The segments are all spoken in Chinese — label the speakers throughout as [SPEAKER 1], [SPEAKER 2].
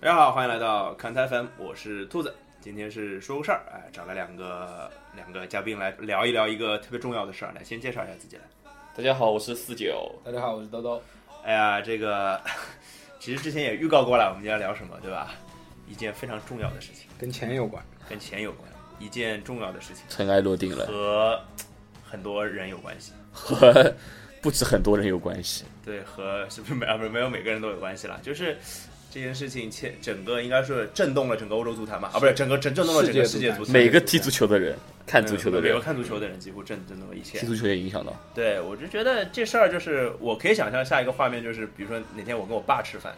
[SPEAKER 1] 大家好，欢迎来到看台 FM，我是兔子。今天是说个事儿，哎，找来两个两个嘉宾来聊一聊一个特别重要的事儿。来，先介绍一下自己来。
[SPEAKER 2] 大家好，我是四九。
[SPEAKER 3] 大家好，我是兜兜。
[SPEAKER 1] 哎呀，这个 其实之前也预告过了，我们今天要聊什么，对吧？一件非常重要的事情，
[SPEAKER 3] 跟钱有关，
[SPEAKER 1] 跟钱有关，一件重要的事情
[SPEAKER 2] 尘埃落定 了，
[SPEAKER 1] 和很多人有关系。
[SPEAKER 2] 和不止很多人有关 系。
[SPEAKER 1] 对，和是不是没啊？不是没有每个人都有关系啦，就是这件事情，前整个应该是震动了整个欧洲足坛吧？啊，不是整个震震动了整个世界足
[SPEAKER 3] 世界
[SPEAKER 1] 坛，
[SPEAKER 3] 足坛
[SPEAKER 2] 每个踢足球的人、看足球的
[SPEAKER 1] 每
[SPEAKER 2] 人
[SPEAKER 1] 个、嗯看足球的人几乎震震动了一切
[SPEAKER 2] 踢。足球也影响到。
[SPEAKER 1] 对，我就觉得这事儿就是，我可以想象下一个画面就是，比如说哪天我跟我爸吃饭，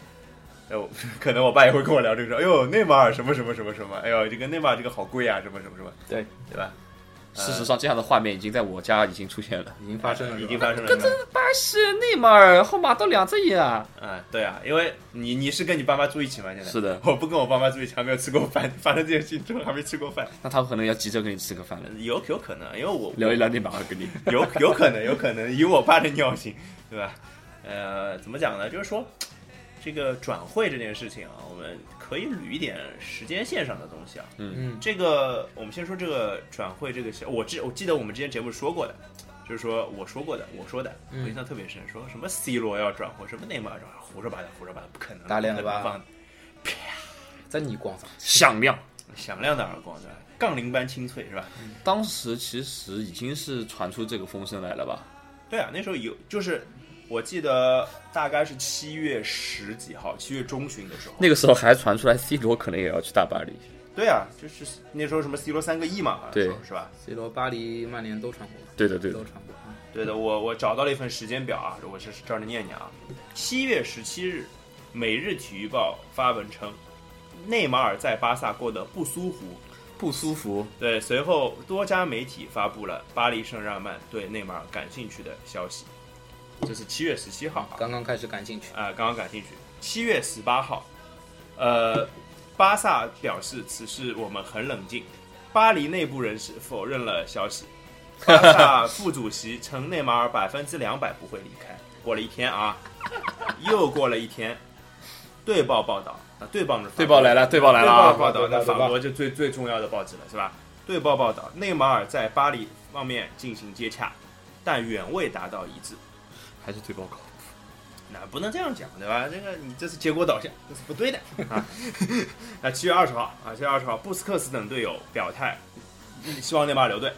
[SPEAKER 1] 哎，我 可能我爸也会跟我聊这个事儿，哎呦，内马尔什么什么什么什么，哎呦，这个内马尔这个好贵啊，什么什么什么，
[SPEAKER 3] 对
[SPEAKER 1] 对吧？呃
[SPEAKER 2] 事实上，这样的画面已经在我家已经出现了。
[SPEAKER 3] 已经发生了，
[SPEAKER 1] 已经发生了是吧。
[SPEAKER 2] 巴西内马尔后马都两只眼啊！
[SPEAKER 1] 嗯，对啊，因为你你是跟你爸妈住一起吗？现在
[SPEAKER 2] 是的
[SPEAKER 1] 我不跟我爸妈住一起，还没有吃过饭，发生这件事情之后还没吃过饭，
[SPEAKER 2] 那他可能要急着跟你吃个饭了，
[SPEAKER 1] 有有可能，因为我
[SPEAKER 2] 聊一聊内马尔跟你。
[SPEAKER 1] 有有可能，有可能以我爸的尿性，对吧？呃，怎么讲呢？就是说，这个转会这件事情啊，我们可以捋一点时间线上的东西啊。
[SPEAKER 3] 嗯，
[SPEAKER 1] 这个我们先说这个转会这个事，我记我记得我们之前节目说过的，就是说我说过的，我说的，我
[SPEAKER 3] 嗯
[SPEAKER 1] 印象特别深，说什么 C 罗要转会，什么内马尔转会，胡说八道，胡说八道，不可能，
[SPEAKER 3] 打脸了吧
[SPEAKER 1] 不可能放
[SPEAKER 3] 真你光啥？
[SPEAKER 2] 响亮。
[SPEAKER 1] 响亮的耳光，对吧？杠铃般清脆，是吧？
[SPEAKER 2] 当时其实已经是传出这个风声来了吧？
[SPEAKER 1] 对啊，那时候有，就是我记得大概是七月十几号，七月中旬的时候。
[SPEAKER 2] 那个时候还传出来 C 罗可能也要去大巴黎。
[SPEAKER 1] 对啊，就是那时候什么 C 罗三个亿嘛，好像
[SPEAKER 2] 对
[SPEAKER 1] 说是吧？
[SPEAKER 3] C 罗、巴黎、曼联都传过，
[SPEAKER 2] 对的，对的
[SPEAKER 3] 都。传过。嗯
[SPEAKER 1] 对的，我我找到了一份时间表啊，我是照着念念啊。七月十七日，《每日体育报》发文称，内马尔在巴萨过得不舒服。
[SPEAKER 2] 不舒服，
[SPEAKER 1] 对，随后多家媒体发布了巴黎圣日耳曼对内马尔感兴趣的消息。这是七月十七号啊。
[SPEAKER 3] 刚刚开始感兴趣，
[SPEAKER 1] 啊、刚刚感兴趣。七月十八号，呃，巴萨表示此事我们很冷静。巴黎内部人士否认了消息。巴萨副主席称内马尔百分之两百不会离开。过了一天啊，又过了一天，队报报道啊，队报是法国
[SPEAKER 2] 对报来了，对报来了
[SPEAKER 1] 队
[SPEAKER 2] 啊！
[SPEAKER 1] 报报道，
[SPEAKER 3] 对
[SPEAKER 1] 那
[SPEAKER 3] 报
[SPEAKER 1] 法国就最最重要的报纸了，是吧？队报报道，内马尔在巴黎方面进行接洽，但远未达到一致。
[SPEAKER 2] 还是对报告。
[SPEAKER 1] 那不能这样讲，对吧？这个你这是结果导向，这是不对的啊。 那七月二十号啊，七月二十号，布斯克斯等队友表态，嗯希望内马尔留队，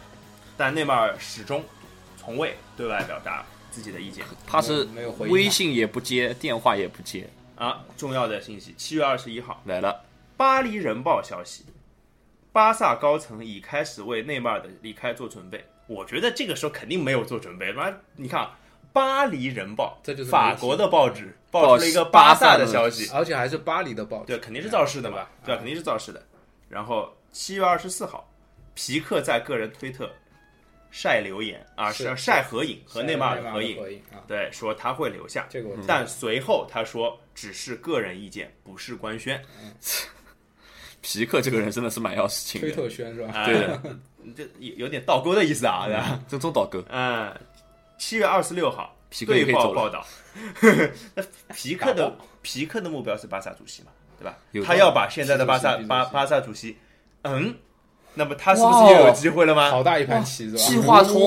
[SPEAKER 1] 但内马尔始终从未对外表达自己的意见
[SPEAKER 2] 他是
[SPEAKER 3] 没有回应啊
[SPEAKER 2] 微信也不接，电话也不接，
[SPEAKER 1] 啊。重要的信息，七月二十一号，
[SPEAKER 2] 来了，
[SPEAKER 1] 巴黎人报消息，巴萨高层已开始为内马尔的离开做准备。我觉得这个时候肯定没有做准备，妈，你看啊，巴黎人报，
[SPEAKER 3] 这就是
[SPEAKER 1] 法
[SPEAKER 3] 媒体
[SPEAKER 1] 国的报纸爆出了一个萨的消息，
[SPEAKER 3] 而且还是巴黎的报纸。
[SPEAKER 1] 对，肯定是造势的吧？啊对吧？肯定是造势的。然后七月二十四号，皮克在个人推特晒留言啊，
[SPEAKER 3] 是
[SPEAKER 1] 是
[SPEAKER 3] 是
[SPEAKER 1] 晒合影和内马尔
[SPEAKER 3] 的
[SPEAKER 1] 合
[SPEAKER 3] 影
[SPEAKER 1] 影，嗯
[SPEAKER 3] 啊，
[SPEAKER 1] 对，说他会留下。
[SPEAKER 3] 这个我知道。
[SPEAKER 1] 但随后他说，只是个人意见，不是官宣。
[SPEAKER 2] 皮克这个人真的是蛮要事情
[SPEAKER 3] 推
[SPEAKER 2] 的，
[SPEAKER 3] 特圈是吧？
[SPEAKER 1] 啊
[SPEAKER 2] 对的，
[SPEAKER 1] 这有有点倒钩的意思啊，对吧？
[SPEAKER 2] 真中倒戈，
[SPEAKER 1] 嗯，七月二十六号，
[SPEAKER 2] 皮克也
[SPEAKER 1] 对
[SPEAKER 2] 可以
[SPEAKER 1] 报
[SPEAKER 2] 走
[SPEAKER 1] 报
[SPEAKER 2] 了，
[SPEAKER 1] 道， 那皮克的皮克的目标是巴萨主席嘛，对吧
[SPEAKER 2] 有？道
[SPEAKER 1] 他
[SPEAKER 2] 理
[SPEAKER 1] 要把现在的巴萨
[SPEAKER 3] 是主席
[SPEAKER 1] 巴
[SPEAKER 3] 是主席
[SPEAKER 1] 巴萨主席，嗯，那么他是不是又有机会了吗？
[SPEAKER 3] 好大一盘棋是吧？
[SPEAKER 2] 计划通，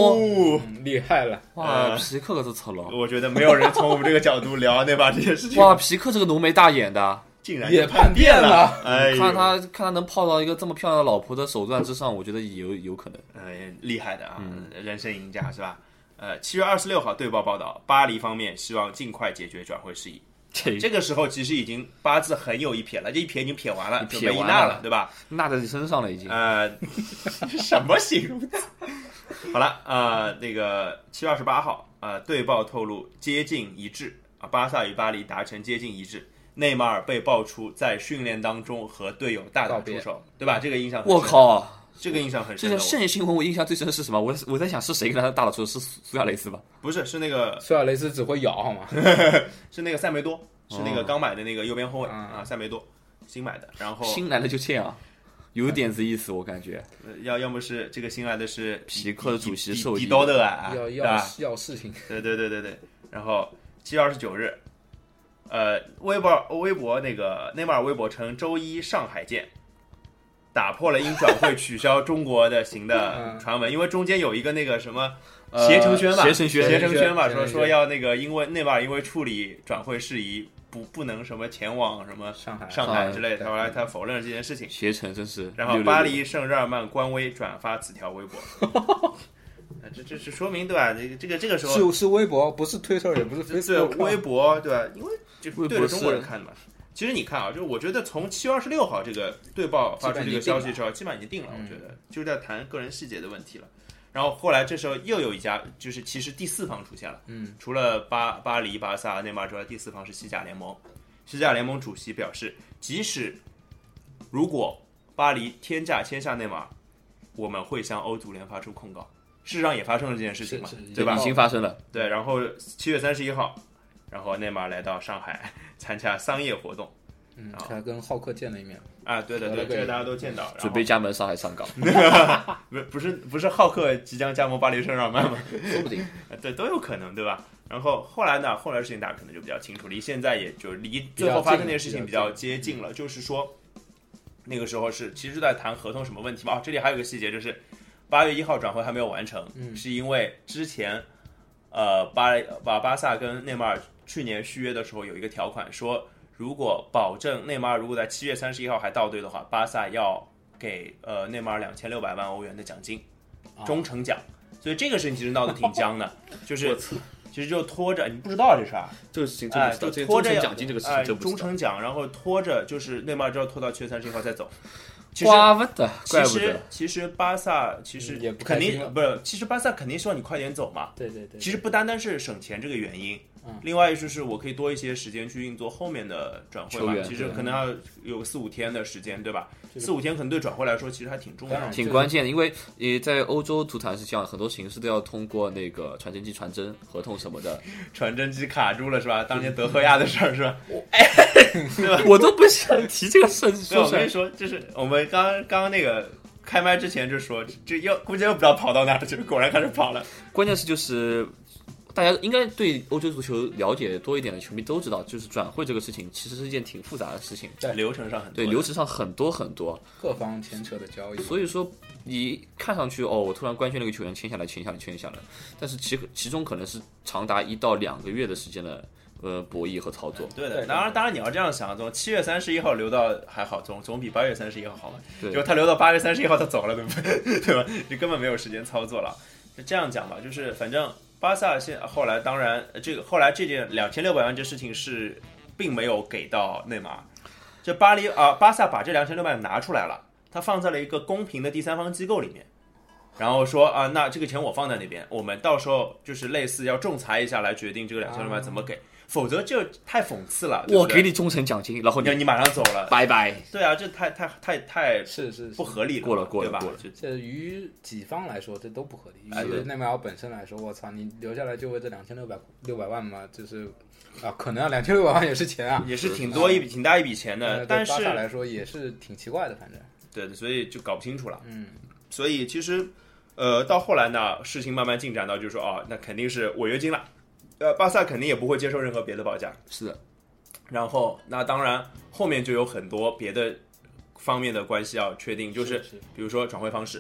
[SPEAKER 1] 哦，
[SPEAKER 3] 嗯厉害了，
[SPEAKER 2] 哇，
[SPEAKER 1] 呃
[SPEAKER 2] 皮克可是操劳，
[SPEAKER 1] 我觉得没有人从我们这个角度聊内马尔这件事情，
[SPEAKER 2] 哇，皮克这个浓眉大眼的，
[SPEAKER 1] 竟然
[SPEAKER 3] 也
[SPEAKER 1] 叛
[SPEAKER 3] 叛变
[SPEAKER 1] 变
[SPEAKER 3] 了，
[SPEAKER 1] 哎呦，
[SPEAKER 2] 看他看他能泡到一个这么漂亮的老婆的手段之上，我觉得有有可能，
[SPEAKER 1] 呃，厉害的啊，
[SPEAKER 2] 嗯
[SPEAKER 1] 人生赢家是吧？呃，七月二十六号，《队报》报道，巴黎方面希望尽快解决转会事宜。
[SPEAKER 2] 这
[SPEAKER 1] 这个时候其实已经八字很有一撇了，这一撇已经撇完了，
[SPEAKER 2] 撇
[SPEAKER 1] 准备一
[SPEAKER 2] 完
[SPEAKER 1] 捺
[SPEAKER 2] 了嗯
[SPEAKER 1] 了，对吧？
[SPEAKER 2] 纳在你身上了已经，
[SPEAKER 1] 呃， 什么形容词？ 好了，呃，那个七月二十八号，呃，队报透露接近一致啊，巴萨与巴黎达成接近一致。内马尔被爆出在训练当中和队友大打
[SPEAKER 3] 告
[SPEAKER 1] 出
[SPEAKER 3] 别
[SPEAKER 1] 手，对吧？这个印象很
[SPEAKER 2] 嗯我
[SPEAKER 1] 深，
[SPEAKER 2] 靠，
[SPEAKER 1] 这个印象很
[SPEAKER 2] 这
[SPEAKER 1] 深
[SPEAKER 2] 件
[SPEAKER 1] 的。
[SPEAKER 2] 现新闻我印象最深的是什么？我我在想是谁跟他大打出手，是苏苏亚雷斯吧？
[SPEAKER 1] 不是，是那个
[SPEAKER 3] 苏亚雷斯只会咬好吗？
[SPEAKER 1] 是那个塞梅多，是那个
[SPEAKER 2] 哦
[SPEAKER 1] 刚买的那个右边后卫、
[SPEAKER 3] 嗯
[SPEAKER 1] 啊，塞梅多新买的。然后
[SPEAKER 2] 新来的就这样，啊有点子意思，我感觉
[SPEAKER 1] 呃要要么是这个新来的是
[SPEAKER 2] 皮克的主席
[SPEAKER 1] 迪
[SPEAKER 2] 受
[SPEAKER 1] 迪
[SPEAKER 2] 益
[SPEAKER 1] 多的啊，
[SPEAKER 3] 要
[SPEAKER 1] 对
[SPEAKER 3] 要
[SPEAKER 1] 吧？
[SPEAKER 3] 要事情，
[SPEAKER 1] 对对对对对。然后七月二十九日，呃，微博微博那个内马尔微博称周一上海见，打破了因转会取消中国的行的
[SPEAKER 3] 嗯
[SPEAKER 1] 传闻，因为中间有一个那个什么
[SPEAKER 2] 呃
[SPEAKER 1] 携程轩嘛，
[SPEAKER 2] 携程轩
[SPEAKER 1] 携程轩嘛，
[SPEAKER 3] 携程
[SPEAKER 1] 说
[SPEAKER 3] 轩携程轩
[SPEAKER 1] 说要那个因为内马尔因为处理转会事宜不不能什么前往什么
[SPEAKER 3] 上海
[SPEAKER 1] 上
[SPEAKER 2] 上
[SPEAKER 1] 海
[SPEAKER 2] 海
[SPEAKER 1] 之类的，
[SPEAKER 3] 对
[SPEAKER 1] 后来他否认了这件事情。
[SPEAKER 2] 携程真是。
[SPEAKER 1] 然后巴黎圣日耳曼官微转发此条微博， 啊这这是说明对吧？这个这个这个时候
[SPEAKER 3] 是是微博，不是推特，也不是
[SPEAKER 1] 这这
[SPEAKER 3] Facebook，
[SPEAKER 1] 微博对吧？因为就
[SPEAKER 2] 微博
[SPEAKER 1] 对着中国人
[SPEAKER 2] 是
[SPEAKER 1] 看的嘛。其实你看啊，就是我觉得从七月二十六号这个队报发出这个消息之后，基本已经定了。我
[SPEAKER 3] 嗯
[SPEAKER 1] 觉得就是在谈个人细节的问题了。然后后来这时候又有一家，就是其实第四方出现了。
[SPEAKER 3] 嗯，
[SPEAKER 1] 除了巴巴黎、巴萨、内马尔之外，第四方是西甲联盟。西甲联盟主席表示，即使如果巴黎天价签下内马尔，我们会向欧足联发出控告。事实上也发生了这件事情嘛
[SPEAKER 3] 是是，
[SPEAKER 1] 对吧哦
[SPEAKER 2] 已？经发生了，
[SPEAKER 1] 对，然后七月三十一号，然后内马尔来到上海参加商业活动
[SPEAKER 3] 嗯，
[SPEAKER 1] 啊
[SPEAKER 3] 他跟浩克见了一面，
[SPEAKER 1] 啊，对的
[SPEAKER 3] 得
[SPEAKER 1] 对，
[SPEAKER 3] 了
[SPEAKER 1] 这
[SPEAKER 3] 个
[SPEAKER 1] 个大家都见到。然后
[SPEAKER 2] 准备加盟上海上港，
[SPEAKER 1] 不不是不是浩克即将加盟巴黎圣日耳曼吗？
[SPEAKER 2] 说不定。
[SPEAKER 1] 对，都有可能，对吧？然后后来呢，后来的事情大家可能就比较清楚，离现在也就离最后发生那件事情比较接近了，就是说那个时候是其实在谈合同什么问题嘛。哦，这里还有一个细节就是八月一号转会还没有完成，
[SPEAKER 3] 嗯
[SPEAKER 1] 是因为之前呃巴把巴萨跟内马尔去年续约的时候有一个条款说，如果保证内马尔如果在七月三十一号还到队的话，巴萨要给呃内马尔两千六百万欧元的奖金，
[SPEAKER 3] 啊
[SPEAKER 1] 忠诚奖。所以这个事情其实闹得挺僵的，就是其实就拖着，你不知道这事儿，
[SPEAKER 2] 这个事情真
[SPEAKER 1] 哎，
[SPEAKER 2] 不知道，
[SPEAKER 1] 就
[SPEAKER 2] 这个
[SPEAKER 1] 拖
[SPEAKER 2] 忠
[SPEAKER 1] 着
[SPEAKER 2] 诚
[SPEAKER 1] 要
[SPEAKER 2] 奖金这个事
[SPEAKER 1] 哎
[SPEAKER 2] 情真不
[SPEAKER 1] 忠
[SPEAKER 2] 知道。
[SPEAKER 1] 诚奖，然后拖着就是内马尔之后拖到七月三十一号再走。其实
[SPEAKER 2] 怪不得，怪
[SPEAKER 1] 其
[SPEAKER 2] 不
[SPEAKER 1] 实
[SPEAKER 2] 得，
[SPEAKER 1] 其实巴萨其实
[SPEAKER 3] 嗯也不
[SPEAKER 1] 肯
[SPEAKER 3] 开心
[SPEAKER 1] 定
[SPEAKER 3] 了
[SPEAKER 1] 不是，其实巴萨肯定希望你快点走嘛。
[SPEAKER 3] 对对对
[SPEAKER 1] 其实不单单是省钱这个原因
[SPEAKER 3] 嗯，
[SPEAKER 1] 另外就是我可以多一些时间去运作后面的转会
[SPEAKER 2] 球
[SPEAKER 1] 嘛。
[SPEAKER 2] 员
[SPEAKER 1] 其实
[SPEAKER 2] 对
[SPEAKER 1] 可能要有四五天的时间，对吧？
[SPEAKER 3] 这个
[SPEAKER 1] 四五天可能对转会来说其实还挺重要
[SPEAKER 3] 当
[SPEAKER 1] 的
[SPEAKER 3] 然。
[SPEAKER 2] 挺关键的，因为呃，在欧洲足坛是这样，很多形式都要通过那个传真机传真合同什 么的，
[SPEAKER 1] 传真机卡住了是吧？当年德赫亚的事儿是吧？
[SPEAKER 2] 我都不想提这个事
[SPEAKER 1] 对，
[SPEAKER 2] 情说
[SPEAKER 1] 我
[SPEAKER 2] 出
[SPEAKER 1] 跟
[SPEAKER 2] 来
[SPEAKER 1] 你。说，就是我们刚刚刚那个开麦之前就说，这又估计又不知道跑到哪儿去，果然开始跑了。
[SPEAKER 2] 关键是就是，大家应该对欧洲足球了解多一点的球迷都知道，就是转会这个事情其实是一件挺复杂的事情，
[SPEAKER 3] 对
[SPEAKER 1] 流程上很多
[SPEAKER 2] 对
[SPEAKER 1] 的
[SPEAKER 2] 流程上很多很多，
[SPEAKER 3] 各方牵扯的交易，
[SPEAKER 2] 所以说你看上去哦，我突然官宣那个球员签下来，签下来，签下来，但是其其中可能是长达一到两个月的时间的呃博弈和操作，
[SPEAKER 1] 对的，
[SPEAKER 3] 对
[SPEAKER 1] 当然，当然你要这样想，从七月三十一号留到还好，总总比八月三十一号好嘛。
[SPEAKER 2] 对
[SPEAKER 1] 就他留到八月三十一号他走了，对不对？ 对吧？你根本没有时间操作了。就这样讲吧，就是反正巴萨现后来，当然呃这个后来这件两千六百万这事情是并没有给到内马尔，这巴黎啊、巴萨把这两千六百万拿出来了，他放在了一个公平的第三方机构里面。然后说啊，那这个钱我放在那边，我们到时候就是类似要仲裁一下来决定这个两千六百万怎么给，否则这太讽刺了。对不
[SPEAKER 2] 啊我
[SPEAKER 1] 对
[SPEAKER 2] 给你忠诚奖金，然后你
[SPEAKER 1] 你你马上走了，
[SPEAKER 2] 拜拜，
[SPEAKER 1] 对啊，这太太太太
[SPEAKER 3] 是是是
[SPEAKER 1] 不合理了，
[SPEAKER 2] 过了过了
[SPEAKER 1] 对吧
[SPEAKER 2] 过了
[SPEAKER 1] 就
[SPEAKER 3] 这于几方来说，这都不合理。
[SPEAKER 1] 哎
[SPEAKER 3] 于
[SPEAKER 1] 对
[SPEAKER 3] 内马尔本身来说，我操，你留下来就为这两千六百六百万嘛，就是啊，可能啊，两千六百万也是钱啊。呃
[SPEAKER 1] 也是挺多一笔挺大一笔钱的，
[SPEAKER 3] 对
[SPEAKER 1] 但
[SPEAKER 3] 巴萨
[SPEAKER 1] 是
[SPEAKER 3] 来说也是挺奇怪的，反正
[SPEAKER 1] 对，所以就搞不清楚了。
[SPEAKER 3] 嗯，
[SPEAKER 1] 所以其实呃，到后来呢，事情慢慢进展到就是说哦，那肯定是违约金了，呃，巴萨肯定也不会接受任何别的报价。
[SPEAKER 2] 是的。
[SPEAKER 1] 然后那当然后面就有很多别的方面的关系要确定，就是比如说转会方式。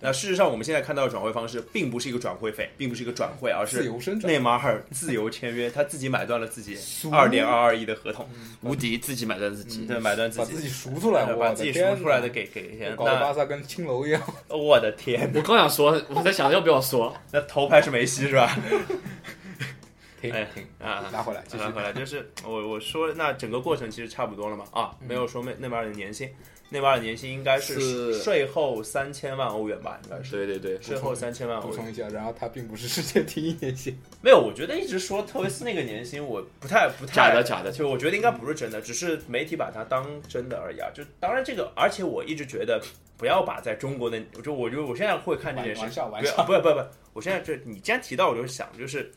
[SPEAKER 1] 那事实上，我们现在看到的转会方式，并不是一个转会费，并不是一个转会，而
[SPEAKER 3] 自
[SPEAKER 1] 是
[SPEAKER 3] 由生长，
[SPEAKER 1] 内马尔自由签约，他自己买断了自己二点二二亿的合同，
[SPEAKER 2] 无敌自己买单自己，
[SPEAKER 1] 对，买断自
[SPEAKER 3] 把
[SPEAKER 1] 己呃
[SPEAKER 3] 自，己赎出来，我
[SPEAKER 1] 把
[SPEAKER 3] 的
[SPEAKER 1] 自己赎
[SPEAKER 3] 天
[SPEAKER 1] 出来的
[SPEAKER 3] 哪
[SPEAKER 1] 给给钱。
[SPEAKER 3] 搞得
[SPEAKER 1] 那
[SPEAKER 3] 巴萨跟青楼一样。
[SPEAKER 1] 我的天，
[SPEAKER 2] 我刚想说，我在想要不要说，
[SPEAKER 1] 那头牌是梅西是吧？
[SPEAKER 3] 停
[SPEAKER 1] 哎
[SPEAKER 3] 停，
[SPEAKER 1] 啊，
[SPEAKER 3] 拉回来， 继续
[SPEAKER 1] 拉。回来，就是我我说那整个过程其实差不多了嘛啊，没有说内内马尔的年薪，内马尔的年薪应该是
[SPEAKER 2] 是
[SPEAKER 1] 税后三千万欧元吧，应该是啊
[SPEAKER 2] 对对对，
[SPEAKER 1] 税后三千万欧
[SPEAKER 3] 补
[SPEAKER 1] 元。
[SPEAKER 3] 充一下，然后他并不是世界第一年薪，
[SPEAKER 1] 没有，我觉得一直说特维斯那个年薪，我不太不太
[SPEAKER 2] 假的假的
[SPEAKER 1] 就我觉得应该不是真的，只是媒体把它当真的而已啊。就当然这个，而且我一直觉得不要把在中国的，我就我就我现在会看这件事
[SPEAKER 3] 玩玩笑玩
[SPEAKER 1] 不要不不不，我现在就你既然提到，我就想就是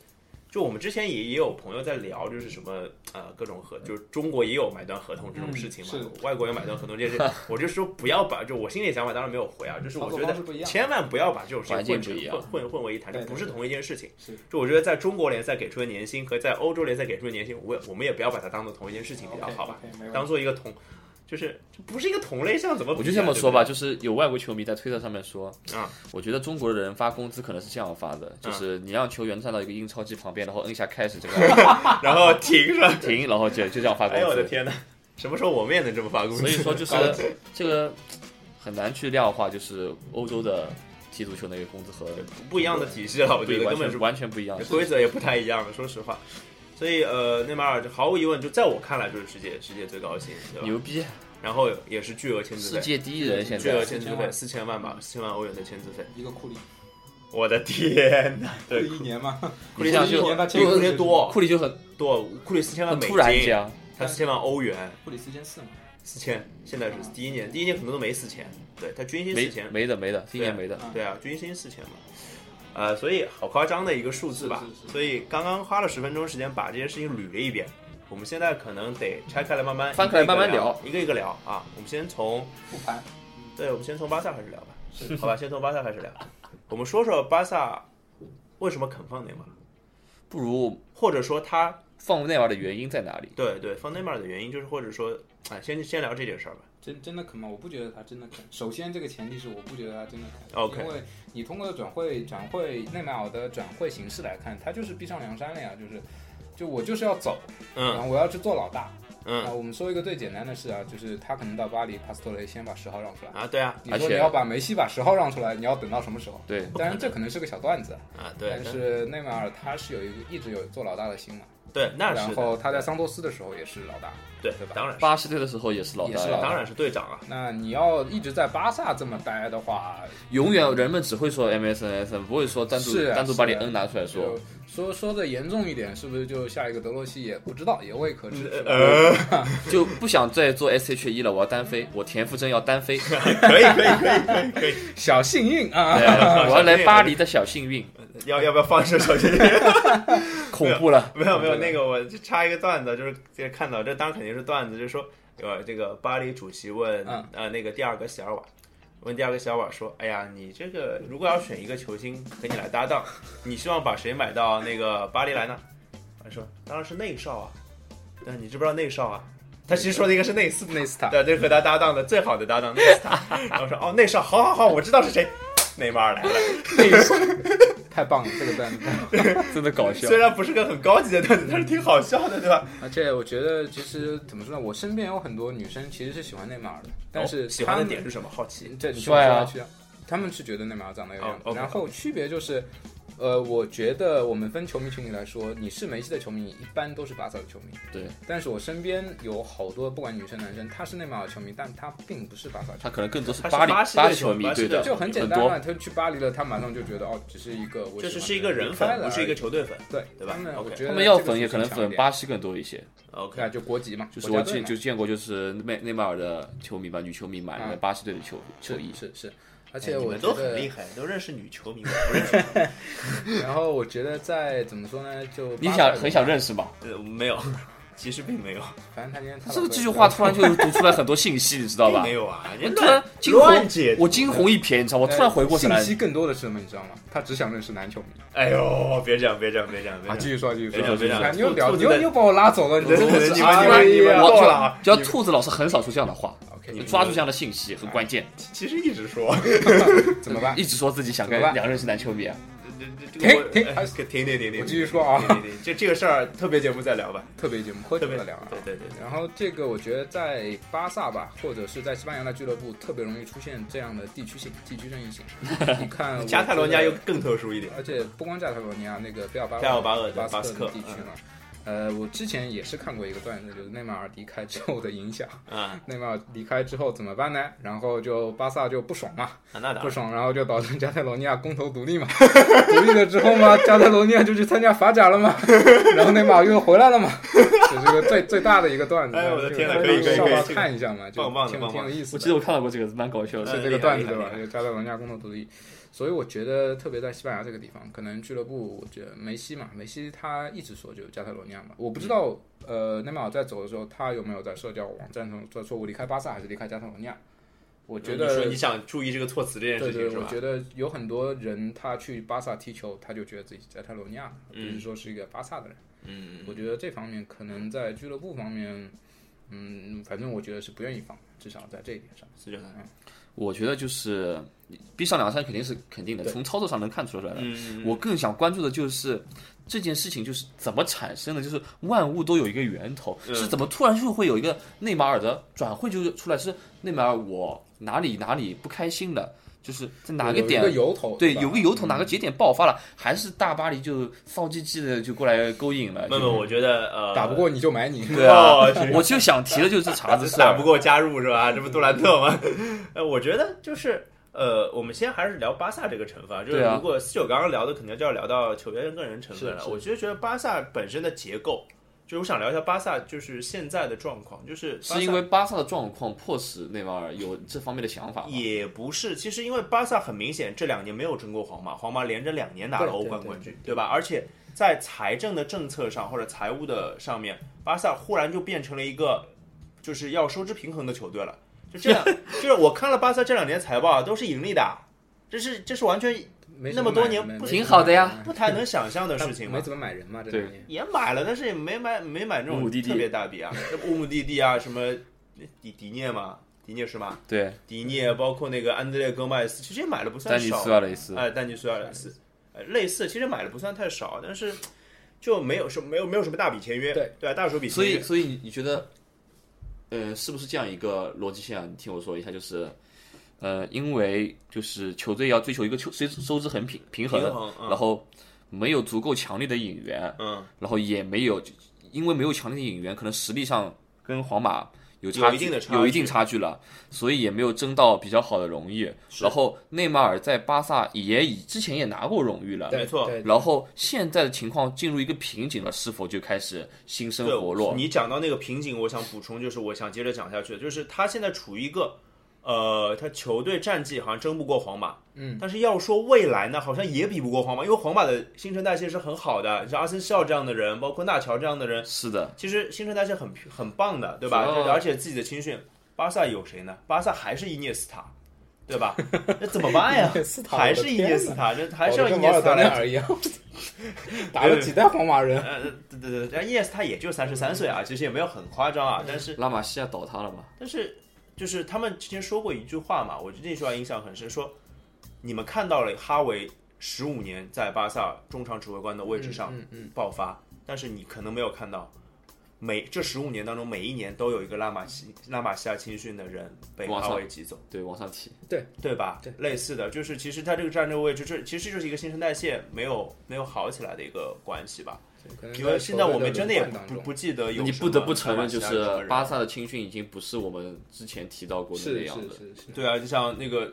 [SPEAKER 1] 就我们之前也也有朋友在聊，就是什么呃各种合，就是中国也有买断合同这种事情嘛，
[SPEAKER 3] 嗯
[SPEAKER 1] 外国有买断合同 这件事，我就说不要把，就我心里想法当然没有回啊，就是我
[SPEAKER 3] 操作
[SPEAKER 1] 觉
[SPEAKER 3] 嗯方
[SPEAKER 1] 得
[SPEAKER 3] 式不一样
[SPEAKER 1] 千万不要把这种事
[SPEAKER 2] 环
[SPEAKER 1] 情混
[SPEAKER 2] 境不一
[SPEAKER 1] 成
[SPEAKER 2] 样
[SPEAKER 1] 混混混为一谈，这
[SPEAKER 3] 对对
[SPEAKER 1] 不是同一件事情。
[SPEAKER 3] 是
[SPEAKER 1] 就我觉得在中国联赛给出的年薪和在欧洲联赛给出的年薪，我也我们也不要把它当做同一件事情比较好吧，
[SPEAKER 3] OK，OK，没问题
[SPEAKER 1] 当做一个同，就是这不是一个同类项，怎么比啊
[SPEAKER 2] 我就这么说吧，
[SPEAKER 1] 对
[SPEAKER 2] 就是有外国球迷在推特上面说，
[SPEAKER 1] 啊，
[SPEAKER 2] 我觉得中国人发工资可能是这样发的，就是你让球员站到一个印钞机旁边，然后摁一下开始这 个
[SPEAKER 1] 不 对然后停是吧？
[SPEAKER 2] 停，然后就就这样发工
[SPEAKER 1] 哎呦我的
[SPEAKER 2] 资。
[SPEAKER 1] 天哪，什么时候我们也能这么发工资？
[SPEAKER 2] 所以说就是这个很难去量化，就是欧洲的踢足球那个工资和
[SPEAKER 1] 不一样的体系了，我觉得
[SPEAKER 2] 对完
[SPEAKER 1] 根本是
[SPEAKER 2] 全完全不一样。
[SPEAKER 1] 规则也不太一样的，说实话。所以呃，内马尔就毫无疑问，就在我看来就是世界世界最高薪，对吧？
[SPEAKER 2] 牛逼，
[SPEAKER 1] 然后也是巨额签字
[SPEAKER 2] 世
[SPEAKER 1] 费，
[SPEAKER 2] 界第一人现
[SPEAKER 1] 巨
[SPEAKER 2] 在
[SPEAKER 1] 额签
[SPEAKER 3] 对
[SPEAKER 1] 字
[SPEAKER 3] 4000
[SPEAKER 1] 费
[SPEAKER 3] 万
[SPEAKER 1] 四千万吧，
[SPEAKER 2] 嗯
[SPEAKER 1] 四千万欧元的签字费。
[SPEAKER 3] 一个库里，
[SPEAKER 1] 我的天哪，
[SPEAKER 3] 库
[SPEAKER 1] 对
[SPEAKER 3] 里，一年嘛，
[SPEAKER 1] 库里
[SPEAKER 2] 你像
[SPEAKER 1] 一
[SPEAKER 2] 就
[SPEAKER 1] 年
[SPEAKER 3] 他
[SPEAKER 1] 比
[SPEAKER 3] 签
[SPEAKER 1] 库
[SPEAKER 3] 过
[SPEAKER 1] 里多
[SPEAKER 2] 库里就很
[SPEAKER 1] 多，库里四千万
[SPEAKER 2] 很
[SPEAKER 1] 美
[SPEAKER 2] 突然这
[SPEAKER 1] 金，
[SPEAKER 2] 样，
[SPEAKER 1] 他四千万欧元，
[SPEAKER 3] 库里四千四嘛，
[SPEAKER 1] 四千，现在是第一年，第一年可能都没四千，对他均薪
[SPEAKER 2] 没
[SPEAKER 1] 四千，
[SPEAKER 2] 没的没的，今年没的。
[SPEAKER 3] 啊
[SPEAKER 1] 对啊，均薪四千嘛，呃，所以好夸张的一个数字吧。
[SPEAKER 3] 是是是
[SPEAKER 1] 所以刚刚花了十分钟时间把这件事情捋了一遍，我们现在可能得拆开来慢慢
[SPEAKER 2] 翻开来慢慢
[SPEAKER 1] 聊，一个一个聊啊。我们先从
[SPEAKER 3] 复盘
[SPEAKER 1] 对，我们先从巴萨开始聊吧，好吧，先从巴萨开始聊。我们说说巴萨为什么肯放内马尔，
[SPEAKER 2] 不如
[SPEAKER 1] 或者说他
[SPEAKER 2] 放内马尔的原因在哪里？
[SPEAKER 1] 对对放内马尔的原因，就是或者说，哎，先先聊这件事儿吧。
[SPEAKER 3] 真真的肯吗？我不觉得他真的肯。首先，这个前提是我不觉得他真的肯
[SPEAKER 1] OK
[SPEAKER 3] 因为你通过转会转会内马尔的转会形式来看，他就是逼上梁山了呀，就是就我就是要走，然
[SPEAKER 1] 嗯
[SPEAKER 3] 后我要去做老大。啊，
[SPEAKER 1] 嗯
[SPEAKER 3] 我们说一个最简单的事啊，就是他可能到巴黎，帕斯托雷先把十号让出来。
[SPEAKER 1] 啊，对啊
[SPEAKER 3] 你
[SPEAKER 2] 而
[SPEAKER 3] 说
[SPEAKER 2] 且
[SPEAKER 3] 你要把梅西把十号让出来，你要等到什么时候？
[SPEAKER 2] 对，
[SPEAKER 3] 当然，这可能是个小段子，
[SPEAKER 1] 啊，对
[SPEAKER 3] 但是内马尔他是有一个一直有做老大的心嘛，
[SPEAKER 1] 对，那
[SPEAKER 3] 然
[SPEAKER 1] 是
[SPEAKER 3] 后他在桑托斯的时候也是老大，
[SPEAKER 1] 对
[SPEAKER 3] 对，吧
[SPEAKER 1] 当然是
[SPEAKER 2] 巴西队的时候也是老
[SPEAKER 3] 也是
[SPEAKER 2] 大
[SPEAKER 3] 老
[SPEAKER 2] 呀，
[SPEAKER 1] 当然是队 长啊。
[SPEAKER 3] 那你要一直在巴萨这么待的话，
[SPEAKER 2] 永远人们只会说 MSN SN，不会说单独
[SPEAKER 3] 是啊
[SPEAKER 2] 单独把你
[SPEAKER 3] 是啊
[SPEAKER 2] N 拿出来
[SPEAKER 3] 就
[SPEAKER 2] 说。
[SPEAKER 3] 说说的严重一点，是不是就下一个德罗西也不知道，也未可知。是吧
[SPEAKER 1] 呃，
[SPEAKER 2] 就不想再做 SHE 了，我要单
[SPEAKER 3] 嗯
[SPEAKER 2] 飞，我田馥甄要单 飞，
[SPEAKER 1] 可以可以可以可以可以，
[SPEAKER 3] 小幸运啊，
[SPEAKER 2] 对我要来巴黎的小幸 运，
[SPEAKER 1] 要要不要放一首小提琴？
[SPEAKER 2] 恐怖了。
[SPEAKER 1] 没有没有，
[SPEAKER 3] 对
[SPEAKER 1] 那个我就插一个段子，就是这看到这当然肯定是段子，就是说呃这个巴黎主席问、
[SPEAKER 3] 嗯
[SPEAKER 1] 呃那个第二个席尔瓦，问第二个席尔瓦说，哎呀你这个如果要选一个球星和你来搭档，你希望把谁买到那个巴黎来呢？他说当然是内少啊，但你知不知道内少啊？他其实说的应该是内斯塔，
[SPEAKER 3] 内 斯塔
[SPEAKER 1] 对，这是和他搭档的最好的搭档内斯塔。然后说哦内少，好好好，我知道是谁，内马尔来了。
[SPEAKER 3] 太棒了，这个段子。啊
[SPEAKER 2] 真的搞笑
[SPEAKER 1] 虽。然不是个很高级的段子，但是挺好笑的，对吧？
[SPEAKER 3] 而且我觉得，其实怎么说呢，我身边有很多女生其实是喜欢内马尔的，但是
[SPEAKER 1] 哦喜欢的
[SPEAKER 3] 她们
[SPEAKER 1] 点是什么？好奇。
[SPEAKER 3] 这你听我
[SPEAKER 2] 帅啊
[SPEAKER 3] 说下去啊，他们是觉得内马尔长得有
[SPEAKER 1] 哦
[SPEAKER 3] 样子，
[SPEAKER 1] ，OK，
[SPEAKER 3] 然后区别就是。呃，我觉得我们分球迷群体来说，你是梅西的球迷，你一般都是巴萨的球迷。
[SPEAKER 2] 对
[SPEAKER 3] 但是我身边有好多，不管女生男生，他是内马尔球迷，但他并不是巴萨球迷。
[SPEAKER 2] 他可能更多是
[SPEAKER 1] 他是
[SPEAKER 2] 巴黎
[SPEAKER 1] 巴西
[SPEAKER 2] 巴
[SPEAKER 1] 队
[SPEAKER 2] 黎球迷
[SPEAKER 1] 巴西
[SPEAKER 2] 对
[SPEAKER 1] 队
[SPEAKER 2] 的，
[SPEAKER 1] 球
[SPEAKER 3] 就
[SPEAKER 1] 迷
[SPEAKER 3] 很简单嘛，他去巴黎了，他马上就觉得哦，只是一个我
[SPEAKER 1] 这
[SPEAKER 3] 喜欢的人，
[SPEAKER 1] 是是一个人
[SPEAKER 3] 开
[SPEAKER 1] 粉，
[SPEAKER 3] 了
[SPEAKER 1] 不是一个
[SPEAKER 3] 而已
[SPEAKER 1] 球队粉。
[SPEAKER 3] 对，
[SPEAKER 1] 对吧
[SPEAKER 3] 他们
[SPEAKER 1] OK
[SPEAKER 3] 我觉得
[SPEAKER 2] 他们要
[SPEAKER 3] 这个
[SPEAKER 2] 粉也
[SPEAKER 3] 是
[SPEAKER 2] 可能
[SPEAKER 3] 强烈
[SPEAKER 2] 粉，巴西更多一些。
[SPEAKER 3] 啊，
[SPEAKER 1] OK，
[SPEAKER 3] 就国籍嘛，
[SPEAKER 2] 就是
[SPEAKER 3] 国
[SPEAKER 2] 我
[SPEAKER 3] 家队
[SPEAKER 2] 见
[SPEAKER 3] 嘛
[SPEAKER 2] 就见过，就是内内马尔的球迷吧，女球迷买了
[SPEAKER 3] 嗯
[SPEAKER 2] 巴西队的球球衣
[SPEAKER 3] 是，是是，而
[SPEAKER 1] 哎
[SPEAKER 3] 且
[SPEAKER 1] 你
[SPEAKER 3] 我
[SPEAKER 1] 们
[SPEAKER 3] 觉
[SPEAKER 1] 都很
[SPEAKER 3] 得
[SPEAKER 1] 厉害，都认识女球迷，我不认 识。
[SPEAKER 3] 然后我觉得在怎么说呢，就
[SPEAKER 2] 你
[SPEAKER 3] 巴
[SPEAKER 2] 想
[SPEAKER 3] 塞
[SPEAKER 2] 很想认识吗？
[SPEAKER 1] 呃，没有，其实并没有，
[SPEAKER 3] 反正他今天他
[SPEAKER 2] 这
[SPEAKER 3] 老
[SPEAKER 2] 个
[SPEAKER 3] 婆
[SPEAKER 2] 这
[SPEAKER 3] 也
[SPEAKER 2] 句
[SPEAKER 3] 不
[SPEAKER 2] 话
[SPEAKER 3] 知道
[SPEAKER 2] 突然就读出来很多信息，你知道
[SPEAKER 1] 并
[SPEAKER 2] 吧
[SPEAKER 1] 没？有啊，
[SPEAKER 2] 我
[SPEAKER 1] 人
[SPEAKER 2] 突然惊
[SPEAKER 1] 乱
[SPEAKER 2] 鸿
[SPEAKER 1] 解，读
[SPEAKER 2] 我惊鸿一瞥，你知道吗？我突然回过神
[SPEAKER 3] 哎信
[SPEAKER 2] 来，
[SPEAKER 3] 息更多的是什么，你知道吗？他只想认识男球迷。
[SPEAKER 1] 哎呦，别这样，别这样，别这样，别
[SPEAKER 3] 啊，
[SPEAKER 1] 这
[SPEAKER 3] 继
[SPEAKER 1] 样。
[SPEAKER 3] 续说，继续
[SPEAKER 1] 没事
[SPEAKER 3] 说，
[SPEAKER 1] 没事
[SPEAKER 3] 哎
[SPEAKER 1] 兔
[SPEAKER 3] 你又聊，
[SPEAKER 1] 兔子
[SPEAKER 3] 你又
[SPEAKER 1] 在
[SPEAKER 3] 又把我拉走了，你
[SPEAKER 1] 对
[SPEAKER 3] 真
[SPEAKER 1] 对对
[SPEAKER 3] 的是
[SPEAKER 1] 你们你们
[SPEAKER 3] 哎
[SPEAKER 1] 你们
[SPEAKER 3] 呀
[SPEAKER 1] 够了
[SPEAKER 2] 我
[SPEAKER 1] 啊
[SPEAKER 2] 只要兔子老师很少说这样的话，
[SPEAKER 3] ，OK，
[SPEAKER 1] 你
[SPEAKER 2] 就抓住这样的信息很关键，
[SPEAKER 1] 其实一直说，
[SPEAKER 3] 怎么办
[SPEAKER 2] 一？直说自己想跟
[SPEAKER 3] 怎么办
[SPEAKER 2] 两个认识男球迷啊，
[SPEAKER 1] 这这这个我
[SPEAKER 3] 停停啊
[SPEAKER 1] 哎停停停停，
[SPEAKER 3] 我继续说啊
[SPEAKER 1] 停停停，这这个事儿特别节目再聊吧，
[SPEAKER 3] 特别节目，喝
[SPEAKER 1] 特
[SPEAKER 3] 酒
[SPEAKER 1] 别
[SPEAKER 3] 的聊啊
[SPEAKER 1] 对。对对，
[SPEAKER 3] 然后这个我觉得在巴萨吧，或者是在西班牙的俱乐部，特别容易出现这样的地区性、地区正义 性。你看我
[SPEAKER 1] 加泰罗尼亚
[SPEAKER 3] 觉
[SPEAKER 1] 又
[SPEAKER 3] 得
[SPEAKER 1] 更特殊一点，
[SPEAKER 3] 而且不光加泰罗尼亚，那个贝尔巴
[SPEAKER 1] 贝尔巴鄂
[SPEAKER 3] 巴
[SPEAKER 1] 对巴斯
[SPEAKER 3] 斯
[SPEAKER 1] 克嗯
[SPEAKER 3] 克地区嘛。呃，我之前也是看过一个段子，就是内马尔离开之后的影响。
[SPEAKER 1] 啊，
[SPEAKER 3] 内马尔离开之后怎么办呢？然后就巴萨就不爽嘛，
[SPEAKER 1] 那当
[SPEAKER 3] 不
[SPEAKER 1] 然，
[SPEAKER 3] 爽，然后就导致加泰罗尼亚公投独立嘛。 独立了之后嘛，加泰罗尼亚就去参加法甲了嘛， 然后内马尔又回来了嘛，这是个最最大的一个段子。
[SPEAKER 1] 哎我的天哪
[SPEAKER 3] 就
[SPEAKER 1] 可以
[SPEAKER 3] 让
[SPEAKER 1] 可以
[SPEAKER 3] 笑话
[SPEAKER 1] 可以
[SPEAKER 3] 看一下嘛，就
[SPEAKER 1] 棒棒的
[SPEAKER 3] 挺
[SPEAKER 1] 棒棒
[SPEAKER 3] 挺
[SPEAKER 1] 的
[SPEAKER 3] 有意思
[SPEAKER 2] 我
[SPEAKER 3] 的
[SPEAKER 2] 记得我看到过这个，蛮搞笑
[SPEAKER 1] 嗯
[SPEAKER 2] 的。
[SPEAKER 3] 是这个段子
[SPEAKER 1] 厉害
[SPEAKER 3] 对
[SPEAKER 1] 厉害
[SPEAKER 3] 吧？就加泰罗尼亚公投独立。所以我觉得，特别在西班牙这个地方，可能俱乐部，我觉得梅西嘛，梅西他一直说就是加泰罗尼亚嘛。我不知道，
[SPEAKER 1] 嗯
[SPEAKER 3] 呃，内马尔在走的时候，他有没有在社交网站上说说我离开巴萨还是离开加泰罗尼亚？我觉得
[SPEAKER 1] 你呃说你想注意这个措辞这件事
[SPEAKER 3] 对
[SPEAKER 1] 情
[SPEAKER 3] 对，
[SPEAKER 1] 是
[SPEAKER 3] 我
[SPEAKER 1] 吧？
[SPEAKER 3] 觉得有很多人他去巴萨踢球，他就觉得自己在泰罗尼亚，不
[SPEAKER 1] 嗯
[SPEAKER 3] 是说是一个巴萨的人。嗯，我觉得这方面可能在俱乐部方面，嗯，反正我觉得是不愿意放，至少在这一点上。
[SPEAKER 1] 是这样的
[SPEAKER 2] 我觉得就是逼上梁山肯定是肯定的，从操作上能看出来
[SPEAKER 1] 嗯
[SPEAKER 2] 的。
[SPEAKER 3] 嗯
[SPEAKER 2] 我更想关注的就是这件事情就是怎么产生的，就是万物都有一个源头，
[SPEAKER 1] 嗯
[SPEAKER 2] 是怎么突然就会有一个内马尔的转会就出来，是内马尔我哪里哪里不开心了，就是在哪
[SPEAKER 3] 有一
[SPEAKER 2] 点
[SPEAKER 3] 个由头？
[SPEAKER 2] 对，
[SPEAKER 3] 吧
[SPEAKER 2] 有个由
[SPEAKER 1] 嗯
[SPEAKER 2] 头，哪个节点爆发了，还是大巴黎就骚唧唧的就过来勾引了。
[SPEAKER 1] 那
[SPEAKER 2] 就
[SPEAKER 1] 么我觉得呃，
[SPEAKER 3] 打不过你就买你。
[SPEAKER 2] 对啊
[SPEAKER 1] 哦，
[SPEAKER 2] 我就想提的就是这茬子事
[SPEAKER 1] 打
[SPEAKER 2] 儿
[SPEAKER 1] 不。过加入是
[SPEAKER 2] 嗯
[SPEAKER 1] 吧？这不杜兰特吗？ 呃，我觉得就是呃，我们先还是聊巴萨这个成分啊，就是
[SPEAKER 2] 对啊
[SPEAKER 1] 如果四九刚刚聊的，肯定就要聊到球员个人成分了
[SPEAKER 2] 是。是
[SPEAKER 1] 我其实觉得巴萨本身的结构，就是我想聊一下巴萨就是现在的状况，就是巴萨
[SPEAKER 2] 是因为巴萨的状况迫使内马尔有这方面的想
[SPEAKER 3] 啊
[SPEAKER 2] 法吗，
[SPEAKER 1] 也不是，其实因为巴萨很明显这两年没有争过皇马，皇马连着两年拿了
[SPEAKER 3] 对
[SPEAKER 1] 欧
[SPEAKER 3] 对
[SPEAKER 1] 冠
[SPEAKER 3] 对
[SPEAKER 1] 冠军，
[SPEAKER 3] 对
[SPEAKER 1] 对吧？而且在财政的政策上或者财务的上面，巴萨忽然就变成了一个就是要收支平衡的球队了。就这 样，就是我看了巴萨这两年财报啊，都是盈利的，这是这是完全
[SPEAKER 3] 没
[SPEAKER 1] 那么多年不
[SPEAKER 2] 挺好的呀
[SPEAKER 1] 不太能想象的
[SPEAKER 3] 的
[SPEAKER 1] 事情嘛
[SPEAKER 3] 没。怎么买人嘛，这
[SPEAKER 2] 对
[SPEAKER 3] 两年。
[SPEAKER 1] 也买了，但是也没买没买那
[SPEAKER 2] 乌
[SPEAKER 1] 种
[SPEAKER 2] 姆蒂蒂
[SPEAKER 1] 特别大笔啊，乌姆蒂蒂啊，什么迪迪涅嘛，迪涅是吗？
[SPEAKER 2] 对，
[SPEAKER 1] 迪
[SPEAKER 3] 嗯
[SPEAKER 1] 涅包括那个安德烈戈麦斯，其实也买的不算
[SPEAKER 2] 丹尼
[SPEAKER 1] 少啊
[SPEAKER 2] 斯。阿雷斯，
[SPEAKER 1] 哎，丹尼苏亚雷斯，呃，类似，其实买的不算太少，但是就没有什么没有没有什么大笔签约，
[SPEAKER 3] 对
[SPEAKER 1] 对啊，大手笔
[SPEAKER 2] 所
[SPEAKER 1] 签
[SPEAKER 2] 以
[SPEAKER 1] 约，
[SPEAKER 2] 所以你你觉得，呃，是不是这样一个逻辑线啊？你听我说一下，就是，呃，因为就是球队要追求一个收收收支很平平衡，
[SPEAKER 1] 平衡嗯
[SPEAKER 2] 然后没有足够强力的引援，
[SPEAKER 1] 嗯，
[SPEAKER 2] 然后也没有因为没有强力的引援，可能实力上跟皇马。有差距，
[SPEAKER 1] 有一定的差距
[SPEAKER 2] 有一定差距了，所以也没有争到比较好的荣誉。然后内马尔在巴萨也以之前也拿过荣誉了，
[SPEAKER 3] 对
[SPEAKER 1] 没错
[SPEAKER 3] 对
[SPEAKER 2] 然后现在的情况进入一个瓶颈了，是否就开始新生
[SPEAKER 1] 对
[SPEAKER 2] 活络？
[SPEAKER 1] 你讲到那个瓶颈，我想补充，就是我想接着讲下去，就是他现在处于一个，呃，他球队战绩好像争不过皇马，嗯，但是要说未来呢，好像也比不过皇马，因为皇马的新陈代谢是很好的，像阿森西奥这样的人，包括纳乔这样的人，
[SPEAKER 2] 是的，
[SPEAKER 1] 其实新陈代谢很很棒的，对吧？
[SPEAKER 2] 主要
[SPEAKER 3] 啊
[SPEAKER 1] 而且自己的青训，巴萨有谁呢？巴萨还是伊涅斯塔，对吧？ 那怎么办呀
[SPEAKER 3] 伊涅斯？塔
[SPEAKER 1] 还是伊涅斯塔，这 还是要
[SPEAKER 3] 搞
[SPEAKER 1] 伊
[SPEAKER 3] 得
[SPEAKER 1] 涅斯
[SPEAKER 3] 跟
[SPEAKER 1] 塔来
[SPEAKER 3] 瓦尔德内。尔一样， 打了几代皇马人。
[SPEAKER 1] 呃，对对对，但伊涅斯塔也就三十三岁啊，其实也没有很夸张
[SPEAKER 3] 嗯
[SPEAKER 1] 啊，但是
[SPEAKER 2] 拉玛西亚倒塌了嘛？
[SPEAKER 1] 但是就是他们之前说过一句话嘛，我对那句话印象很深，说你们看到了哈维十五年在巴萨中场指挥官的位置上
[SPEAKER 3] 嗯嗯
[SPEAKER 1] 爆发，但是你可能没有看到。每这十五年当中，每一年都有一个拉玛西拉玛西亚青训的人被
[SPEAKER 2] 往上
[SPEAKER 1] 哈维挤走，
[SPEAKER 2] 对，往上提，
[SPEAKER 1] 对吧？
[SPEAKER 3] 对
[SPEAKER 1] 类似的就是，其实他这个战略位置，这其实就是一个新陈代谢没有没有好起来的一个关系吧。
[SPEAKER 3] 呃
[SPEAKER 1] 因为现在我们真的也不不记得有
[SPEAKER 2] 你
[SPEAKER 1] 什
[SPEAKER 2] 不得
[SPEAKER 1] 么
[SPEAKER 2] 不承
[SPEAKER 1] 拉玛
[SPEAKER 2] 认，就
[SPEAKER 1] 西亚什么
[SPEAKER 2] 是
[SPEAKER 1] 人
[SPEAKER 2] 巴萨的青训已经不是我们之前提到过的那
[SPEAKER 3] 是是
[SPEAKER 2] 样
[SPEAKER 3] 是
[SPEAKER 2] 子。
[SPEAKER 3] 是
[SPEAKER 1] 对啊，就像那个，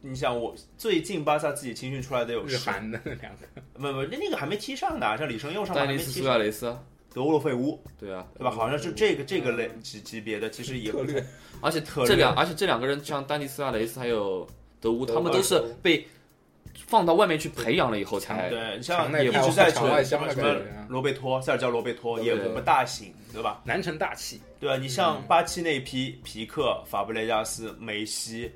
[SPEAKER 1] 你想我最近巴萨自己青训出来的有
[SPEAKER 3] 日
[SPEAKER 1] 谁？
[SPEAKER 3] 韩的那两个，
[SPEAKER 1] 不不，那那个还没踢上呢，像李承佑上面
[SPEAKER 2] 丹
[SPEAKER 1] 还
[SPEAKER 2] 尼
[SPEAKER 1] 没
[SPEAKER 2] 斯
[SPEAKER 1] 踢
[SPEAKER 2] 苏
[SPEAKER 1] 上，
[SPEAKER 2] 亚雷斯，啊
[SPEAKER 1] 德沃洛费乌
[SPEAKER 2] 对啊，
[SPEAKER 1] 对吧？好像是这个这个类级级别的，其实也
[SPEAKER 3] 策略
[SPEAKER 2] 而且
[SPEAKER 1] 特
[SPEAKER 2] 这两，而且这两个人，像丹尼斯苏亚雷斯还有德乌，
[SPEAKER 3] 德
[SPEAKER 2] 他们都是被放到外面去培养了以后才。
[SPEAKER 1] 对，你
[SPEAKER 3] 场
[SPEAKER 1] 像
[SPEAKER 3] 内
[SPEAKER 1] 一
[SPEAKER 3] 炮
[SPEAKER 1] 直在
[SPEAKER 3] 场
[SPEAKER 1] 球
[SPEAKER 3] 外
[SPEAKER 1] 什
[SPEAKER 3] 香
[SPEAKER 1] 么
[SPEAKER 3] 的
[SPEAKER 1] 什
[SPEAKER 3] 感
[SPEAKER 1] 么
[SPEAKER 3] 觉啊
[SPEAKER 1] 罗贝托、塞尔加罗贝托
[SPEAKER 2] 对
[SPEAKER 1] 也不大行，对吧？
[SPEAKER 3] 南城大气，
[SPEAKER 1] 对啊，你像巴西那批皮克、法布雷加斯、梅西，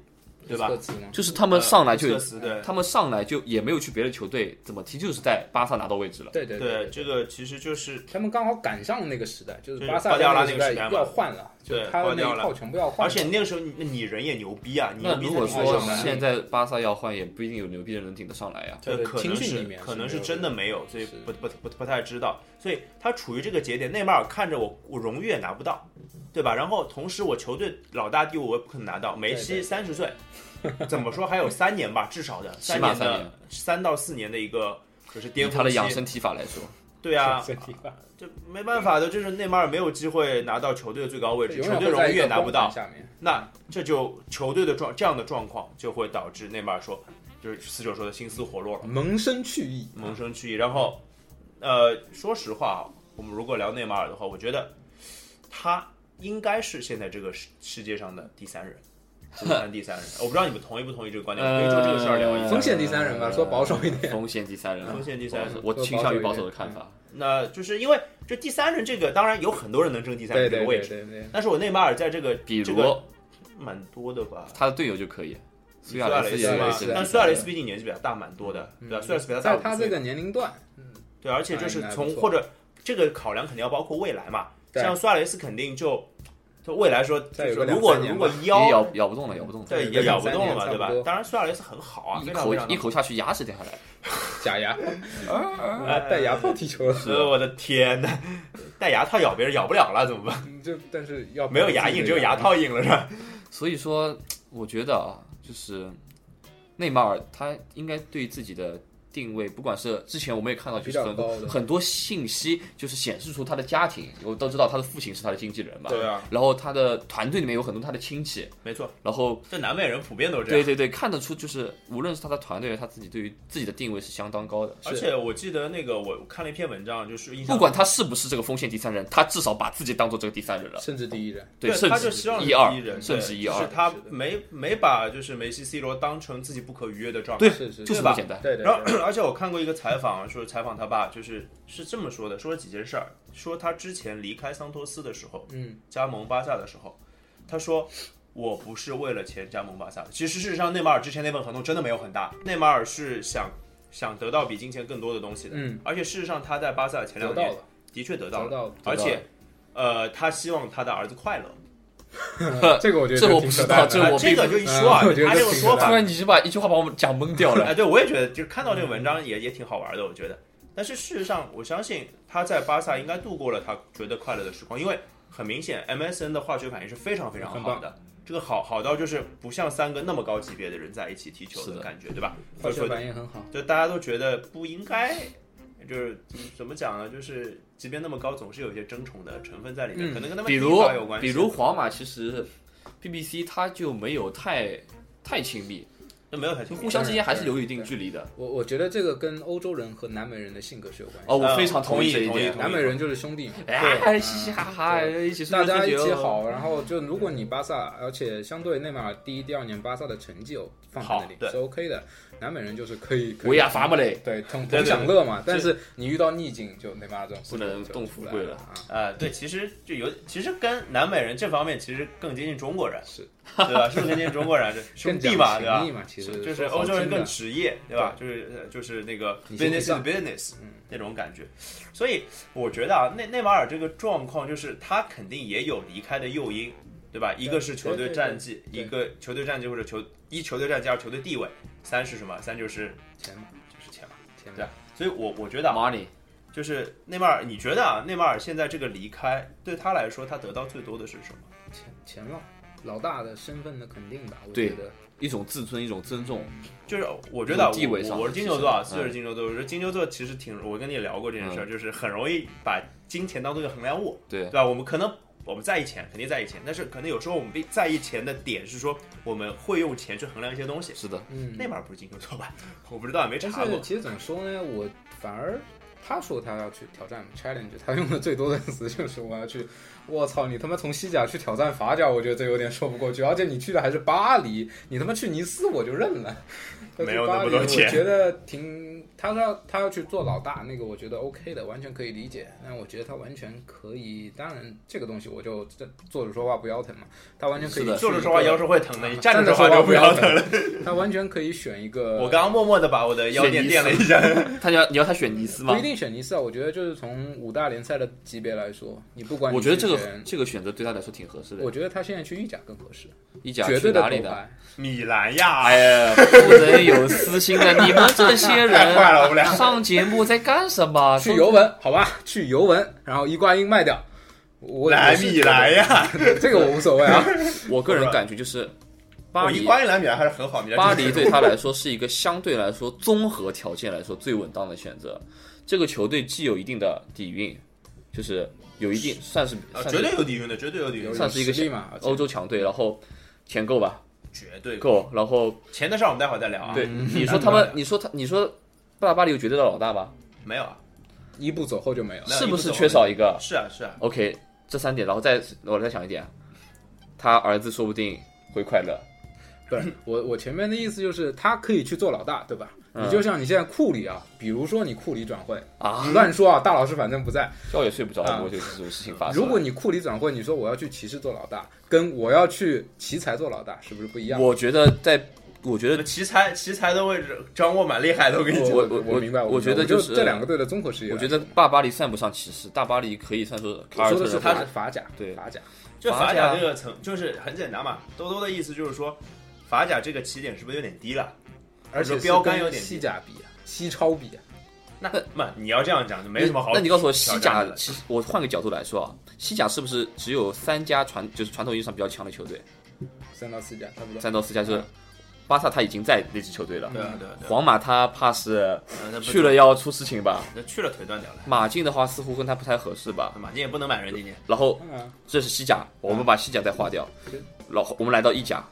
[SPEAKER 1] 对吧
[SPEAKER 3] 各？自嘛
[SPEAKER 2] 就是他们上来就
[SPEAKER 1] 呃，斯特斯对
[SPEAKER 2] 他们上来就也没有去别的球队怎么踢，就是在巴萨拿到位置了。
[SPEAKER 3] 对对
[SPEAKER 1] 对，这个其实就是
[SPEAKER 3] 他们刚好赶上了那个时代，就是
[SPEAKER 1] 对
[SPEAKER 3] 巴
[SPEAKER 1] 嗯
[SPEAKER 3] 萨
[SPEAKER 1] 瓜迪奥拉
[SPEAKER 3] 那
[SPEAKER 1] 那个时代嘛
[SPEAKER 3] 要换了，就
[SPEAKER 1] 对
[SPEAKER 3] 他的
[SPEAKER 1] 瓜迪
[SPEAKER 3] 那
[SPEAKER 1] 奥
[SPEAKER 3] 一
[SPEAKER 1] 拉
[SPEAKER 3] 套全部要换
[SPEAKER 1] 而
[SPEAKER 3] 了，
[SPEAKER 1] 且你那个时候你你人也牛逼啊，你牛
[SPEAKER 2] 那
[SPEAKER 1] 逼
[SPEAKER 2] 如
[SPEAKER 1] 才能
[SPEAKER 2] 果
[SPEAKER 1] 上
[SPEAKER 2] 说
[SPEAKER 1] 来
[SPEAKER 2] 现在巴萨要换，也不一定有牛逼的人顶得上来啊呀、
[SPEAKER 1] 对，
[SPEAKER 3] 对
[SPEAKER 1] 可
[SPEAKER 3] 青
[SPEAKER 1] 能
[SPEAKER 3] 训
[SPEAKER 1] 是
[SPEAKER 3] 里面
[SPEAKER 1] 可
[SPEAKER 3] 是
[SPEAKER 1] 能
[SPEAKER 3] 没
[SPEAKER 1] 是
[SPEAKER 3] 有
[SPEAKER 1] 真的
[SPEAKER 3] 的
[SPEAKER 1] 没有，所以
[SPEAKER 3] 是
[SPEAKER 1] 不不不不太知道，所以他处于这个节点，内马尔看着我，我荣誉也拿不到，对吧？然后同时我球队老大地位我也不可能拿到，梅
[SPEAKER 3] 对
[SPEAKER 1] 西
[SPEAKER 3] 对
[SPEAKER 1] 三十岁，怎么说还有三年吧，至少的
[SPEAKER 2] 起
[SPEAKER 1] 三
[SPEAKER 2] 码
[SPEAKER 1] 年
[SPEAKER 2] 三年
[SPEAKER 1] 的三到四年的一个就是
[SPEAKER 2] 以
[SPEAKER 1] 巅
[SPEAKER 2] 他
[SPEAKER 1] 峰
[SPEAKER 2] 的
[SPEAKER 1] 期
[SPEAKER 2] 养，生踢法来说，
[SPEAKER 1] 对啊，
[SPEAKER 3] 身体吧
[SPEAKER 1] 这没办法的，就是内马尔没有机会拿到球队的最高位置，
[SPEAKER 3] 永
[SPEAKER 1] 球
[SPEAKER 3] 远
[SPEAKER 1] 队
[SPEAKER 3] 会
[SPEAKER 1] 荣
[SPEAKER 3] 在
[SPEAKER 1] 誉
[SPEAKER 3] 一
[SPEAKER 1] 也
[SPEAKER 3] 个
[SPEAKER 1] 拿不
[SPEAKER 3] 光环
[SPEAKER 1] 到，
[SPEAKER 3] 下面，
[SPEAKER 1] 那这就球队的状这样的状况就会导致内马尔说，就是四九说的心思活络了。
[SPEAKER 3] 萌生去意，
[SPEAKER 1] 萌生去意。然后，呃，说实话，我们如果聊内马尔的话，我觉得他应该是现在这个世世界上的第三人，足坛第 三人，我不知道你们同意不同意这个观点，可以就这
[SPEAKER 3] 呃
[SPEAKER 1] 个事儿聊一下。
[SPEAKER 3] 风险第三人吧，说保守一点。
[SPEAKER 2] 风险第三人，啊
[SPEAKER 1] 风险第三人
[SPEAKER 2] 我倾向于保守的看法。
[SPEAKER 1] 那就是因为这第三人这个，当然有很多人能争第三
[SPEAKER 3] 对
[SPEAKER 1] 人这个
[SPEAKER 3] 对对
[SPEAKER 1] 位置，
[SPEAKER 3] 对对，
[SPEAKER 1] 但是我内马尔在这个
[SPEAKER 2] 比
[SPEAKER 1] 这
[SPEAKER 2] 如
[SPEAKER 1] 个蛮多的吧，
[SPEAKER 2] 他的队友就可以，苏
[SPEAKER 1] 苏
[SPEAKER 2] 亚雷斯也
[SPEAKER 1] 斯
[SPEAKER 3] 嘛
[SPEAKER 2] 可以
[SPEAKER 1] 嘛
[SPEAKER 2] 是
[SPEAKER 3] 的
[SPEAKER 2] 的
[SPEAKER 1] 但苏亚雷斯毕竟年纪比较大，蛮多的，对吧？苏亚雷斯比他大
[SPEAKER 3] 在
[SPEAKER 1] 五
[SPEAKER 3] 嗯他这
[SPEAKER 1] 岁，
[SPEAKER 3] 个年龄段，嗯
[SPEAKER 1] 对，而且
[SPEAKER 3] 那
[SPEAKER 1] 就
[SPEAKER 3] 啊应
[SPEAKER 1] 是
[SPEAKER 3] 该不
[SPEAKER 1] 从
[SPEAKER 3] 错
[SPEAKER 1] 或者这个考量肯定要包括未来嘛，
[SPEAKER 3] 对
[SPEAKER 1] 像苏亚雷斯肯定就就未来说，就
[SPEAKER 3] 再
[SPEAKER 1] 是
[SPEAKER 3] 有个
[SPEAKER 1] 如果
[SPEAKER 3] 两三年
[SPEAKER 1] 如果
[SPEAKER 2] 也
[SPEAKER 1] 腰
[SPEAKER 2] 咬咬不动了，咬不动了，
[SPEAKER 1] 对
[SPEAKER 3] 对
[SPEAKER 1] 也咬不
[SPEAKER 3] 两
[SPEAKER 1] 动
[SPEAKER 3] 三
[SPEAKER 1] 了
[SPEAKER 3] 年
[SPEAKER 1] 嘛，
[SPEAKER 3] 差
[SPEAKER 1] 对
[SPEAKER 3] 不
[SPEAKER 1] 吧
[SPEAKER 3] 多？
[SPEAKER 1] 当然苏亚雷斯很好啊，
[SPEAKER 2] 一
[SPEAKER 1] 非常
[SPEAKER 2] 口
[SPEAKER 1] 非常
[SPEAKER 2] 一口下去，牙齿掉下来。
[SPEAKER 3] 假牙，啊戴牙套踢球，
[SPEAKER 1] 呃，我的天呐，戴牙套咬别人咬不了了，怎么办？
[SPEAKER 3] 嗯 就但是要
[SPEAKER 1] 没有牙印，只有牙。套印了，是 吧？
[SPEAKER 2] 所以说，我觉得啊，就是内马尔他应该对自己的定位，不管是之前我们也看到，就
[SPEAKER 3] 比
[SPEAKER 2] 是
[SPEAKER 3] 较
[SPEAKER 2] 很
[SPEAKER 3] 高
[SPEAKER 2] 多
[SPEAKER 3] 的
[SPEAKER 2] 很多信息，就是显示出他的家庭，我都知道他的父亲是他的经纪人嘛，
[SPEAKER 1] 对啊，
[SPEAKER 2] 然后他的团队里面有很多他的亲戚，
[SPEAKER 1] 没错，
[SPEAKER 2] 然后
[SPEAKER 1] 这南美人普遍都这
[SPEAKER 2] 对
[SPEAKER 1] 样。
[SPEAKER 2] 对对，看得出就是无论是他的团队，他自己对于自己的定位是相当高的。
[SPEAKER 1] 而且我记得那个，我看了一篇文章，就是印象
[SPEAKER 2] 不管他是不是这个锋线第三人，他至少把自己当做这个第三人了。
[SPEAKER 3] 甚至第一人，
[SPEAKER 1] 对，
[SPEAKER 2] 甚
[SPEAKER 1] 他就希望
[SPEAKER 2] 至
[SPEAKER 1] 是
[SPEAKER 2] 一二
[SPEAKER 1] 第一，人
[SPEAKER 2] 甚
[SPEAKER 1] 对
[SPEAKER 2] 至一
[SPEAKER 1] 就是
[SPEAKER 2] 二，
[SPEAKER 1] 他没没把就是梅西、C 罗当成自己不可逾越的状态。
[SPEAKER 2] 对，
[SPEAKER 3] 是是
[SPEAKER 2] 就是
[SPEAKER 1] 对
[SPEAKER 2] 这
[SPEAKER 1] 吧
[SPEAKER 2] 么简单。
[SPEAKER 3] 对对，
[SPEAKER 1] 然后， 而且我看过一个采访，说采访他爸，就是是这么说的，说了几件事儿，说他之前离开桑托斯的时候，
[SPEAKER 3] 嗯，
[SPEAKER 1] 加盟巴萨的时候，他说我不是为了钱加盟巴萨的，其实事实上内马尔之前那份合同真的没有很大，内马尔是想想得到比金钱更多的东西的，
[SPEAKER 3] 嗯，
[SPEAKER 1] 而且事实上他在巴萨前
[SPEAKER 3] 得
[SPEAKER 1] 两
[SPEAKER 3] 到
[SPEAKER 1] 年
[SPEAKER 3] 了，
[SPEAKER 1] 的确得到了，
[SPEAKER 3] 得到
[SPEAKER 1] 而且呃，他希望他的儿子快乐，
[SPEAKER 3] 了，这个我觉得
[SPEAKER 2] 这我
[SPEAKER 3] 挺
[SPEAKER 2] 不
[SPEAKER 3] 扯
[SPEAKER 2] 知
[SPEAKER 3] 淡
[SPEAKER 2] 道，
[SPEAKER 3] 的
[SPEAKER 2] 这我
[SPEAKER 1] 啊这
[SPEAKER 2] 并不
[SPEAKER 1] 个就一说啊，
[SPEAKER 3] 嗯我觉得
[SPEAKER 1] 他这个
[SPEAKER 3] 挺
[SPEAKER 1] 说
[SPEAKER 3] 扯淡
[SPEAKER 1] 法
[SPEAKER 2] 突然你就把一句话把我们讲懵掉了。
[SPEAKER 1] 哎，对，我也觉得，就是看到这个文章也也挺好玩的，我觉得。但是事实上，我相信他在巴萨应该度过了他觉得快乐的时光，因为很明显，MSN 的化学反应是非常非常
[SPEAKER 3] 很
[SPEAKER 1] 好
[SPEAKER 3] 棒
[SPEAKER 1] 的。这个好好到就是不像三个那么高级别的人在一起踢球
[SPEAKER 2] 是的
[SPEAKER 1] 感觉，对吧？所
[SPEAKER 3] 化
[SPEAKER 1] 以
[SPEAKER 3] 学
[SPEAKER 1] 说，
[SPEAKER 3] 反应很好，
[SPEAKER 1] 就大家都觉得不应该，就是怎么讲呢？就是即便那么高，总是有一些争宠的成分在里面，
[SPEAKER 3] 嗯
[SPEAKER 1] 可能跟他们
[SPEAKER 2] 比
[SPEAKER 1] 踢
[SPEAKER 2] 如
[SPEAKER 1] 法有关系。
[SPEAKER 2] 比如皇马，其实 BBC 它就没有太太亲密，
[SPEAKER 1] 就没有太
[SPEAKER 2] 就
[SPEAKER 1] 清楚
[SPEAKER 2] 互相之间还是留有一定距离的。
[SPEAKER 3] 我我觉得这个跟欧洲人和南美人的性格是有关系的。
[SPEAKER 2] 哦，我
[SPEAKER 1] 嗯
[SPEAKER 2] 非常同意这一
[SPEAKER 1] 同意
[SPEAKER 2] 点
[SPEAKER 1] 同。
[SPEAKER 3] 南美人就是兄弟嘛，
[SPEAKER 2] 哎，嘻嘻哈哈，一起出去
[SPEAKER 3] 大家
[SPEAKER 2] 喝
[SPEAKER 3] 一
[SPEAKER 2] 酒
[SPEAKER 3] 起好，然后就如果你巴萨，而且相对内马尔第一、第二年巴萨的成绩有放在那
[SPEAKER 1] 好对
[SPEAKER 3] 里是 OK 的，南美人就是可以，可以
[SPEAKER 2] 维亚伐木嘞，
[SPEAKER 3] 对同
[SPEAKER 1] 对对
[SPEAKER 3] 同享乐嘛，但是你遇到逆境就内马尔这种
[SPEAKER 2] 不能动
[SPEAKER 3] 富
[SPEAKER 2] 富贵了
[SPEAKER 3] 啊，
[SPEAKER 1] 呃，对，其实就有，其实跟南美人这方面其实更接近中国人，
[SPEAKER 3] 是
[SPEAKER 1] 对吧？是不是更接近中 国人？就兄
[SPEAKER 3] 更
[SPEAKER 1] 弟
[SPEAKER 3] 讲
[SPEAKER 1] 嘛，对吧
[SPEAKER 3] 情义？嘛，其实
[SPEAKER 1] 就是
[SPEAKER 3] 说好
[SPEAKER 1] 欧洲人
[SPEAKER 3] 听的
[SPEAKER 1] 更职业，对吧？就是呃就是那个
[SPEAKER 3] 你先
[SPEAKER 1] business
[SPEAKER 3] 上
[SPEAKER 1] is business 嗯那种感觉。所以我觉得啊，内内马尔这个状况就是他肯定也有离开的诱因，对吧？一个是球队战绩，
[SPEAKER 3] 对对
[SPEAKER 1] 一个球队战绩或者球一球队战绩，二球队地位，三是什么？三就是
[SPEAKER 3] 钱嘛，
[SPEAKER 1] 就是钱嘛，
[SPEAKER 3] 钱
[SPEAKER 1] 对
[SPEAKER 3] 嘛
[SPEAKER 1] 吧，？所以我我觉得啊
[SPEAKER 2] money
[SPEAKER 1] 就是内马尔，你觉得啊，内马尔现在这个离开对他来说，他得到最多的是什么？
[SPEAKER 3] 钱钱嘛，老大的身份的肯定吧，我
[SPEAKER 2] 对
[SPEAKER 3] 觉得
[SPEAKER 2] 一种自尊，一种尊重，
[SPEAKER 1] 就是我觉得啊
[SPEAKER 2] 有地位
[SPEAKER 1] 我
[SPEAKER 2] 上的嗯
[SPEAKER 1] 我是金牛座啊，
[SPEAKER 2] 提
[SPEAKER 1] 四
[SPEAKER 2] 升
[SPEAKER 1] 是金牛座。我觉得金牛座其实挺，我跟你也聊过这件事儿，就是很容易把金钱当做一个衡量物，
[SPEAKER 2] 嗯对
[SPEAKER 1] 对吧？我们可能我们在意钱，肯定在意钱，但是可能有时候我们被在意钱的点是说我们会用钱去衡量一些东西。
[SPEAKER 2] 是的，
[SPEAKER 3] 嗯，
[SPEAKER 1] 内马尔不是金牛座吧？我不知道，没查
[SPEAKER 3] 但是
[SPEAKER 1] 过。
[SPEAKER 3] 其实怎么说呢，我反而他说他要去挑战 challenge，他用的最多的词就是我要去，我操你他妈从西甲去挑战法甲，我觉得这有点说不过去。而且你去的还是巴黎，你他妈去尼斯我就认了。
[SPEAKER 1] 没有那么
[SPEAKER 3] 但是巴黎
[SPEAKER 1] 多钱
[SPEAKER 3] 我觉得挺，他说他要去做老大，那个我觉得 OK 的，完全可以理解。但我觉得他完全可以，当然这个东西我就这坐着说话不腰疼嘛，他完全可
[SPEAKER 2] 是
[SPEAKER 3] 以
[SPEAKER 2] 嗯的
[SPEAKER 3] 去
[SPEAKER 1] 坐着
[SPEAKER 3] 一
[SPEAKER 1] 说话
[SPEAKER 3] 个
[SPEAKER 1] 腰是会疼的，你站着
[SPEAKER 3] 着
[SPEAKER 1] 话就
[SPEAKER 3] 不
[SPEAKER 1] 要
[SPEAKER 3] 疼
[SPEAKER 1] 疼了。。
[SPEAKER 3] 他完全可以选一个，
[SPEAKER 1] 我刚刚默默的把我
[SPEAKER 2] 嗯
[SPEAKER 1] 的腰垫垫了一下。
[SPEAKER 2] 他要你要他选尼斯吗
[SPEAKER 3] 不一？定选尼斯啊，我觉得就是从五大联赛的级别来说，你不管你
[SPEAKER 2] 我觉得
[SPEAKER 3] 去
[SPEAKER 2] 这个
[SPEAKER 3] 选
[SPEAKER 2] 这个选择对他来说挺合适
[SPEAKER 3] 我
[SPEAKER 2] 的。
[SPEAKER 3] 觉得他现在去意甲更合适，
[SPEAKER 2] 意甲
[SPEAKER 3] 绝
[SPEAKER 2] 去
[SPEAKER 3] 对的
[SPEAKER 2] 哪里
[SPEAKER 3] 头
[SPEAKER 2] 的？
[SPEAKER 3] 牌
[SPEAKER 1] 米兰呀，
[SPEAKER 2] 哎呀，不能有私心的，你们这些
[SPEAKER 1] 太坏了我们俩
[SPEAKER 2] 人上节目在干什么？
[SPEAKER 3] 去尤文，好吧，去尤文，然后伊瓜因卖掉，我
[SPEAKER 1] 来米兰，呀，
[SPEAKER 3] 我是觉得这个我无所谓啊。
[SPEAKER 2] 我个人感觉就是巴
[SPEAKER 1] 我一
[SPEAKER 2] 黎，
[SPEAKER 1] 关于来米兰还是很好。米兰
[SPEAKER 2] 巴
[SPEAKER 1] 真
[SPEAKER 2] 黎
[SPEAKER 1] 的
[SPEAKER 2] 对他来说是一个相对来说综合条件来说最稳当的选择。这个球队既有一定的底蕴，就是有一定 算是
[SPEAKER 1] 啊
[SPEAKER 2] 算
[SPEAKER 1] 绝
[SPEAKER 2] 是
[SPEAKER 1] 对有底蕴的，绝对有底蕴
[SPEAKER 3] 有
[SPEAKER 1] 的，
[SPEAKER 2] 算是一个
[SPEAKER 3] 实力嘛，而且
[SPEAKER 2] 欧洲强队，然后钱够吧，
[SPEAKER 1] 绝对
[SPEAKER 2] 够。然后
[SPEAKER 1] 钱的事儿我们待会儿再聊啊。
[SPEAKER 2] 对你说他们，你说他，你说巴巴黎有绝对的老大吗？
[SPEAKER 1] 没有啊？
[SPEAKER 3] 一步走后就没有了
[SPEAKER 1] 没。有
[SPEAKER 2] 是不是
[SPEAKER 1] 一步走
[SPEAKER 2] 缺少一个
[SPEAKER 1] 是啊，是啊，
[SPEAKER 2] ？OK，这三点，然后再我再想一点，他儿子说不定会快乐，
[SPEAKER 3] 不 是我，我前面的意思就是他可以去做老大，对吧？
[SPEAKER 2] 嗯
[SPEAKER 3] 你就像你现在库里啊，比如说你库里转会
[SPEAKER 2] 啊，
[SPEAKER 3] 乱说啊，大老师反正不在。
[SPEAKER 2] 觉也睡不着，如果就这种事情啊发生了。
[SPEAKER 3] 如果你库里转会，你说我要去骑士做老大，跟我要去奇才做老大，是不是不一样？
[SPEAKER 2] 我觉得在，我觉得
[SPEAKER 1] 奇才奇才的位置掌握蛮厉害的，我跟你讲。
[SPEAKER 3] 我
[SPEAKER 2] 我
[SPEAKER 3] 我明白，我
[SPEAKER 2] 觉得
[SPEAKER 3] 就是这两个队的综合实力。
[SPEAKER 2] 我觉得大巴黎算不上骑士，大巴黎可以算作凯
[SPEAKER 3] 我
[SPEAKER 2] 尔
[SPEAKER 3] 说
[SPEAKER 2] 特
[SPEAKER 3] 的是
[SPEAKER 2] 人。
[SPEAKER 3] 他是法甲，
[SPEAKER 2] 对
[SPEAKER 3] 法甲，
[SPEAKER 1] 就
[SPEAKER 2] 法
[SPEAKER 1] 法
[SPEAKER 2] 甲
[SPEAKER 1] 甲这个层就是很简单嘛，兜兜的意思就是说，法甲这个起点是不是有点低了？
[SPEAKER 3] 而且是
[SPEAKER 1] 标杆
[SPEAKER 3] 跟
[SPEAKER 1] 有点低
[SPEAKER 3] 西甲比啊，西超比啊，
[SPEAKER 1] 那那你要这样讲就没
[SPEAKER 2] 那
[SPEAKER 1] 什么好。
[SPEAKER 2] 那你告诉我，西
[SPEAKER 1] 挑
[SPEAKER 2] 甲
[SPEAKER 1] 战的
[SPEAKER 2] 其实我换个角度来说啊，西甲是不是只有三家传就是传统意义上比较强的球队，
[SPEAKER 3] 三到四甲差不多。
[SPEAKER 2] 三到四家就是巴萨他已经在那支球队了，
[SPEAKER 1] 对啊对啊对啊
[SPEAKER 2] 皇马他怕是
[SPEAKER 1] 嗯那不
[SPEAKER 2] 去了要出事情吧，
[SPEAKER 1] 那去了腿断掉 了，
[SPEAKER 2] 马竞的话似乎跟他不太合适吧，
[SPEAKER 1] 马竞也不能买人今年。
[SPEAKER 2] 然后
[SPEAKER 3] 当然，
[SPEAKER 2] 这是西甲，我们把西甲再划掉，
[SPEAKER 1] 嗯
[SPEAKER 2] 然后我们来到意甲，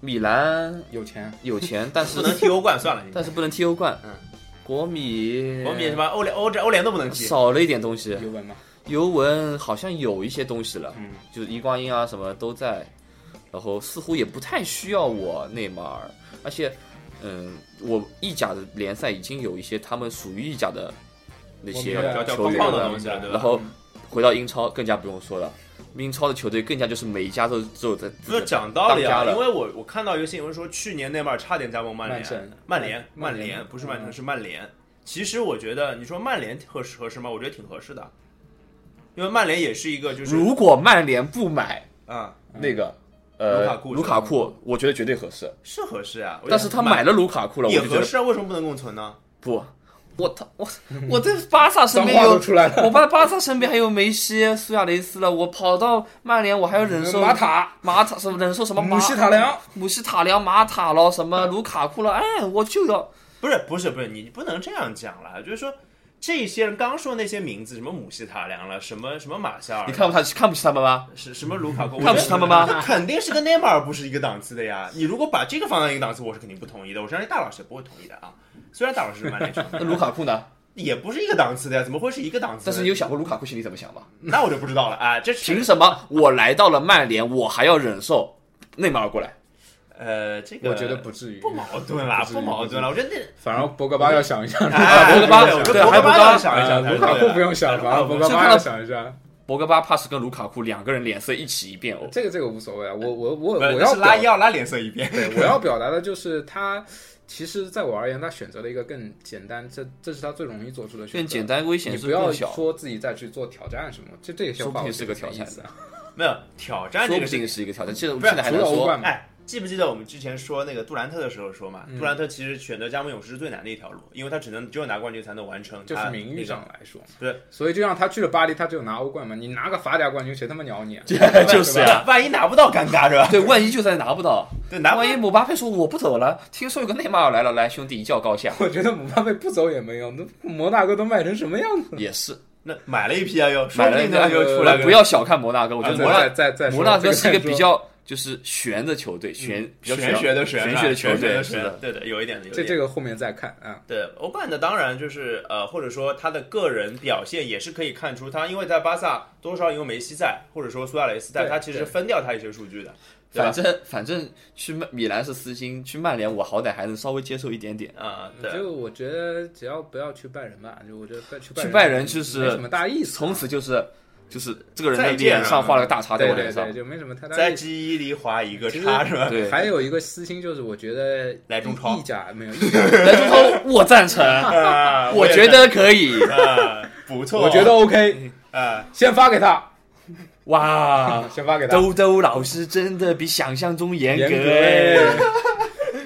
[SPEAKER 2] 米兰
[SPEAKER 3] 有钱，
[SPEAKER 2] 有钱，但
[SPEAKER 1] 不
[SPEAKER 2] 是
[SPEAKER 1] 能踢欧冠算了，你
[SPEAKER 2] 但是不能踢欧冠，
[SPEAKER 1] 嗯，
[SPEAKER 2] 国米
[SPEAKER 1] 国米什么欧联欧战欧联都不能踢，
[SPEAKER 2] 少了一点东西，
[SPEAKER 3] 尤文嘛，
[SPEAKER 2] 尤文好像有一些东西了，
[SPEAKER 3] 嗯，
[SPEAKER 2] 就是伊瓜因啊什么都在，然后似乎也不太需要我内马尔，而且，嗯，我意甲的联赛已经有一些他们属于意甲的那些
[SPEAKER 3] 我明白
[SPEAKER 1] 叫叫
[SPEAKER 2] 球
[SPEAKER 1] 胖
[SPEAKER 2] 员
[SPEAKER 1] 胖的嗯
[SPEAKER 2] 了，
[SPEAKER 1] 东西了，对
[SPEAKER 2] 然
[SPEAKER 1] 吧？
[SPEAKER 2] 后呃回到英超更加不用说了，英超的球队更加就是每一家都只有在
[SPEAKER 1] 不是讲道理
[SPEAKER 2] 当家
[SPEAKER 1] 啊，
[SPEAKER 2] 了
[SPEAKER 1] 因为我我看到一个新闻说，去年内马尔差点加盟曼
[SPEAKER 3] 曼城
[SPEAKER 1] 联，曼联，
[SPEAKER 3] 曼
[SPEAKER 1] 曼
[SPEAKER 3] 联
[SPEAKER 1] 联不是曼
[SPEAKER 3] 嗯
[SPEAKER 1] 城是曼联。其实我觉得你说曼联合适合适吗？我觉得挺合适的，因为曼联也是一个就是
[SPEAKER 2] 如果曼联不买
[SPEAKER 1] 啊
[SPEAKER 2] 那个呃
[SPEAKER 1] 卢卡库
[SPEAKER 2] 卢卡库，我觉得绝对合适，
[SPEAKER 1] 是合适啊，我觉得
[SPEAKER 2] 但是他买了卢卡库了，我
[SPEAKER 1] 也
[SPEAKER 2] 就觉
[SPEAKER 1] 合
[SPEAKER 2] 得
[SPEAKER 1] 适啊，为什么不能共存呢？
[SPEAKER 2] 不，我他我我在巴萨身边
[SPEAKER 3] 脏话
[SPEAKER 2] 有
[SPEAKER 3] 都出来了
[SPEAKER 2] 我巴巴萨身边还有梅西、苏亚雷斯了，我跑到曼联我还要忍受
[SPEAKER 3] 马塔、
[SPEAKER 2] 马塔什么忍受什么马
[SPEAKER 3] 姆希塔良、
[SPEAKER 2] 姆希塔良、马塔咯，什么卢卡库了，哎，我就要
[SPEAKER 1] 不是不是不是，你不能这样讲了，就是说这些人刚说那些名字，什么姆希塔良了，什么什么马夏尔，
[SPEAKER 2] 你看不他看不起他们吗？
[SPEAKER 1] 是什么卢卡 库，
[SPEAKER 2] 看不起他们吗
[SPEAKER 1] 我觉得 肯定是跟内马尔不是一个档次的呀。你如果把这个放到一个档次，我是肯定不同意的。我相信大老师也不会同意的啊。虽然大老师是曼联球迷
[SPEAKER 2] 那卢卡库呢？
[SPEAKER 1] 啊也不是一个档次的呀，怎么会是一个档次呢？
[SPEAKER 2] 但是你有想过卢卡库心里怎么想吗？
[SPEAKER 1] 那我就不知道了啊。这是
[SPEAKER 2] 凭什么我来到了曼联，我还要忍受内马尔过来？
[SPEAKER 1] 呃，这个
[SPEAKER 3] 我觉得不至于，
[SPEAKER 1] 不矛盾啦，
[SPEAKER 3] 不至于
[SPEAKER 1] 不矛盾啦。我觉得那
[SPEAKER 3] 反而博格巴要想一下，
[SPEAKER 1] 哎
[SPEAKER 2] 博格 巴
[SPEAKER 1] 对我觉
[SPEAKER 2] 对
[SPEAKER 1] 得博
[SPEAKER 2] 还
[SPEAKER 1] 格
[SPEAKER 2] 不
[SPEAKER 1] 巴
[SPEAKER 2] 高
[SPEAKER 1] 要想一
[SPEAKER 3] 呃
[SPEAKER 1] 想，
[SPEAKER 3] 卢卡库不用
[SPEAKER 1] 哎
[SPEAKER 3] 想了，博格
[SPEAKER 2] 是
[SPEAKER 3] 巴
[SPEAKER 2] 看
[SPEAKER 3] 要
[SPEAKER 2] 到
[SPEAKER 3] 想一下。
[SPEAKER 2] 博格巴怕是跟卢卡库两个人脸色一起一变哦。
[SPEAKER 3] 这个这个无所谓啊，我我
[SPEAKER 1] 不
[SPEAKER 3] 我我
[SPEAKER 1] 是
[SPEAKER 3] 要
[SPEAKER 1] 是拉
[SPEAKER 3] 表
[SPEAKER 1] 要拉脸色一遍。
[SPEAKER 3] 对 我要表达的就是他，其实在我而言，他选择了一个更简单，这这是他最容易做出的选
[SPEAKER 2] 更
[SPEAKER 3] 择。
[SPEAKER 2] 简单，危险
[SPEAKER 3] 你
[SPEAKER 2] 是
[SPEAKER 3] 不要
[SPEAKER 2] 更小，
[SPEAKER 3] 说自己再去做挑战什么，这这些
[SPEAKER 2] 说不
[SPEAKER 3] 话
[SPEAKER 2] 定
[SPEAKER 3] 我
[SPEAKER 2] 是个挑战
[SPEAKER 3] 意思啊。
[SPEAKER 1] 没有挑战这
[SPEAKER 2] 说不
[SPEAKER 1] 个事
[SPEAKER 2] 定
[SPEAKER 1] 情。
[SPEAKER 2] 是一个挑战。现在我
[SPEAKER 1] 不
[SPEAKER 2] 们
[SPEAKER 1] 是
[SPEAKER 2] 现在还
[SPEAKER 3] 嗯
[SPEAKER 2] 能
[SPEAKER 3] 除了欧
[SPEAKER 2] 说啊
[SPEAKER 3] 冠嘛，
[SPEAKER 1] 哎，记不记得我们之前说那个杜兰特的时候说嘛？
[SPEAKER 2] 嗯
[SPEAKER 1] 杜兰特其实选择加盟勇士是最难的一条路，因为他只能只有拿冠军才能完成
[SPEAKER 3] 就
[SPEAKER 1] 他
[SPEAKER 3] 是
[SPEAKER 1] 那个，
[SPEAKER 3] 名誉上来说，
[SPEAKER 1] 对，
[SPEAKER 3] 所以就像他去了巴黎，他只有拿欧冠嘛，你拿个法甲冠军，谁他妈鸟你 啊？
[SPEAKER 2] 就是啊。
[SPEAKER 1] 万一拿不到尴尬是吧？
[SPEAKER 2] 对，万一就算拿不到，
[SPEAKER 1] 对，拿不
[SPEAKER 2] 万一姆巴佩说我不走了，听说有个内马尔来了，来兄弟一较 高下，
[SPEAKER 3] 我觉得姆巴佩不走也没用，那摩纳哥都卖成什么样子？
[SPEAKER 2] 也是
[SPEAKER 1] 那买了一批啊，又
[SPEAKER 2] 买了
[SPEAKER 1] 说不定呢
[SPEAKER 2] 个
[SPEAKER 1] 又出来
[SPEAKER 2] 呃
[SPEAKER 1] 个
[SPEAKER 2] 不要小看摩纳哥，我觉得
[SPEAKER 1] 啊
[SPEAKER 2] 摩
[SPEAKER 1] 摩
[SPEAKER 2] 纳
[SPEAKER 1] 纳
[SPEAKER 3] 再再
[SPEAKER 2] 摩纳哥是一个比，较就是悬的球队，悬比较
[SPEAKER 1] 嗯玄学的玄
[SPEAKER 2] 玄
[SPEAKER 1] 啊
[SPEAKER 2] 学的球
[SPEAKER 1] 玄学
[SPEAKER 2] 队，
[SPEAKER 1] 的
[SPEAKER 2] 是
[SPEAKER 1] 玄
[SPEAKER 2] 的。
[SPEAKER 1] 对的，有一点的，有一
[SPEAKER 3] 这
[SPEAKER 1] 点
[SPEAKER 3] 这个后面再看啊。
[SPEAKER 1] 对欧冠的当然就是呃，或者说他的个人表现也是可以看出他，因为在巴萨多少因为梅西在，或者说苏亚雷斯在，
[SPEAKER 3] 对
[SPEAKER 1] 他其实
[SPEAKER 3] 对
[SPEAKER 1] 分掉他一些数据的，对吧
[SPEAKER 2] 反？正反正去曼米兰是私心，去曼联我好歹还能稍微接受一点点。
[SPEAKER 1] 啊、对，
[SPEAKER 3] 就我觉得只要不要去拜仁吧，就我觉得拜去拜
[SPEAKER 2] 去拜仁就是
[SPEAKER 3] 没什么大意思啊，
[SPEAKER 2] 从此就是就是这个人的
[SPEAKER 1] 再见啊
[SPEAKER 2] 脸上画了个大叉在
[SPEAKER 3] 对
[SPEAKER 2] 我
[SPEAKER 3] 对
[SPEAKER 2] 脸上
[SPEAKER 3] 对，，就没什么太大
[SPEAKER 1] 在
[SPEAKER 3] 意思。
[SPEAKER 1] 基里划一个叉是吧？
[SPEAKER 2] 对。
[SPEAKER 3] 还有一个私心就是，我觉得
[SPEAKER 1] 来中超
[SPEAKER 3] 意甲没有 意甲，
[SPEAKER 2] 来中超我赞 成，
[SPEAKER 1] 啊
[SPEAKER 2] 我
[SPEAKER 1] 也
[SPEAKER 2] 觉得可以。
[SPEAKER 1] 啊不错，
[SPEAKER 3] 我觉 得 OK，
[SPEAKER 1] 啊，
[SPEAKER 3] 先发给他，
[SPEAKER 2] 哇，
[SPEAKER 3] 先发给他。
[SPEAKER 2] 兜兜老师真的比想象中严
[SPEAKER 3] 严
[SPEAKER 2] 格
[SPEAKER 3] 格
[SPEAKER 2] 哎。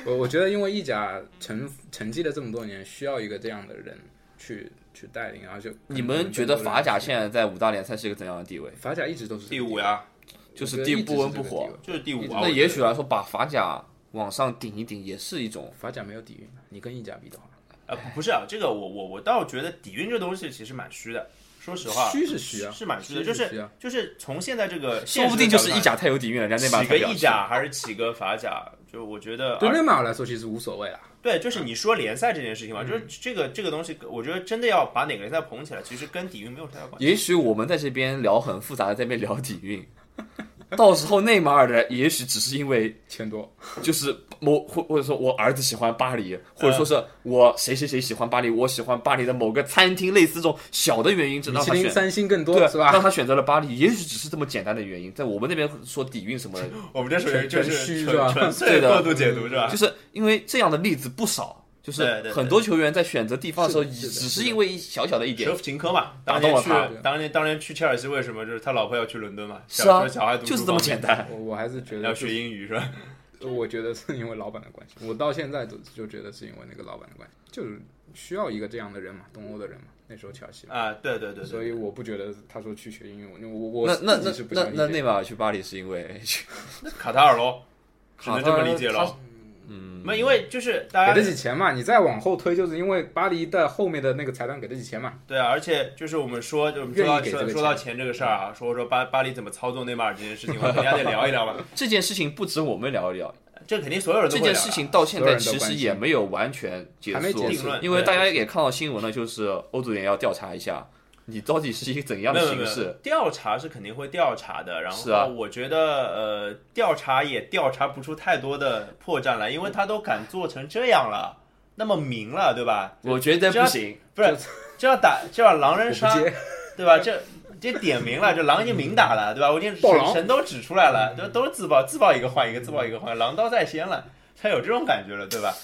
[SPEAKER 3] 我我觉得，因为意甲沉沉寂了这么多年，需要一个这样的人去去带领，然后就
[SPEAKER 2] 你们觉得法甲现在在五大联赛是一个怎样的地位？
[SPEAKER 3] 法甲一直都是
[SPEAKER 1] 第五，呀，
[SPEAKER 2] 就是地不温不火。
[SPEAKER 1] 就是第五啊，
[SPEAKER 2] 那
[SPEAKER 1] 我觉
[SPEAKER 2] 也
[SPEAKER 1] 得
[SPEAKER 2] 许来说，把法甲往上顶一顶，也是一种
[SPEAKER 3] 法甲没有底蕴，你跟意甲比的话，
[SPEAKER 1] 啊、不是啊，这个我我我倒觉得底蕴这东西其实蛮虚的，说实话，
[SPEAKER 3] 虚是虚啊
[SPEAKER 1] 是蛮虚的，
[SPEAKER 3] 虚
[SPEAKER 1] 就是
[SPEAKER 3] 虚啊
[SPEAKER 1] 就是从现在这个
[SPEAKER 2] 说
[SPEAKER 1] 现
[SPEAKER 2] 不
[SPEAKER 1] 实的角度看，
[SPEAKER 2] 定就是意甲太有底蕴了，人家内马尔
[SPEAKER 1] 起
[SPEAKER 2] 才
[SPEAKER 1] 个
[SPEAKER 2] 不要
[SPEAKER 1] 意甲还是起个法甲，就我觉
[SPEAKER 2] 呃
[SPEAKER 1] 得
[SPEAKER 3] 对
[SPEAKER 1] 而
[SPEAKER 3] 内马尔来说其实无所谓啦。
[SPEAKER 1] 对，就是你说联赛这件事情
[SPEAKER 3] 嗯
[SPEAKER 1] 嘛，就是这个这个东西，我觉得真的要把哪个联赛捧起来，其实跟底蕴没有太大关系。
[SPEAKER 2] 也许我们在这边聊很复杂的，在这边聊底蕴， 到时候内马尔的也许只是因为
[SPEAKER 3] 钱多，
[SPEAKER 2] 就是某或或者说我儿子喜欢巴黎，或者说
[SPEAKER 1] 嗯
[SPEAKER 2] 是我谁谁谁喜欢巴黎，我喜欢巴黎的某个餐厅，类似这种小的原因，只
[SPEAKER 3] 米
[SPEAKER 2] 让
[SPEAKER 3] 其
[SPEAKER 2] 他
[SPEAKER 3] 林
[SPEAKER 2] 选。
[SPEAKER 3] 三星更多
[SPEAKER 2] 对，
[SPEAKER 3] 是吧？
[SPEAKER 2] 让他选择了巴黎，也许只是这么简单的原因。在我们那边说底蕴什么的，
[SPEAKER 1] 我们这属于就
[SPEAKER 3] 全虚
[SPEAKER 1] 是
[SPEAKER 3] 是吧
[SPEAKER 1] 纯纯粹
[SPEAKER 2] 对的
[SPEAKER 1] 过度解读是吧
[SPEAKER 2] 就？是因为这样的例子不少，就是
[SPEAKER 1] 对对对
[SPEAKER 2] 很多球员在选择地方的时候，
[SPEAKER 3] 是的
[SPEAKER 2] 也
[SPEAKER 3] 是的
[SPEAKER 2] 只
[SPEAKER 3] 是
[SPEAKER 2] 是
[SPEAKER 3] 的
[SPEAKER 2] 因为一小小的一点
[SPEAKER 1] 舍，甫琴科嘛，
[SPEAKER 2] 嗯打
[SPEAKER 1] 当
[SPEAKER 2] 动
[SPEAKER 1] 年
[SPEAKER 2] 了
[SPEAKER 1] 去
[SPEAKER 2] 他
[SPEAKER 1] 当年当年去切尔西，为什么就是他老婆要去伦敦嘛？
[SPEAKER 2] 是
[SPEAKER 1] 小
[SPEAKER 2] 啊
[SPEAKER 1] 时候小孩，读书
[SPEAKER 2] 就是这么简单。
[SPEAKER 3] 我我还是
[SPEAKER 1] 方便，
[SPEAKER 3] 觉得
[SPEAKER 1] 要
[SPEAKER 3] 是
[SPEAKER 1] 学英语是吧？
[SPEAKER 3] 我觉得是因为老板的关系，我到现在都就觉得是因为那个老板的关系，就是需要一个这样的人嘛，东欧的人嘛，那时候切尔西嘛，
[SPEAKER 1] 啊，对对对
[SPEAKER 3] 所
[SPEAKER 1] 对，
[SPEAKER 3] 以我不觉得他说去学英语，我我
[SPEAKER 2] 那
[SPEAKER 3] 我
[SPEAKER 2] 那
[SPEAKER 3] 自
[SPEAKER 2] 那
[SPEAKER 3] 己是不
[SPEAKER 2] 那
[SPEAKER 3] 相信
[SPEAKER 2] 那
[SPEAKER 3] 这
[SPEAKER 2] 内
[SPEAKER 3] 个
[SPEAKER 2] 马尔去巴黎是因为
[SPEAKER 1] 卡塔尔咯，只能这么理解
[SPEAKER 2] 卡塔尔他
[SPEAKER 1] 咯。那因为就是大
[SPEAKER 3] 给
[SPEAKER 1] 家
[SPEAKER 3] 得起钱嘛，你再往后推，就是因为巴黎的后面的那个财团给得起钱嘛，
[SPEAKER 1] 对啊，而且就是我们说，就我们说
[SPEAKER 3] 愿意
[SPEAKER 1] 到
[SPEAKER 3] 给这
[SPEAKER 1] 说
[SPEAKER 3] 个
[SPEAKER 1] 说到钱这个事儿啊，说说巴巴黎怎么操纵内马尔这件事情，啊我 们大家得聊一聊嘛。
[SPEAKER 2] 这件事情不止我们聊一聊，
[SPEAKER 1] 这肯定所有人都
[SPEAKER 2] 这
[SPEAKER 1] 会
[SPEAKER 2] 件
[SPEAKER 1] 聊啊
[SPEAKER 2] 事情到现在
[SPEAKER 3] 所有人
[SPEAKER 2] 其
[SPEAKER 3] 都关
[SPEAKER 2] 实
[SPEAKER 3] 心
[SPEAKER 2] 也没有完全结
[SPEAKER 3] 还没
[SPEAKER 2] 束
[SPEAKER 3] 结，
[SPEAKER 1] 定
[SPEAKER 3] 束，
[SPEAKER 1] 论
[SPEAKER 2] 因为大家
[SPEAKER 1] 对
[SPEAKER 2] 也看到新闻了，就是欧足联要调查一下你到底是一个怎样
[SPEAKER 1] 没
[SPEAKER 2] 的
[SPEAKER 1] 有没有没
[SPEAKER 2] 形
[SPEAKER 1] 有
[SPEAKER 2] 式。
[SPEAKER 1] 调查是肯定会调查的，然
[SPEAKER 2] 是啊
[SPEAKER 1] 后我觉得、呃调查也调查不出太多的破绽来，因为他都敢做成这样了，那么明了，对吧？
[SPEAKER 2] 我觉得
[SPEAKER 1] 这
[SPEAKER 2] 不
[SPEAKER 1] 样
[SPEAKER 2] 行，
[SPEAKER 1] 不 是这样打这样狼
[SPEAKER 3] 我
[SPEAKER 1] 人
[SPEAKER 3] 不
[SPEAKER 1] 杀，
[SPEAKER 3] 接，
[SPEAKER 1] 对吧？这这点名了，这狼已经明打了，对吧？我已经
[SPEAKER 3] 爆狼
[SPEAKER 1] 神神都指出来了，
[SPEAKER 2] 嗯
[SPEAKER 1] 都都是自爆，自爆一个换一个，自爆一个换，狼刀在先了，他有这种感觉了，对吧？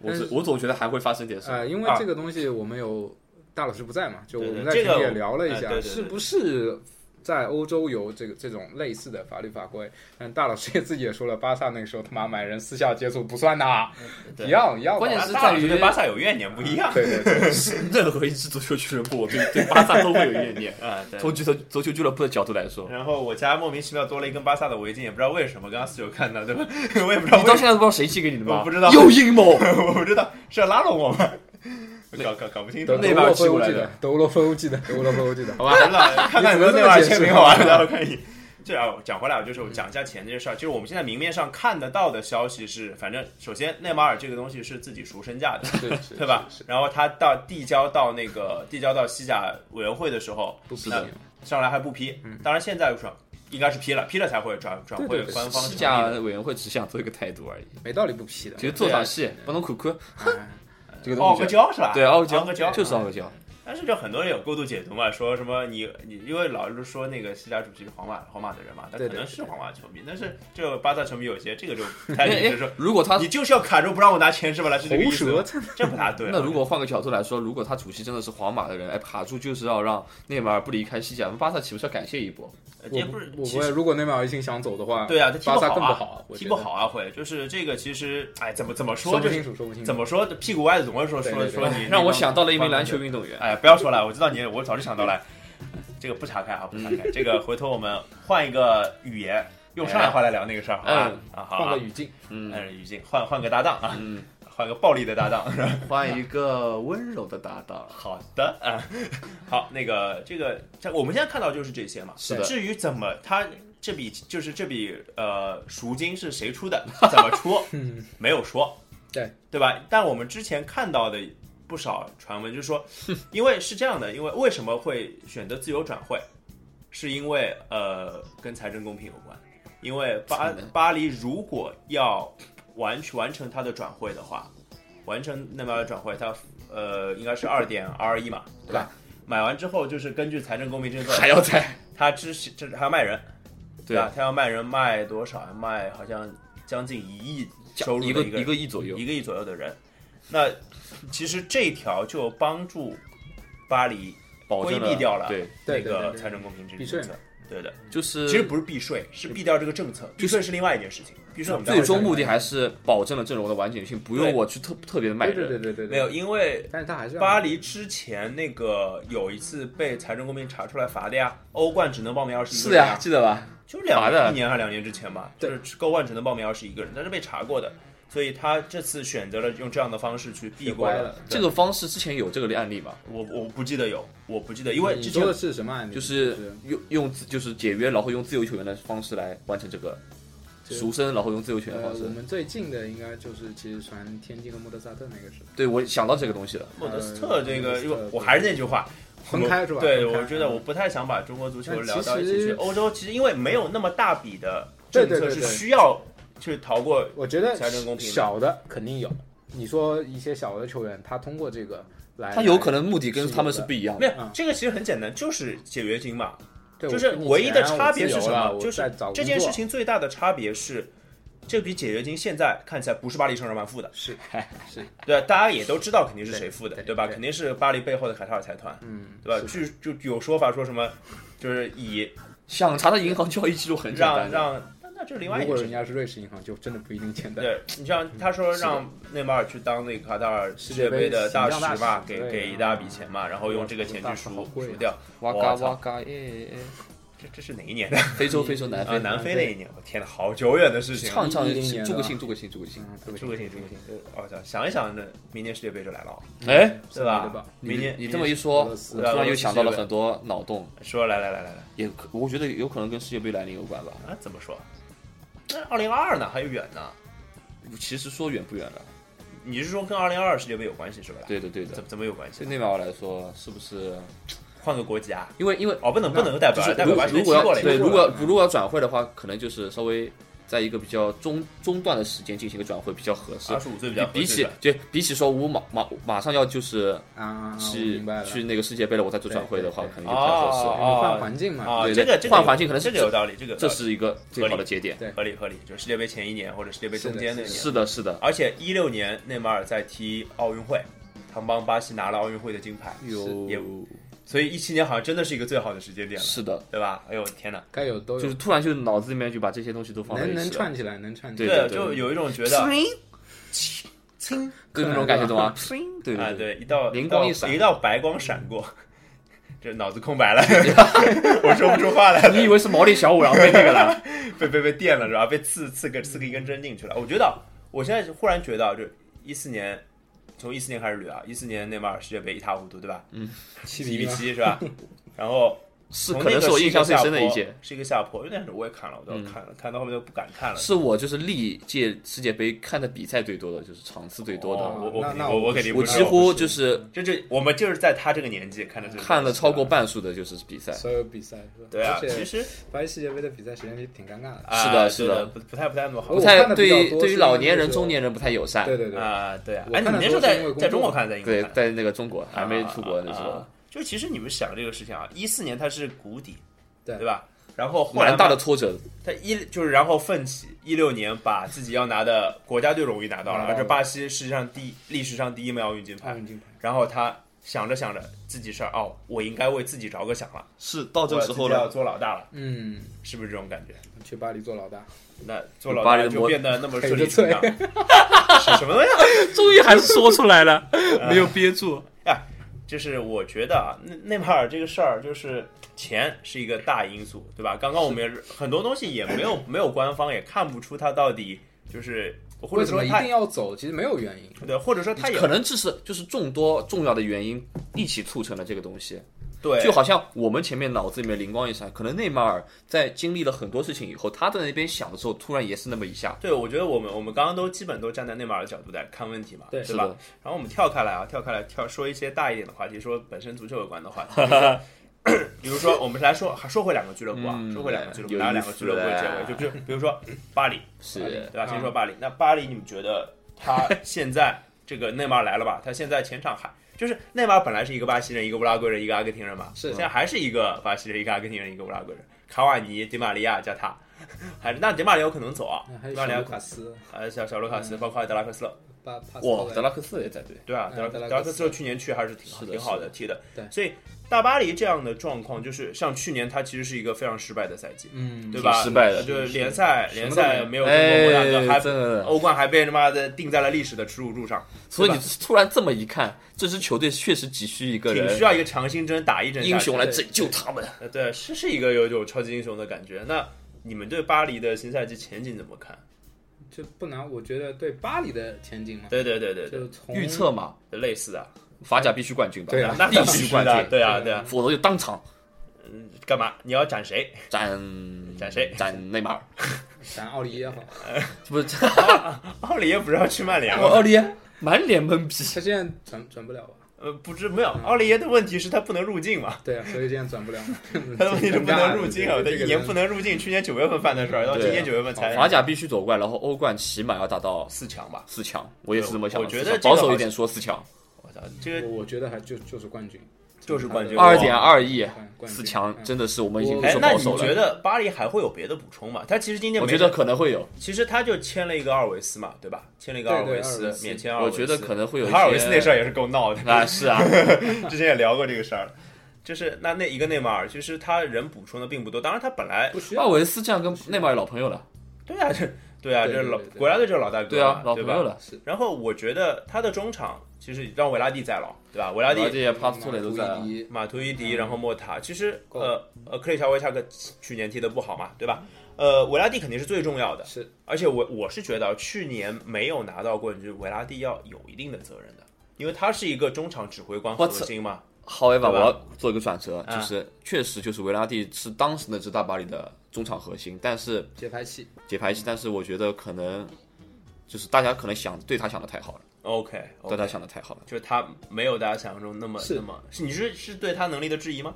[SPEAKER 2] 我是我总觉得还会发生点事。
[SPEAKER 3] 呃，因为这个东西我们有大老师不在嘛，就我们在
[SPEAKER 1] 啊对对
[SPEAKER 3] 群
[SPEAKER 1] 这
[SPEAKER 3] 里
[SPEAKER 1] 个
[SPEAKER 3] 也聊了一
[SPEAKER 1] 哎对
[SPEAKER 3] 下，
[SPEAKER 1] 对对
[SPEAKER 3] 是不是在欧洲有这个这种类似的法律法规？但大老师也自己也说了，巴萨那个时候他妈买人私下接触不算的啊，
[SPEAKER 1] 对
[SPEAKER 3] 一样一样的。
[SPEAKER 2] 关键是
[SPEAKER 1] 巴萨
[SPEAKER 2] 在于
[SPEAKER 1] 跟巴萨有怨念不一样，
[SPEAKER 3] 对 对对，
[SPEAKER 2] 任何一支足球俱乐部对对巴萨都会有怨念。
[SPEAKER 1] 啊，对。
[SPEAKER 2] 从足球足球俱乐部的角度来说，
[SPEAKER 1] 然后我家莫名其妙多了一根巴萨的围巾，也不知道为什么。刚刚四九看到，对吧？ 我也不知道
[SPEAKER 2] 你
[SPEAKER 1] 为什
[SPEAKER 2] 到
[SPEAKER 1] 么
[SPEAKER 2] 现在都不知道谁寄给你的吗？
[SPEAKER 1] 我不知道
[SPEAKER 2] 有阴谋。
[SPEAKER 1] 我不知道是要拉拢我吗？搞搞搞不清楚
[SPEAKER 3] 德。
[SPEAKER 2] 内
[SPEAKER 3] 德
[SPEAKER 2] 马
[SPEAKER 3] 罗
[SPEAKER 2] 尔寄
[SPEAKER 3] 菲
[SPEAKER 2] 过
[SPEAKER 3] 欧
[SPEAKER 2] 来
[SPEAKER 3] 记
[SPEAKER 2] 的
[SPEAKER 3] 得，德罗菲欧记得，德罗菲欧记得，好吧？
[SPEAKER 1] 完了，看看有没有内马尔签名好玩的，我看你。这啊，讲回来，就是我讲一下钱这件事儿。就是我们现在明面上看得到的消息是，反正首先内马尔这个东西是自己赎身价的，
[SPEAKER 3] 对是
[SPEAKER 1] 对吧
[SPEAKER 3] 是？
[SPEAKER 1] 然后他到递交到那个递交到西甲委员会的时候，
[SPEAKER 3] 不批
[SPEAKER 1] 那
[SPEAKER 3] 评
[SPEAKER 1] 上来还不批。当然现在说应该是批了，批了才会转转
[SPEAKER 3] 对
[SPEAKER 1] 会
[SPEAKER 3] 对对
[SPEAKER 1] 官方
[SPEAKER 2] 西
[SPEAKER 1] 同意
[SPEAKER 2] 甲
[SPEAKER 1] 的
[SPEAKER 2] 委员会只想做一个态度而已，
[SPEAKER 3] 没道理不批的
[SPEAKER 2] 就。是做场戏，不能苦哭。
[SPEAKER 3] 哎
[SPEAKER 2] 这个
[SPEAKER 1] 傲
[SPEAKER 2] 东
[SPEAKER 1] 个
[SPEAKER 2] 西，
[SPEAKER 1] 娇是吧？
[SPEAKER 2] 对傲个娇
[SPEAKER 1] 啊傲个娇
[SPEAKER 2] 就是傲个娇。
[SPEAKER 1] 但是就很多人有过度解读嘛，说什么你你因为老是说那个西甲主席是皇马皇马的人嘛，他
[SPEAKER 3] 对
[SPEAKER 1] 可
[SPEAKER 3] 对
[SPEAKER 1] 能是
[SPEAKER 3] 对
[SPEAKER 1] 皇马球迷，但是就巴萨球迷有些这个就不太
[SPEAKER 2] 哎
[SPEAKER 1] 理
[SPEAKER 2] 哎
[SPEAKER 1] 解，说，
[SPEAKER 2] 如果他
[SPEAKER 1] 你就是要卡住不让我拿钱是吧？来是这个意
[SPEAKER 3] 喉
[SPEAKER 1] 思吗
[SPEAKER 3] 舌，，
[SPEAKER 1] 这不大对啊。
[SPEAKER 2] 那如果换个角度来说，如果他主席真的是皇马的人，哎，卡住就是要让内马尔不离开西甲，我们巴萨岂不是要感谢一波？
[SPEAKER 1] 呃
[SPEAKER 3] 我
[SPEAKER 1] 也不是
[SPEAKER 3] 我
[SPEAKER 1] 其
[SPEAKER 3] 不
[SPEAKER 1] 实
[SPEAKER 3] 会。如果内马尔一心想走的话，
[SPEAKER 1] 对啊，他踢
[SPEAKER 3] 巴萨
[SPEAKER 1] 不
[SPEAKER 3] 更不
[SPEAKER 1] 好啊
[SPEAKER 3] 好，我
[SPEAKER 1] 踢
[SPEAKER 3] 觉
[SPEAKER 1] 不
[SPEAKER 3] 得
[SPEAKER 1] 好啊，会就是这个其实哎怎么怎么
[SPEAKER 3] 说
[SPEAKER 1] 说
[SPEAKER 3] 不
[SPEAKER 1] 就
[SPEAKER 3] 清
[SPEAKER 1] 是
[SPEAKER 3] 楚，说不清楚。
[SPEAKER 1] 怎么说屁股歪着总会说
[SPEAKER 3] 对
[SPEAKER 1] 说
[SPEAKER 3] 对对
[SPEAKER 1] 说你
[SPEAKER 2] 让我想到了一
[SPEAKER 1] 名
[SPEAKER 2] 名篮球运动员，
[SPEAKER 1] 哎，不要说了，我知道你，我早就想到了。这个不岔开啊，不岔 开。这个回头我们换一个语言，用上海话来聊那个事儿，好吧？啊，好
[SPEAKER 3] 哎换
[SPEAKER 1] 啊
[SPEAKER 3] 个，语境，
[SPEAKER 2] 嗯
[SPEAKER 1] 嗯，语境换换个搭档啊，
[SPEAKER 2] 嗯，
[SPEAKER 1] 换个暴力的搭档。
[SPEAKER 2] 换一个温柔的搭档，
[SPEAKER 1] 好的啊， 好，那个这个，像我们现在看到就是这些嘛。
[SPEAKER 2] 是的
[SPEAKER 1] 至于怎么他这笔就是这笔呃赎金是谁出的， 怎么出，
[SPEAKER 2] 嗯
[SPEAKER 1] 没有说，
[SPEAKER 3] 对
[SPEAKER 1] 对吧？但我们之前看到的不少传闻， 就是说，因为是这样的，因为为什么会选择自由转会，是因为呃跟财政公平有关，因为巴
[SPEAKER 2] 可能
[SPEAKER 1] 巴黎如果要完完成他的转会的话，完成内马尔转会，他呃应该是二点二亿嘛，对吧？买完之后就是根据财政公平政策，
[SPEAKER 2] 还要再
[SPEAKER 1] 他支持这还要卖人，
[SPEAKER 2] 对
[SPEAKER 1] 吧？他要卖人卖多少？卖好像将近一亿收入的
[SPEAKER 2] 一个
[SPEAKER 1] 一个
[SPEAKER 2] 一个亿左右
[SPEAKER 1] 一，个亿左右的人。那其实这一条就帮助巴黎
[SPEAKER 2] 保证
[SPEAKER 1] 规避掉了
[SPEAKER 2] 对，呃
[SPEAKER 1] 那
[SPEAKER 3] 对对
[SPEAKER 1] 个
[SPEAKER 3] 对
[SPEAKER 1] 财政公平这个
[SPEAKER 3] 避
[SPEAKER 1] 政
[SPEAKER 3] 税
[SPEAKER 1] 策。对的，
[SPEAKER 2] 就是
[SPEAKER 1] 其实不是避税，是避掉这个政策。避税是另外一件事情，避税我们待会
[SPEAKER 2] 最
[SPEAKER 1] 儿
[SPEAKER 2] 终
[SPEAKER 1] 再
[SPEAKER 2] 目的还是保证了阵容的完整性，不用我去特特别的卖
[SPEAKER 3] 对对
[SPEAKER 2] 人。
[SPEAKER 3] 对对对，
[SPEAKER 1] 没有，，因为
[SPEAKER 3] 但是他还是要
[SPEAKER 1] 巴黎之前那个有一次被财政公平查出来罚的呀，欧冠只能报名二十一
[SPEAKER 2] 是
[SPEAKER 1] 个
[SPEAKER 2] 的
[SPEAKER 1] 人
[SPEAKER 2] 呀，，记得吧？
[SPEAKER 1] 就两
[SPEAKER 2] 罚的
[SPEAKER 1] 一年还两年之前吧，就
[SPEAKER 3] 对
[SPEAKER 1] 是欧冠只能报名二十一个人，但是被查过的，所以他这次选择了用这样的方式去避
[SPEAKER 3] 学
[SPEAKER 1] 过
[SPEAKER 3] 乖
[SPEAKER 1] 了
[SPEAKER 3] 了。
[SPEAKER 2] 这个方式之前有这个案例嘛？
[SPEAKER 1] 我我不记得有，我不记得，因为
[SPEAKER 3] 你
[SPEAKER 1] 之
[SPEAKER 3] 说
[SPEAKER 1] 前
[SPEAKER 3] 的是什么案例？
[SPEAKER 2] 就是用用自就是解约，然后用自由球员的方式来完成这个
[SPEAKER 3] 对
[SPEAKER 2] 赎身，然后用自由球员的方
[SPEAKER 3] 呃，我
[SPEAKER 2] 式。
[SPEAKER 3] 们最近的应该就是其实传天津和莫德萨特那个事。
[SPEAKER 2] 对，我想到这个东西了。
[SPEAKER 1] 莫德斯特这个，
[SPEAKER 3] 呃
[SPEAKER 1] 因为我还是那句话，
[SPEAKER 3] 分开是吧？
[SPEAKER 1] 对，
[SPEAKER 3] 分开嗯
[SPEAKER 1] 我觉得我不太想把中国足球
[SPEAKER 3] 但
[SPEAKER 1] 聊
[SPEAKER 3] 其
[SPEAKER 1] 到一起去。
[SPEAKER 3] 实
[SPEAKER 1] 欧洲其实因为没有那么大笔的
[SPEAKER 3] 对
[SPEAKER 1] 政
[SPEAKER 3] 对
[SPEAKER 1] 策
[SPEAKER 3] 对
[SPEAKER 1] 是
[SPEAKER 3] 对
[SPEAKER 1] 需要去逃过，
[SPEAKER 3] 我觉得
[SPEAKER 1] 才能公平的
[SPEAKER 3] 小的肯定有。你说一些小的球员，他通过这个来，
[SPEAKER 2] 他有可能目的跟
[SPEAKER 3] 是
[SPEAKER 2] 他们
[SPEAKER 3] 有
[SPEAKER 2] 是
[SPEAKER 3] 的
[SPEAKER 2] 不一样
[SPEAKER 1] 没
[SPEAKER 2] 的。
[SPEAKER 1] 有
[SPEAKER 3] 嗯
[SPEAKER 1] 这个其实很简单，就是解约金嘛。
[SPEAKER 3] 对
[SPEAKER 1] 就
[SPEAKER 3] 哎我
[SPEAKER 1] 是
[SPEAKER 3] 给你
[SPEAKER 1] 唯一的
[SPEAKER 3] 钱啊
[SPEAKER 1] 差别
[SPEAKER 3] 我自
[SPEAKER 1] 是
[SPEAKER 3] 由
[SPEAKER 1] 什
[SPEAKER 3] 了
[SPEAKER 1] 么？
[SPEAKER 3] 我
[SPEAKER 1] 就是
[SPEAKER 3] 在找
[SPEAKER 1] 这
[SPEAKER 3] 工
[SPEAKER 1] 件
[SPEAKER 3] 作
[SPEAKER 1] 事情最大的差别是，这笔解约金现在看起来不是巴黎圣日耳曼付的，
[SPEAKER 3] 是是，
[SPEAKER 1] 对吧？大家也都知道肯定是谁付的，
[SPEAKER 3] 对
[SPEAKER 1] 对吧？
[SPEAKER 3] 对
[SPEAKER 1] 肯定是巴黎背后的卡塔尔财团，
[SPEAKER 3] 嗯，
[SPEAKER 1] 对吧？据就有说法说什么，就是以
[SPEAKER 2] 想查的银行交易记录很简
[SPEAKER 1] 让
[SPEAKER 2] 单的，
[SPEAKER 1] 让那那就是另外
[SPEAKER 3] 如
[SPEAKER 1] 一回
[SPEAKER 3] 果
[SPEAKER 1] 事
[SPEAKER 3] 人。家是嗯瑞士银行，就真的不一定简单。
[SPEAKER 1] 对你像他说让内马尔去当那个卡塔尔世界杯的大使
[SPEAKER 3] 世界杯
[SPEAKER 1] 嘛
[SPEAKER 3] 大，使
[SPEAKER 1] 给
[SPEAKER 3] 对啊
[SPEAKER 1] 给一大笔钱嘛，然后用这个钱去
[SPEAKER 3] 大使好
[SPEAKER 1] 赎
[SPEAKER 3] 贵啊
[SPEAKER 1] 赎掉。
[SPEAKER 2] 哇
[SPEAKER 1] 我
[SPEAKER 2] 嘎
[SPEAKER 1] 操
[SPEAKER 2] 哇嘎耶！耶
[SPEAKER 1] 这这是哪一 年的
[SPEAKER 2] 非洲非洲南
[SPEAKER 1] 啊？
[SPEAKER 2] 非，
[SPEAKER 1] 南非那一年，我天呐，好久远的事情啊。
[SPEAKER 2] 唱唱
[SPEAKER 3] 一零年的
[SPEAKER 2] 助个兴助个兴助个兴。
[SPEAKER 3] 嗯，对不
[SPEAKER 1] 祝
[SPEAKER 3] 起，
[SPEAKER 1] 个兴，祝个兴！我操，想一想，那明年世界杯就来了，
[SPEAKER 2] 哎，
[SPEAKER 1] 对吧
[SPEAKER 3] 对吧？
[SPEAKER 1] 明年
[SPEAKER 2] 你这么一
[SPEAKER 1] 明
[SPEAKER 2] 说，
[SPEAKER 3] 嗯俄
[SPEAKER 2] 我
[SPEAKER 3] 罗斯
[SPEAKER 2] 突然又想到了很多脑洞，
[SPEAKER 1] 年说，来来来来来，
[SPEAKER 2] 也可我觉得有可能跟世界杯来临有关吧。
[SPEAKER 1] 啊，怎么说？那二零二二呢？还有远呢？
[SPEAKER 2] 其实说远不远了，
[SPEAKER 1] 你是说跟二零二二世界杯有关系是吧？，
[SPEAKER 2] 对的对
[SPEAKER 1] 怎
[SPEAKER 2] 的。
[SPEAKER 1] 么怎么有关系
[SPEAKER 2] 对？内马尔来说，是不是？
[SPEAKER 1] 换个国籍啊？
[SPEAKER 2] 因为因为
[SPEAKER 1] 哦，不能不能代表
[SPEAKER 2] 就
[SPEAKER 1] 啊，
[SPEAKER 2] 是
[SPEAKER 1] 代
[SPEAKER 2] 如
[SPEAKER 1] 表
[SPEAKER 2] 果
[SPEAKER 1] 完全
[SPEAKER 2] 如
[SPEAKER 1] 踢
[SPEAKER 2] 果
[SPEAKER 1] 过了一个
[SPEAKER 2] 要对
[SPEAKER 1] 人，
[SPEAKER 2] 如果如果要转会的话，可能就是稍微在一个比较中中段的时间进行一个转会比较合适
[SPEAKER 1] 二。十五啊岁比较合
[SPEAKER 2] 比
[SPEAKER 1] 适
[SPEAKER 2] 起
[SPEAKER 1] 的。
[SPEAKER 2] 就比起说我马马马上要就是
[SPEAKER 3] 啊，我
[SPEAKER 2] 去
[SPEAKER 3] 明白了。
[SPEAKER 2] 去那个世界杯了，我再做转会的话，
[SPEAKER 3] 对对
[SPEAKER 2] 可能就不太合
[SPEAKER 1] 哦
[SPEAKER 2] 适。
[SPEAKER 3] 换环境嘛，
[SPEAKER 1] 啊，
[SPEAKER 2] 对
[SPEAKER 1] 这
[SPEAKER 2] 对
[SPEAKER 1] 个这个
[SPEAKER 2] 换
[SPEAKER 1] 有
[SPEAKER 2] 环境可能是
[SPEAKER 1] 这个有道理，这个有
[SPEAKER 2] 这
[SPEAKER 1] 道理
[SPEAKER 2] 是一个最好的节点。
[SPEAKER 3] 对
[SPEAKER 1] 合理合理，就是世界杯前一年或者世界杯中间那年。
[SPEAKER 2] 是的，是的。
[SPEAKER 1] 而且一六年内马尔在踢奥运会，他帮巴西拿了奥运会的金牌，也
[SPEAKER 2] 有
[SPEAKER 1] 所以一七年好像真的是一个最好的时间点了，
[SPEAKER 2] 是的，
[SPEAKER 1] 对吧？哎呦天哪！
[SPEAKER 3] 该有都
[SPEAKER 2] 就
[SPEAKER 3] 有
[SPEAKER 2] 是，突然就脑子里面就把这些东西都放在一
[SPEAKER 3] 能
[SPEAKER 1] 啊
[SPEAKER 2] 起了，
[SPEAKER 3] 能串起来，能串
[SPEAKER 2] 对
[SPEAKER 3] 起
[SPEAKER 2] 对
[SPEAKER 3] 来。
[SPEAKER 2] 对
[SPEAKER 1] 就有一种觉得啊，
[SPEAKER 2] 就那种感觉，懂吗？对对对，
[SPEAKER 1] 哎对，一道
[SPEAKER 2] 灵光
[SPEAKER 1] 一
[SPEAKER 2] 一闪
[SPEAKER 1] 道一道白光闪过， 这脑子空白了， 我说不出话来
[SPEAKER 2] 你以
[SPEAKER 1] 了，
[SPEAKER 2] 为是毛利小五，然后被那个了？
[SPEAKER 1] 被被被电了是吧？被刺刺个刺个一根针进去了。我觉得，我现在忽然觉得，就一四年，从一四年开始捋啊，一四年内马尔世界杯一塌糊涂，对吧？
[SPEAKER 2] 嗯
[SPEAKER 3] 七
[SPEAKER 1] 七比
[SPEAKER 3] 嘛，
[SPEAKER 1] 七是 吧？然后
[SPEAKER 2] 啊是，
[SPEAKER 1] 从
[SPEAKER 2] 可
[SPEAKER 1] 那
[SPEAKER 2] 能
[SPEAKER 1] 个
[SPEAKER 2] 是我
[SPEAKER 1] 一
[SPEAKER 2] 印
[SPEAKER 1] 个
[SPEAKER 2] 象最
[SPEAKER 1] 下
[SPEAKER 2] 深的一
[SPEAKER 1] 坡
[SPEAKER 2] 届，嗯
[SPEAKER 1] 是一个下坡，那是我也看了，我都看了，看到后面都不敢看了。
[SPEAKER 2] 是我就是历届世界杯看的比赛最多的，就是场次最多的。
[SPEAKER 1] 哦我我
[SPEAKER 3] 那
[SPEAKER 1] 肯定
[SPEAKER 3] 那
[SPEAKER 1] 我
[SPEAKER 3] 我
[SPEAKER 1] 我肯定
[SPEAKER 2] 啊我
[SPEAKER 1] 不是
[SPEAKER 2] 几乎就是
[SPEAKER 1] 这这，我们就是在他这个年纪看的最多
[SPEAKER 2] 看了超过半数的就是比赛。
[SPEAKER 3] 所有比赛是吧？
[SPEAKER 1] 对啊，
[SPEAKER 3] 而
[SPEAKER 1] 其
[SPEAKER 3] 且
[SPEAKER 1] 实
[SPEAKER 3] 巴西世界杯的比赛时间也挺尴尬的。
[SPEAKER 1] 啊
[SPEAKER 2] 是的
[SPEAKER 1] 对
[SPEAKER 2] 是
[SPEAKER 1] 的，
[SPEAKER 2] 的
[SPEAKER 1] 不不太不太那么好
[SPEAKER 2] 不
[SPEAKER 3] 我
[SPEAKER 2] 太
[SPEAKER 3] 看得
[SPEAKER 2] 对
[SPEAKER 3] 比较
[SPEAKER 2] 于
[SPEAKER 3] 多
[SPEAKER 2] 对于
[SPEAKER 3] 是
[SPEAKER 2] 老
[SPEAKER 3] 因为
[SPEAKER 2] 年人、
[SPEAKER 3] 就
[SPEAKER 2] 中年人不太友善。
[SPEAKER 3] 对对对，
[SPEAKER 1] 啊，对啊，
[SPEAKER 3] 我
[SPEAKER 1] 哎，
[SPEAKER 3] 看
[SPEAKER 1] 你们
[SPEAKER 3] 的
[SPEAKER 1] 那时
[SPEAKER 3] 多
[SPEAKER 1] 候
[SPEAKER 3] 是因
[SPEAKER 1] 在
[SPEAKER 3] 为工
[SPEAKER 1] 在中国
[SPEAKER 3] 作
[SPEAKER 1] 看，在英国
[SPEAKER 2] 对
[SPEAKER 1] 看，
[SPEAKER 2] 在那个中国还没出国那时
[SPEAKER 1] 啊啊
[SPEAKER 2] 候
[SPEAKER 1] 啊，就其实你们想这个事情啊，一四年它是谷底，
[SPEAKER 3] 对
[SPEAKER 1] 对吧？然后后来
[SPEAKER 2] 蛮大
[SPEAKER 1] 嘛
[SPEAKER 2] 的挫折。
[SPEAKER 1] 他一就是然后奋起，一六年把自己要拿的国家队荣誉拿到了，
[SPEAKER 3] 拿到
[SPEAKER 1] 而
[SPEAKER 3] 了
[SPEAKER 1] 这巴西世界上第一历史上第一枚奥运金
[SPEAKER 3] 奥
[SPEAKER 1] 牌。
[SPEAKER 3] 运金牌。
[SPEAKER 1] 然后他想着想着自己事儿，哦，我应该为自己着个想了，
[SPEAKER 2] 是到
[SPEAKER 1] 我自己要，做老大了，
[SPEAKER 3] 嗯，
[SPEAKER 1] 是不是这种感觉？
[SPEAKER 3] 去巴黎做老大，
[SPEAKER 1] 那做老
[SPEAKER 2] 巴
[SPEAKER 1] 大
[SPEAKER 2] 黎的
[SPEAKER 1] 就
[SPEAKER 2] 摩
[SPEAKER 1] 变得那么
[SPEAKER 3] 陪
[SPEAKER 1] 顺
[SPEAKER 3] 着
[SPEAKER 1] 理成章， 是什么东西啊？
[SPEAKER 2] 终于还是说出来了，没有憋住。
[SPEAKER 1] 就是我觉得啊，内内马尔这个事儿，就是钱是一个大因素，对吧？刚刚我们也是很多东西也没有没有官方，也看不出他到底就是，或
[SPEAKER 3] 为
[SPEAKER 1] 者
[SPEAKER 3] 什
[SPEAKER 1] 说
[SPEAKER 3] 么一
[SPEAKER 1] 他
[SPEAKER 3] 定要走？其实没有原因。
[SPEAKER 1] 对，或者说他也
[SPEAKER 2] 可能这是就是众多重要的原因一起促成了这个东西，
[SPEAKER 1] 对，
[SPEAKER 2] 就好像我们前面脑子里面灵光一闪，可能内马尔在经历了很多事情以后，他在那边想的时候，突然也是那么一下，
[SPEAKER 1] 对，我觉得我们我们刚刚都基本都站在内马尔的角度在看问题嘛，
[SPEAKER 3] 对
[SPEAKER 1] 吧
[SPEAKER 2] 是的？
[SPEAKER 1] 然后我们跳开来啊，跳开来跳说一些大一点的话题，说本身足球有关的 话题，就是比如说我们来说还说回两个俱乐部啊，
[SPEAKER 2] 嗯
[SPEAKER 1] 说回两个俱乐部，
[SPEAKER 2] 有
[SPEAKER 1] 拿
[SPEAKER 2] 意
[SPEAKER 1] 两个
[SPEAKER 2] 思
[SPEAKER 1] 俱乐部的结尾，
[SPEAKER 2] 哎
[SPEAKER 1] 就比如比如说巴黎，
[SPEAKER 2] 是
[SPEAKER 1] 啊对吧？
[SPEAKER 3] 嗯
[SPEAKER 1] 先说巴黎，那巴黎你们觉得他现在这个内马尔来了吧？ 他现在前场还就是内马尔本来是一个巴西人，一个乌拉圭人，一个阿根廷人嘛，
[SPEAKER 3] 是
[SPEAKER 1] 现在还是一个巴西人，一个阿根廷人，一个乌拉圭人，卡瓦尼、迪玛利亚加他。 还是那迪玛利亚有可能走啊
[SPEAKER 3] 那，还
[SPEAKER 1] 迪
[SPEAKER 3] 有
[SPEAKER 1] 玛
[SPEAKER 3] 小
[SPEAKER 1] 利亚
[SPEAKER 3] 卢卡斯、
[SPEAKER 1] 呃，小小卢卡斯，包括德拉克斯勒，
[SPEAKER 3] 巴帕斯
[SPEAKER 2] 哇，
[SPEAKER 3] 莱
[SPEAKER 2] 德拉克斯也在队，
[SPEAKER 1] 对啊，
[SPEAKER 3] 嗯
[SPEAKER 1] 德拉
[SPEAKER 3] 德拉
[SPEAKER 1] 德拉
[SPEAKER 3] 克
[SPEAKER 1] 克
[SPEAKER 3] 斯
[SPEAKER 1] 斯勒去年去还是挺好
[SPEAKER 2] 是的
[SPEAKER 1] 挺好的踢的，
[SPEAKER 3] 对
[SPEAKER 1] 所以大巴黎这样的状况，就是像去年他其实是一个非常失败的赛季，
[SPEAKER 3] 嗯，
[SPEAKER 1] 对吧？
[SPEAKER 2] 挺失败的
[SPEAKER 1] 就是联赛联
[SPEAKER 3] 么都没
[SPEAKER 1] 赛
[SPEAKER 3] 有哎
[SPEAKER 1] 没有中国国家队，还
[SPEAKER 2] 哎
[SPEAKER 1] 哦
[SPEAKER 2] 真的。
[SPEAKER 1] 欧冠还被他妈的定在了历史的耻辱柱上，
[SPEAKER 2] 所以你突然这么一看，这支球队确实急需一个
[SPEAKER 1] 挺需
[SPEAKER 2] 人
[SPEAKER 1] 要一个强心针打一针下去
[SPEAKER 2] 英雄来拯救他们。
[SPEAKER 1] 呃对，是是一个有一种超级英雄的感觉。那你们对巴黎的新赛季前景怎么看？
[SPEAKER 3] 就不难。我觉得对巴黎的前景嘛，
[SPEAKER 1] 对对对对
[SPEAKER 3] 就从
[SPEAKER 2] 预测嘛，
[SPEAKER 1] 对，类似的，
[SPEAKER 2] 法甲必须冠军吧，
[SPEAKER 3] 对啊
[SPEAKER 1] 那
[SPEAKER 2] 必
[SPEAKER 1] 必
[SPEAKER 2] 须
[SPEAKER 1] 须
[SPEAKER 2] 冠
[SPEAKER 1] 的，
[SPEAKER 2] 军，
[SPEAKER 1] 对啊对啊，
[SPEAKER 2] 否则就当场
[SPEAKER 1] 干嘛？你要斩谁？
[SPEAKER 2] 斩
[SPEAKER 1] 斩谁
[SPEAKER 2] 斩内 马尔，
[SPEAKER 3] 咱奥利耶好，
[SPEAKER 2] 不是
[SPEAKER 1] 哦奥里耶不是要去曼联吗？
[SPEAKER 2] 奥利耶满脸懵逼。
[SPEAKER 3] 他现在转转不了吧？
[SPEAKER 1] 呃，不知没有
[SPEAKER 2] 嗯
[SPEAKER 1] 奥利耶的问题是他不能入境嘛？
[SPEAKER 3] 对啊，所以现在转不了。
[SPEAKER 1] 他的问题是不能入境啊，他一年不能入境，去年九月份犯的事儿，到今年九月份才。
[SPEAKER 2] 法甲必须走冠，然后欧冠起码要打到
[SPEAKER 1] 四强吧？
[SPEAKER 2] 四强，我也是这么想。
[SPEAKER 1] 我觉得
[SPEAKER 2] 保守一点说四强。
[SPEAKER 1] 我操，这个
[SPEAKER 3] 我觉得还就就是冠军，
[SPEAKER 1] 就是冠军，哦
[SPEAKER 2] 二点二亿
[SPEAKER 3] 冠军
[SPEAKER 2] 四强真的是我们已经
[SPEAKER 1] 嗯哎，那
[SPEAKER 2] 保
[SPEAKER 1] 你
[SPEAKER 2] 守
[SPEAKER 1] 觉
[SPEAKER 2] 了。
[SPEAKER 1] 得巴黎还会有别的补充吗？他其实今年
[SPEAKER 2] 我
[SPEAKER 1] 没
[SPEAKER 2] 觉得可能会有，
[SPEAKER 1] 其实他就签了一个阿尔维斯嘛，对吧？签了一个
[SPEAKER 3] 对
[SPEAKER 1] 阿尔维
[SPEAKER 3] 对阿尔
[SPEAKER 1] 斯
[SPEAKER 3] 维，斯
[SPEAKER 1] 免签阿尔
[SPEAKER 2] 我
[SPEAKER 1] 维斯。
[SPEAKER 2] 觉得可能会有一些。
[SPEAKER 1] 阿尔维斯那事儿也是够闹的，
[SPEAKER 2] 啊，是啊，
[SPEAKER 1] 之前也聊过这个事儿，就是那那一个内马尔，其实他人补充的并不多，当然他本来
[SPEAKER 3] 不需
[SPEAKER 2] 鲍
[SPEAKER 3] 要。
[SPEAKER 2] 文斯这样跟内马尔老朋友了，
[SPEAKER 1] 对啊， 这对啊，
[SPEAKER 3] 对
[SPEAKER 1] 这
[SPEAKER 3] 对
[SPEAKER 1] 老
[SPEAKER 3] 对对
[SPEAKER 1] 国家队这老大哥
[SPEAKER 2] 对啊
[SPEAKER 1] 嘛，，
[SPEAKER 2] 老
[SPEAKER 1] 对
[SPEAKER 2] 朋
[SPEAKER 1] 吧
[SPEAKER 2] 友？了。
[SPEAKER 1] 然后我觉得他的中场其实让维拉蒂在了，对吧？维拉
[SPEAKER 2] 而
[SPEAKER 1] 蒂、
[SPEAKER 2] 且帕斯托雷都在啊，
[SPEAKER 1] 马图伊迪，然后莫塔，其实
[SPEAKER 3] 嗯够
[SPEAKER 1] 呃呃，克里乔维恰克去年踢的不好嘛，对吧？呃，维拉蒂肯定是最重要的，
[SPEAKER 3] 嗯是，
[SPEAKER 1] 而且我我是觉得啊去年没有拿到冠军，维拉蒂要有一定的责任的，因为他是一个中场指挥官核
[SPEAKER 2] 我操
[SPEAKER 1] 心嘛，
[SPEAKER 2] However，
[SPEAKER 1] 对吧嗯
[SPEAKER 2] 我要做一个转折，就是确实就是维拉蒂是当时那支大巴黎的中场核心，但是
[SPEAKER 3] 节拍器，
[SPEAKER 2] 节拍器，但是我觉得可能就是大家可能想对他想的太好了，
[SPEAKER 1] OK，, o k
[SPEAKER 2] 对他想的太好了。
[SPEAKER 1] 就是他没有大家想象中那么
[SPEAKER 3] 是
[SPEAKER 1] 那么是你是是对他能力的质疑吗？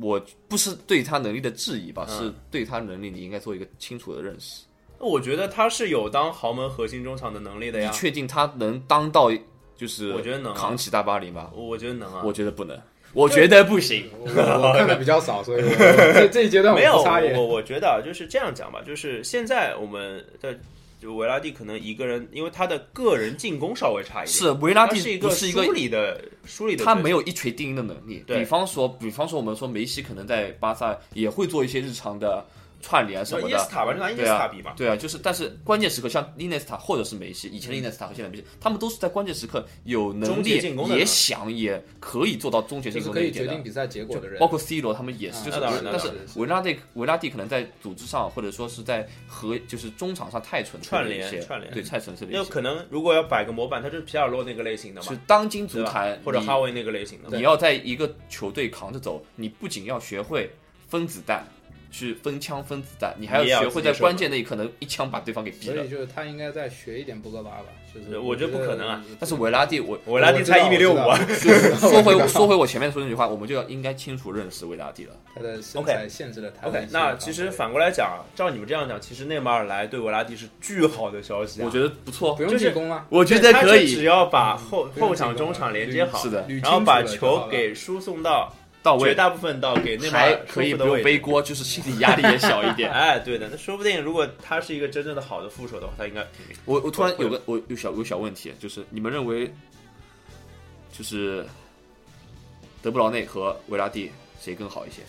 [SPEAKER 2] 我不是对他能力的质疑吧，
[SPEAKER 1] 嗯
[SPEAKER 2] 是对他能力你应该做一个清楚的认识。
[SPEAKER 1] 我觉得他是有当豪门核心中场的能力的
[SPEAKER 2] 你
[SPEAKER 1] 呀，
[SPEAKER 2] 确定他能当到就是
[SPEAKER 1] 啊我觉得能啊
[SPEAKER 2] 扛起大巴黎吗？
[SPEAKER 1] 我觉得能啊。
[SPEAKER 2] 我觉得不能，我觉得不行。
[SPEAKER 3] 我我看的比较少， 所以我这这一阶段
[SPEAKER 1] 没有，
[SPEAKER 3] 我不插
[SPEAKER 1] 我
[SPEAKER 3] 眼。
[SPEAKER 1] 我觉得啊，就是这样讲吧，就是现在我们的就维拉蒂可能一个人，因为他的个人进攻稍微差一点，
[SPEAKER 2] 是维拉
[SPEAKER 1] 他
[SPEAKER 2] 蒂
[SPEAKER 1] 是一
[SPEAKER 2] 不
[SPEAKER 1] 个
[SPEAKER 2] 是一个
[SPEAKER 1] 梳理的梳理的，
[SPEAKER 2] 他没有一锤定音的能力。
[SPEAKER 1] 对
[SPEAKER 2] 比方说，比方说我们说梅西可能在巴萨也会做一些日常的串联什么
[SPEAKER 1] 伊涅斯
[SPEAKER 2] 的。
[SPEAKER 1] 塔吧，就拿伊涅
[SPEAKER 2] 对
[SPEAKER 1] 斯塔
[SPEAKER 2] 啊
[SPEAKER 1] 比嘛，，
[SPEAKER 2] 对啊，就是，但是关键时刻，像伊涅斯塔或者是梅西，以前的伊涅斯塔和现在的梅西，他们都是在关键时刻有能
[SPEAKER 1] 嗯终
[SPEAKER 2] 力
[SPEAKER 1] 结进攻，的
[SPEAKER 2] 也想，也可以做到终结
[SPEAKER 3] 就
[SPEAKER 2] 进
[SPEAKER 3] 是
[SPEAKER 2] 攻
[SPEAKER 3] 可
[SPEAKER 2] 那一
[SPEAKER 3] 以决
[SPEAKER 2] 点的
[SPEAKER 3] 定。比赛结果的人，
[SPEAKER 2] 包括 C 罗他们也是，
[SPEAKER 3] 啊
[SPEAKER 2] 就是
[SPEAKER 1] 那当然那
[SPEAKER 2] 但是
[SPEAKER 1] 当
[SPEAKER 3] 然是
[SPEAKER 2] 维拉蒂维拉蒂可能在组织上或者说是在和就是中场上太纯粹了一
[SPEAKER 1] 串
[SPEAKER 2] 些
[SPEAKER 1] 联，串联
[SPEAKER 2] 对太纯粹了
[SPEAKER 1] 那
[SPEAKER 2] 一些。
[SPEAKER 1] 可能如果要摆个模板，他就是皮尔洛那个类型的嘛
[SPEAKER 2] 是，当今
[SPEAKER 1] 对
[SPEAKER 2] 足
[SPEAKER 1] 吧
[SPEAKER 2] 坛
[SPEAKER 1] 或者
[SPEAKER 2] 你
[SPEAKER 1] 哈维那个类型的嘛，
[SPEAKER 2] 你要在一个球队扛着走，你不仅要学会分子弹，去分枪分子弹，你还
[SPEAKER 1] 也要
[SPEAKER 2] 学会在
[SPEAKER 1] 自己射
[SPEAKER 2] 关键那一刻能一枪把对方给毙
[SPEAKER 3] 所
[SPEAKER 2] 了
[SPEAKER 3] 以。就是他应该再学一点博格巴吧，就是
[SPEAKER 1] 对我
[SPEAKER 3] 我
[SPEAKER 1] 觉得
[SPEAKER 3] 觉
[SPEAKER 1] 不可能啊，
[SPEAKER 2] 但是维拉蒂，我
[SPEAKER 1] 维拉蒂才一米六五啊，
[SPEAKER 2] 说回说回我前面说那句话，我们就要应该清楚认识维拉蒂
[SPEAKER 1] 啊
[SPEAKER 2] 了。
[SPEAKER 3] 他的身材限制了他的
[SPEAKER 1] OK，
[SPEAKER 3] 一些
[SPEAKER 1] 那
[SPEAKER 3] 发挥。
[SPEAKER 1] 其实反过来讲，啊，照你们这样讲，其实内马尔来对维拉蒂是巨好的消息、啊。
[SPEAKER 2] 我觉得不错
[SPEAKER 3] 不，用
[SPEAKER 1] 就是
[SPEAKER 3] 进攻了，
[SPEAKER 2] 我觉得
[SPEAKER 1] 他
[SPEAKER 2] 可
[SPEAKER 1] 就只
[SPEAKER 2] 以嗯
[SPEAKER 1] 要把后
[SPEAKER 3] 不用
[SPEAKER 1] 后场、
[SPEAKER 3] 进
[SPEAKER 1] 中
[SPEAKER 3] 攻了
[SPEAKER 1] 场连接好，
[SPEAKER 2] 是的
[SPEAKER 3] 捋
[SPEAKER 1] 然后
[SPEAKER 3] 清
[SPEAKER 1] 把
[SPEAKER 3] 楚了就好
[SPEAKER 1] 球
[SPEAKER 3] 了
[SPEAKER 1] 给输送到
[SPEAKER 2] 到
[SPEAKER 1] 绝
[SPEAKER 2] 位，
[SPEAKER 1] 大部分到给内马
[SPEAKER 2] 还
[SPEAKER 1] 尔
[SPEAKER 2] 可以
[SPEAKER 1] 舒服
[SPEAKER 2] 不
[SPEAKER 1] 的
[SPEAKER 2] 用
[SPEAKER 1] 位
[SPEAKER 2] 背
[SPEAKER 1] 置。
[SPEAKER 2] 锅，就是心理压力也小一点。
[SPEAKER 1] 哎，对的，那说不定如果他是一个真正的好的副手的话，他应该
[SPEAKER 2] 我我突然有个我有小有小问题，就是你们认为，就是德布劳内和维拉蒂谁更好一些？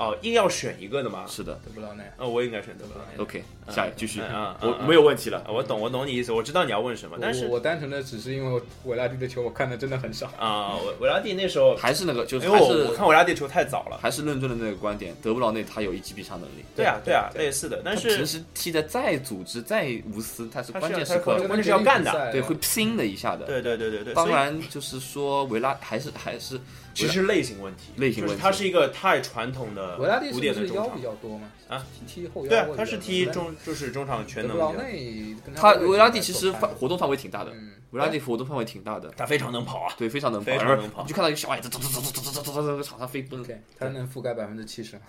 [SPEAKER 1] 哦，硬要选一个的嘛。
[SPEAKER 2] 是的
[SPEAKER 3] 得不到那样。
[SPEAKER 1] 那我应该选德布劳内。
[SPEAKER 2] ，OK，下一继续，
[SPEAKER 1] 嗯嗯
[SPEAKER 2] 我
[SPEAKER 1] 嗯
[SPEAKER 2] 没有问题了
[SPEAKER 1] 啊。我懂，我懂你意思，我知道你要问什么，但是
[SPEAKER 3] 我我单纯的只是因为我维拉蒂的球我看的真的很少，
[SPEAKER 1] 啊，维维拉蒂那时候，
[SPEAKER 2] 还是那个，就
[SPEAKER 1] 因为
[SPEAKER 2] 是还
[SPEAKER 1] 我我
[SPEAKER 2] 是
[SPEAKER 1] 看维拉蒂球太早了。
[SPEAKER 2] 还是论证了那个观点，德布劳内他有一击必杀能力，
[SPEAKER 1] 对啊，对啊，
[SPEAKER 3] 对
[SPEAKER 1] 类似的，但
[SPEAKER 2] 他平
[SPEAKER 1] 是
[SPEAKER 2] 时踢的再组织再无私，他是
[SPEAKER 1] 他是
[SPEAKER 2] 关键
[SPEAKER 1] 他
[SPEAKER 2] 时
[SPEAKER 1] 是
[SPEAKER 2] 刻
[SPEAKER 1] 关键是要干的
[SPEAKER 2] 对会拼的一下的。
[SPEAKER 1] 对对对对对，
[SPEAKER 2] 当
[SPEAKER 1] 所以
[SPEAKER 2] 然就是说维拉还是还是
[SPEAKER 1] 其实类型问题，
[SPEAKER 2] 类型问题
[SPEAKER 1] 就是他是一个太传统的
[SPEAKER 3] 维拉蒂
[SPEAKER 1] 古
[SPEAKER 3] 是
[SPEAKER 1] 典
[SPEAKER 3] 不
[SPEAKER 1] 的
[SPEAKER 3] 是
[SPEAKER 1] 中
[SPEAKER 3] 腰
[SPEAKER 1] 场
[SPEAKER 3] 比。较多嘛？
[SPEAKER 1] 啊
[SPEAKER 3] 踢，踢后腰。
[SPEAKER 1] 对啊
[SPEAKER 3] 或，者
[SPEAKER 1] 他是踢
[SPEAKER 3] 什么
[SPEAKER 1] 中，就是中场全
[SPEAKER 3] 德
[SPEAKER 1] 能
[SPEAKER 3] 布劳
[SPEAKER 1] 的，
[SPEAKER 3] 内跟
[SPEAKER 2] 他
[SPEAKER 3] 的位置
[SPEAKER 2] 维拉蒂其实
[SPEAKER 3] 还
[SPEAKER 2] 范
[SPEAKER 3] 不
[SPEAKER 2] 活动范围挺大的，
[SPEAKER 3] 嗯
[SPEAKER 2] 维拉蒂活动范围挺大的，
[SPEAKER 1] 他非常能跑啊。
[SPEAKER 2] 对，非常能跑，
[SPEAKER 1] 非常
[SPEAKER 2] 然后
[SPEAKER 1] 能跑
[SPEAKER 2] 你就看到一个小矮子，走走走走走走走走走，场上飞奔。
[SPEAKER 3] OK，他能覆盖百分之七十。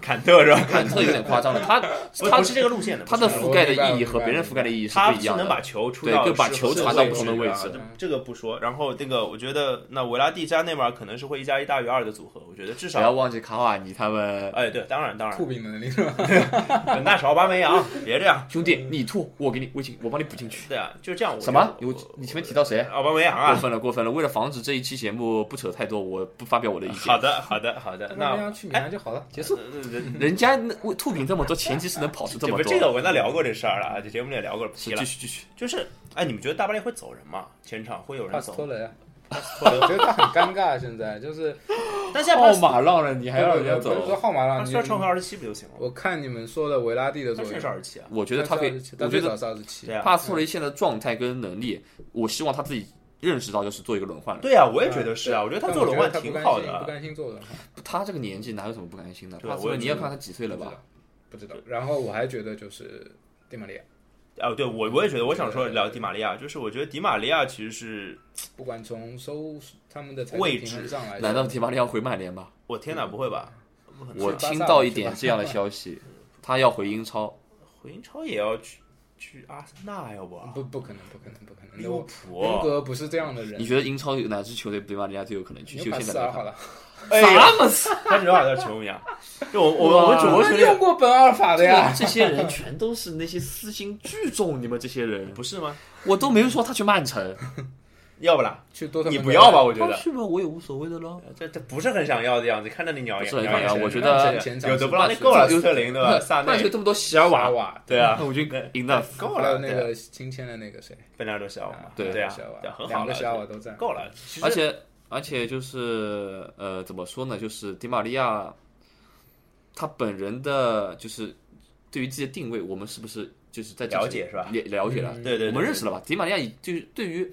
[SPEAKER 1] 坎特是吧？
[SPEAKER 2] 坎特有点夸张了， 他
[SPEAKER 1] 不
[SPEAKER 2] 他
[SPEAKER 1] 不是这个路线的，
[SPEAKER 2] 他
[SPEAKER 1] 不
[SPEAKER 2] 的
[SPEAKER 1] 是这个
[SPEAKER 2] 覆
[SPEAKER 1] 路
[SPEAKER 2] 盖的意义和别人覆盖的意义是
[SPEAKER 1] 他
[SPEAKER 2] 不一
[SPEAKER 1] 是
[SPEAKER 2] 样的
[SPEAKER 1] 能。把球出
[SPEAKER 2] 对
[SPEAKER 1] 到
[SPEAKER 2] 就把
[SPEAKER 1] 适合
[SPEAKER 2] 球
[SPEAKER 1] 的
[SPEAKER 2] 传到
[SPEAKER 1] 位
[SPEAKER 2] 不同
[SPEAKER 1] 置
[SPEAKER 2] 的位
[SPEAKER 1] 啊
[SPEAKER 2] 置
[SPEAKER 1] 这这个不说。然后那个，我觉得那维拉蒂加内马尔可能是会一加一大于二的组合，我觉得至
[SPEAKER 2] 不要
[SPEAKER 1] 少。
[SPEAKER 2] 忘记卡瓦尼他们，
[SPEAKER 1] 哎，对，当然当然
[SPEAKER 3] 吐，饼能力是吧？
[SPEAKER 1] 本大勺巴梅扬，别这样。
[SPEAKER 2] 兄弟，你吐，我给你，我已经我帮你补进去。
[SPEAKER 1] 对啊，就这样。我
[SPEAKER 2] 什么？
[SPEAKER 1] 我
[SPEAKER 2] 你你前面提到谁？
[SPEAKER 1] 奥巴梅扬
[SPEAKER 2] 过
[SPEAKER 1] 啊？
[SPEAKER 2] 分了，过分了！为了防止这一期节目不扯太多，我不发表我的意见
[SPEAKER 1] 好。的，好的，好的。
[SPEAKER 3] 那
[SPEAKER 1] 那呃
[SPEAKER 3] 样去米兰就好了，结束。
[SPEAKER 2] 人家那为吐饼这么多，前提是能跑出 这
[SPEAKER 1] 这
[SPEAKER 2] 么
[SPEAKER 1] 不
[SPEAKER 2] 多。
[SPEAKER 1] 这个我跟他聊过这事儿了啊，这节目里也聊过，不提
[SPEAKER 2] 行，
[SPEAKER 1] 了
[SPEAKER 2] 继。续继续。
[SPEAKER 1] 就是，哎，你们觉得大巴黎会走人吗？前场会有
[SPEAKER 3] 帕
[SPEAKER 1] 人
[SPEAKER 3] 斯
[SPEAKER 1] 走
[SPEAKER 3] 托
[SPEAKER 1] 吗？
[SPEAKER 3] 雷啊，我觉得他很尴尬，现在就是
[SPEAKER 1] 但现在
[SPEAKER 2] 号
[SPEAKER 1] 帕斯
[SPEAKER 2] 马浪了，你还让人家
[SPEAKER 3] 不是说
[SPEAKER 2] 走？
[SPEAKER 3] 号码
[SPEAKER 1] 帕
[SPEAKER 3] 了，
[SPEAKER 1] 斯
[SPEAKER 3] 你
[SPEAKER 1] 要创个二十七不就行了吗？
[SPEAKER 3] 我看你们说的维拉蒂的
[SPEAKER 1] 他
[SPEAKER 3] 作
[SPEAKER 1] 现在
[SPEAKER 3] 用
[SPEAKER 1] 是，二十七啊，
[SPEAKER 2] 我觉得他可以，
[SPEAKER 3] 但
[SPEAKER 2] 我
[SPEAKER 3] 最
[SPEAKER 2] 觉
[SPEAKER 3] 早
[SPEAKER 2] 得
[SPEAKER 3] 是二十七
[SPEAKER 1] 对。啊，
[SPEAKER 2] 帕斯托雷现在的状态跟能力，我希望他自己认识到，就是做一个轮换了。
[SPEAKER 1] 对啊，我也觉得是啊，我觉得他
[SPEAKER 3] 但
[SPEAKER 1] 做轮换
[SPEAKER 3] 他
[SPEAKER 1] 挺好的
[SPEAKER 3] 不甘心不
[SPEAKER 1] 啊。
[SPEAKER 3] 甘心做轮换，
[SPEAKER 2] 他这个年纪哪有什么不甘心的？
[SPEAKER 1] 对
[SPEAKER 2] 帕斯托
[SPEAKER 1] 我也
[SPEAKER 2] 雷，
[SPEAKER 1] 觉得
[SPEAKER 2] 你要看他几岁了吧？
[SPEAKER 3] 不知道。然后我还觉得就是蒂玛利亚，
[SPEAKER 1] 啊，对我我也觉得，我想说聊迪玛利亚，就是我觉得迪玛利亚其实是，
[SPEAKER 3] 不管从收他们的财
[SPEAKER 1] 位
[SPEAKER 3] 政
[SPEAKER 1] 置
[SPEAKER 3] 平衡上来，
[SPEAKER 2] 难道迪马利亚回曼联吧？
[SPEAKER 1] 我天哪，不会吧？不可能
[SPEAKER 2] 我
[SPEAKER 3] 去巴萨
[SPEAKER 2] 听
[SPEAKER 3] 吧
[SPEAKER 2] 到一
[SPEAKER 3] 去
[SPEAKER 2] 点
[SPEAKER 3] 巴萨
[SPEAKER 2] 这样的
[SPEAKER 3] 吧
[SPEAKER 2] 消息，他要回英 超。
[SPEAKER 1] 回英超也要去去阿森纳，要不
[SPEAKER 3] 不不可能，不可能，不可能。
[SPEAKER 1] 利物
[SPEAKER 3] 罗
[SPEAKER 1] 浦
[SPEAKER 3] 荣格不是这样的人。
[SPEAKER 2] 你觉得英超有哪支球队迪马利亚最有可能去？
[SPEAKER 3] 你
[SPEAKER 2] 就
[SPEAKER 3] 把
[SPEAKER 2] 现
[SPEAKER 3] 四
[SPEAKER 2] 在来
[SPEAKER 3] 尔
[SPEAKER 2] 看
[SPEAKER 3] 好，了，
[SPEAKER 1] 哎呀，
[SPEAKER 2] 啥么事？
[SPEAKER 1] 他只有好像球迷啊，就我我我们主播
[SPEAKER 3] 我
[SPEAKER 1] 群
[SPEAKER 3] 们
[SPEAKER 1] 里
[SPEAKER 3] 用过本阿尔法的呀。
[SPEAKER 2] 这些人全都是那些私心巨重，你们这些人，
[SPEAKER 1] 不是吗？
[SPEAKER 2] 我都没有说他去曼城，
[SPEAKER 1] 要不啦，
[SPEAKER 3] 去多特
[SPEAKER 1] 你
[SPEAKER 3] 蒙德
[SPEAKER 1] 不要吧？我觉
[SPEAKER 2] 他
[SPEAKER 1] 得
[SPEAKER 2] 去吧我也无所谓的咯。
[SPEAKER 1] 这这不是很想要的样子，看着你鸟眼，
[SPEAKER 2] 不是很想
[SPEAKER 1] 眼
[SPEAKER 2] 要
[SPEAKER 1] 神
[SPEAKER 2] 我觉得
[SPEAKER 1] 有
[SPEAKER 3] 前
[SPEAKER 1] 的
[SPEAKER 3] 场
[SPEAKER 1] 有德
[SPEAKER 3] 是
[SPEAKER 1] 布劳
[SPEAKER 3] 曼
[SPEAKER 1] 内
[SPEAKER 3] 城
[SPEAKER 1] 够了，
[SPEAKER 2] 有
[SPEAKER 1] 斯特林 对吧？萨
[SPEAKER 2] 曼
[SPEAKER 1] 内
[SPEAKER 2] 城这么多席尔瓦，
[SPEAKER 3] 瓦，
[SPEAKER 1] 对啊
[SPEAKER 2] 那，我就赢了。
[SPEAKER 1] 够
[SPEAKER 3] 还有
[SPEAKER 1] 了，
[SPEAKER 3] 那个亲签的那个谁，
[SPEAKER 1] 贝纳多小啊嘛，
[SPEAKER 2] 对
[SPEAKER 1] 对啊
[SPEAKER 3] 小瓦，
[SPEAKER 1] 对啊，很好
[SPEAKER 3] 两
[SPEAKER 1] 了
[SPEAKER 3] 个，小瓦都在。
[SPEAKER 1] 够了。其
[SPEAKER 2] 而
[SPEAKER 1] 实
[SPEAKER 2] 且而且就是呃，怎么说呢？就是迪玛利亚，他本人的就是对于自己的定位，我们是不是就是在这
[SPEAKER 1] 了
[SPEAKER 2] 些
[SPEAKER 1] 解是吧？嗯
[SPEAKER 2] 也了解了，
[SPEAKER 1] 对对对
[SPEAKER 2] 我们认识了吧？迪玛利亚已就是对于。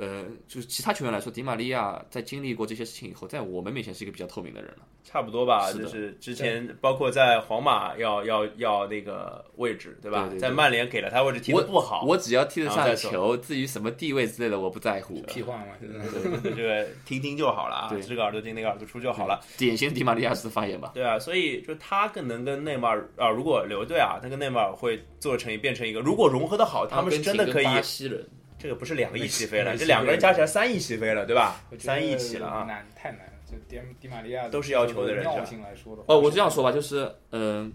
[SPEAKER 2] 呃，就是其他球员来说，迪玛利亚在经历过这些事情以后，在我们面前是一个比较透明的人了。
[SPEAKER 1] 差不多吧，
[SPEAKER 2] 是的
[SPEAKER 1] 就是之前包括在皇马要要要那个位置，对吧？
[SPEAKER 2] 对对对
[SPEAKER 1] 在曼联给了他位置，踢得不好，
[SPEAKER 2] 我只要踢得
[SPEAKER 1] 哦然后
[SPEAKER 2] 上
[SPEAKER 1] 再说
[SPEAKER 2] 球，至于什么地位之类的，我不在乎。
[SPEAKER 3] 屁话嘛，
[SPEAKER 1] 嗯
[SPEAKER 3] 真的。
[SPEAKER 1] 对这个 听听就好了啊
[SPEAKER 2] 对，
[SPEAKER 1] 这个耳朵进那个耳朵出就好了。
[SPEAKER 2] 典型迪玛利亚式的发言吧。
[SPEAKER 1] 对啊，所以就他更能跟内马尔啊，如果留队啊，他跟内马尔会做成变成一个，如果融合的好，他们是真的可以
[SPEAKER 2] 阿根廷跟，巴西人，
[SPEAKER 1] 啊这个不是两个亿起 飞了，
[SPEAKER 3] 没
[SPEAKER 1] 这
[SPEAKER 3] 事
[SPEAKER 1] 两个人加起来三亿起飞了，对吧
[SPEAKER 3] 我？觉得
[SPEAKER 1] 三亿起了啊，
[SPEAKER 3] 难太难了。就迪迪马利亚
[SPEAKER 1] 都是要求的人
[SPEAKER 3] 尿性来说的话。
[SPEAKER 2] 哦，我这样说吧，就是嗯、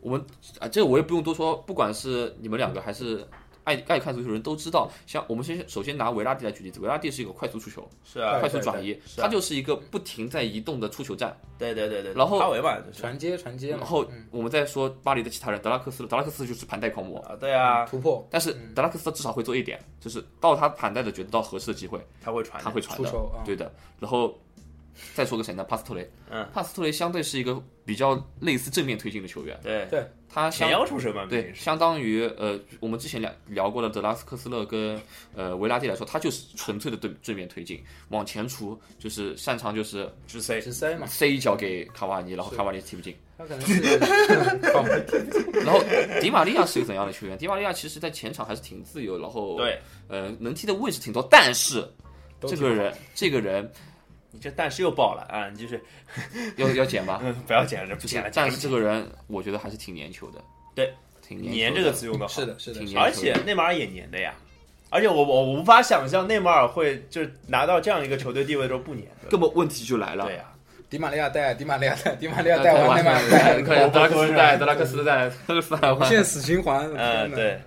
[SPEAKER 2] 我们啊，这个我也不用多说，不管是你们两个还是爱爱看足球人都知道，像我们先首先拿维拉蒂来举例子，维拉蒂是一个快速出球、
[SPEAKER 1] 是啊，
[SPEAKER 2] 快速转移，
[SPEAKER 1] 是啊
[SPEAKER 2] 他就是一个不停在移动的出球站。
[SPEAKER 1] 对对对对，
[SPEAKER 2] 然后
[SPEAKER 1] 哈维嘛，就是
[SPEAKER 3] 传接传接嘛，嗯
[SPEAKER 2] 然后我们再说巴黎的其他人，德拉克斯，德拉克斯就是盘带狂魔，
[SPEAKER 1] 啊，对啊，
[SPEAKER 3] 突破
[SPEAKER 2] 但是德拉克斯至少会做一点，就是到他盘带的觉得到合适的机会，
[SPEAKER 1] 他会传
[SPEAKER 2] 他会传
[SPEAKER 3] 出
[SPEAKER 2] 的。
[SPEAKER 3] 球啊，
[SPEAKER 2] 对的。然后再说个谁呢？帕斯托雷。
[SPEAKER 1] 嗯，
[SPEAKER 2] 帕斯托雷相对是一个比较类似正面推进的球员，
[SPEAKER 1] 对
[SPEAKER 3] 对
[SPEAKER 2] 他
[SPEAKER 1] 前
[SPEAKER 2] 相
[SPEAKER 1] 腰出身嘛，毕
[SPEAKER 2] 对
[SPEAKER 1] 竟是
[SPEAKER 2] 相当于呃，我们之前聊聊过的德拉斯科斯勒跟呃维拉蒂来说，他就是纯粹的对正面推进，往前出，就是擅长就是
[SPEAKER 1] 直塞，
[SPEAKER 3] 直塞嘛，
[SPEAKER 2] 塞一脚给卡瓦尼，然后卡瓦尼踢不进。
[SPEAKER 3] 他 可能是放不进
[SPEAKER 2] 然后迪玛利亚是个怎样的球员？迪玛利亚其实在前场还是挺自由，然后
[SPEAKER 1] 对
[SPEAKER 2] 呃能踢的位置挺多，但是
[SPEAKER 3] 都
[SPEAKER 2] 这
[SPEAKER 3] 挺
[SPEAKER 2] 个人这个人
[SPEAKER 1] 你这但是又爆了啊，你就是
[SPEAKER 2] 要要减吧，
[SPEAKER 1] 嗯，不要剪了，不
[SPEAKER 2] 就是
[SPEAKER 1] 剪了，
[SPEAKER 2] 但
[SPEAKER 1] 剪了
[SPEAKER 2] 是这个人我觉得还是挺粘球的，
[SPEAKER 1] 对，
[SPEAKER 2] 挺
[SPEAKER 1] 粘
[SPEAKER 2] 球
[SPEAKER 1] 这
[SPEAKER 2] 的
[SPEAKER 1] 个词用的好，
[SPEAKER 3] 是的，是的
[SPEAKER 2] 挺
[SPEAKER 3] 是
[SPEAKER 2] 严
[SPEAKER 3] 的，
[SPEAKER 1] 而且内马尔也粘的呀。而且我我无法想象内马尔会就是拿到这样一个球队地位的时候不粘的，
[SPEAKER 2] 根本问题就来了。
[SPEAKER 1] 对呀、
[SPEAKER 3] 迪马利亚带，迪马利亚带，迪马利
[SPEAKER 1] 啊
[SPEAKER 3] 亚带
[SPEAKER 2] 带
[SPEAKER 3] 完内马尔 带，
[SPEAKER 2] 可以，德拉克斯带，德拉克斯带，德拉克斯带
[SPEAKER 3] 无限死循环。我
[SPEAKER 1] 嗯，
[SPEAKER 3] 天哪，
[SPEAKER 1] 对，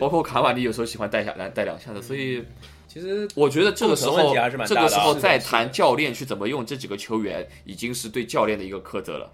[SPEAKER 2] 包括卡瓦尼有时候喜欢带下来带两下的，所以
[SPEAKER 3] 其实
[SPEAKER 2] 我觉得这个时
[SPEAKER 1] 构成问
[SPEAKER 2] 候
[SPEAKER 1] 题还是蛮
[SPEAKER 2] 这
[SPEAKER 1] 大的啊
[SPEAKER 2] 个时候再谈教练去怎么用这几个球员，已经是对教练的一个苛责了。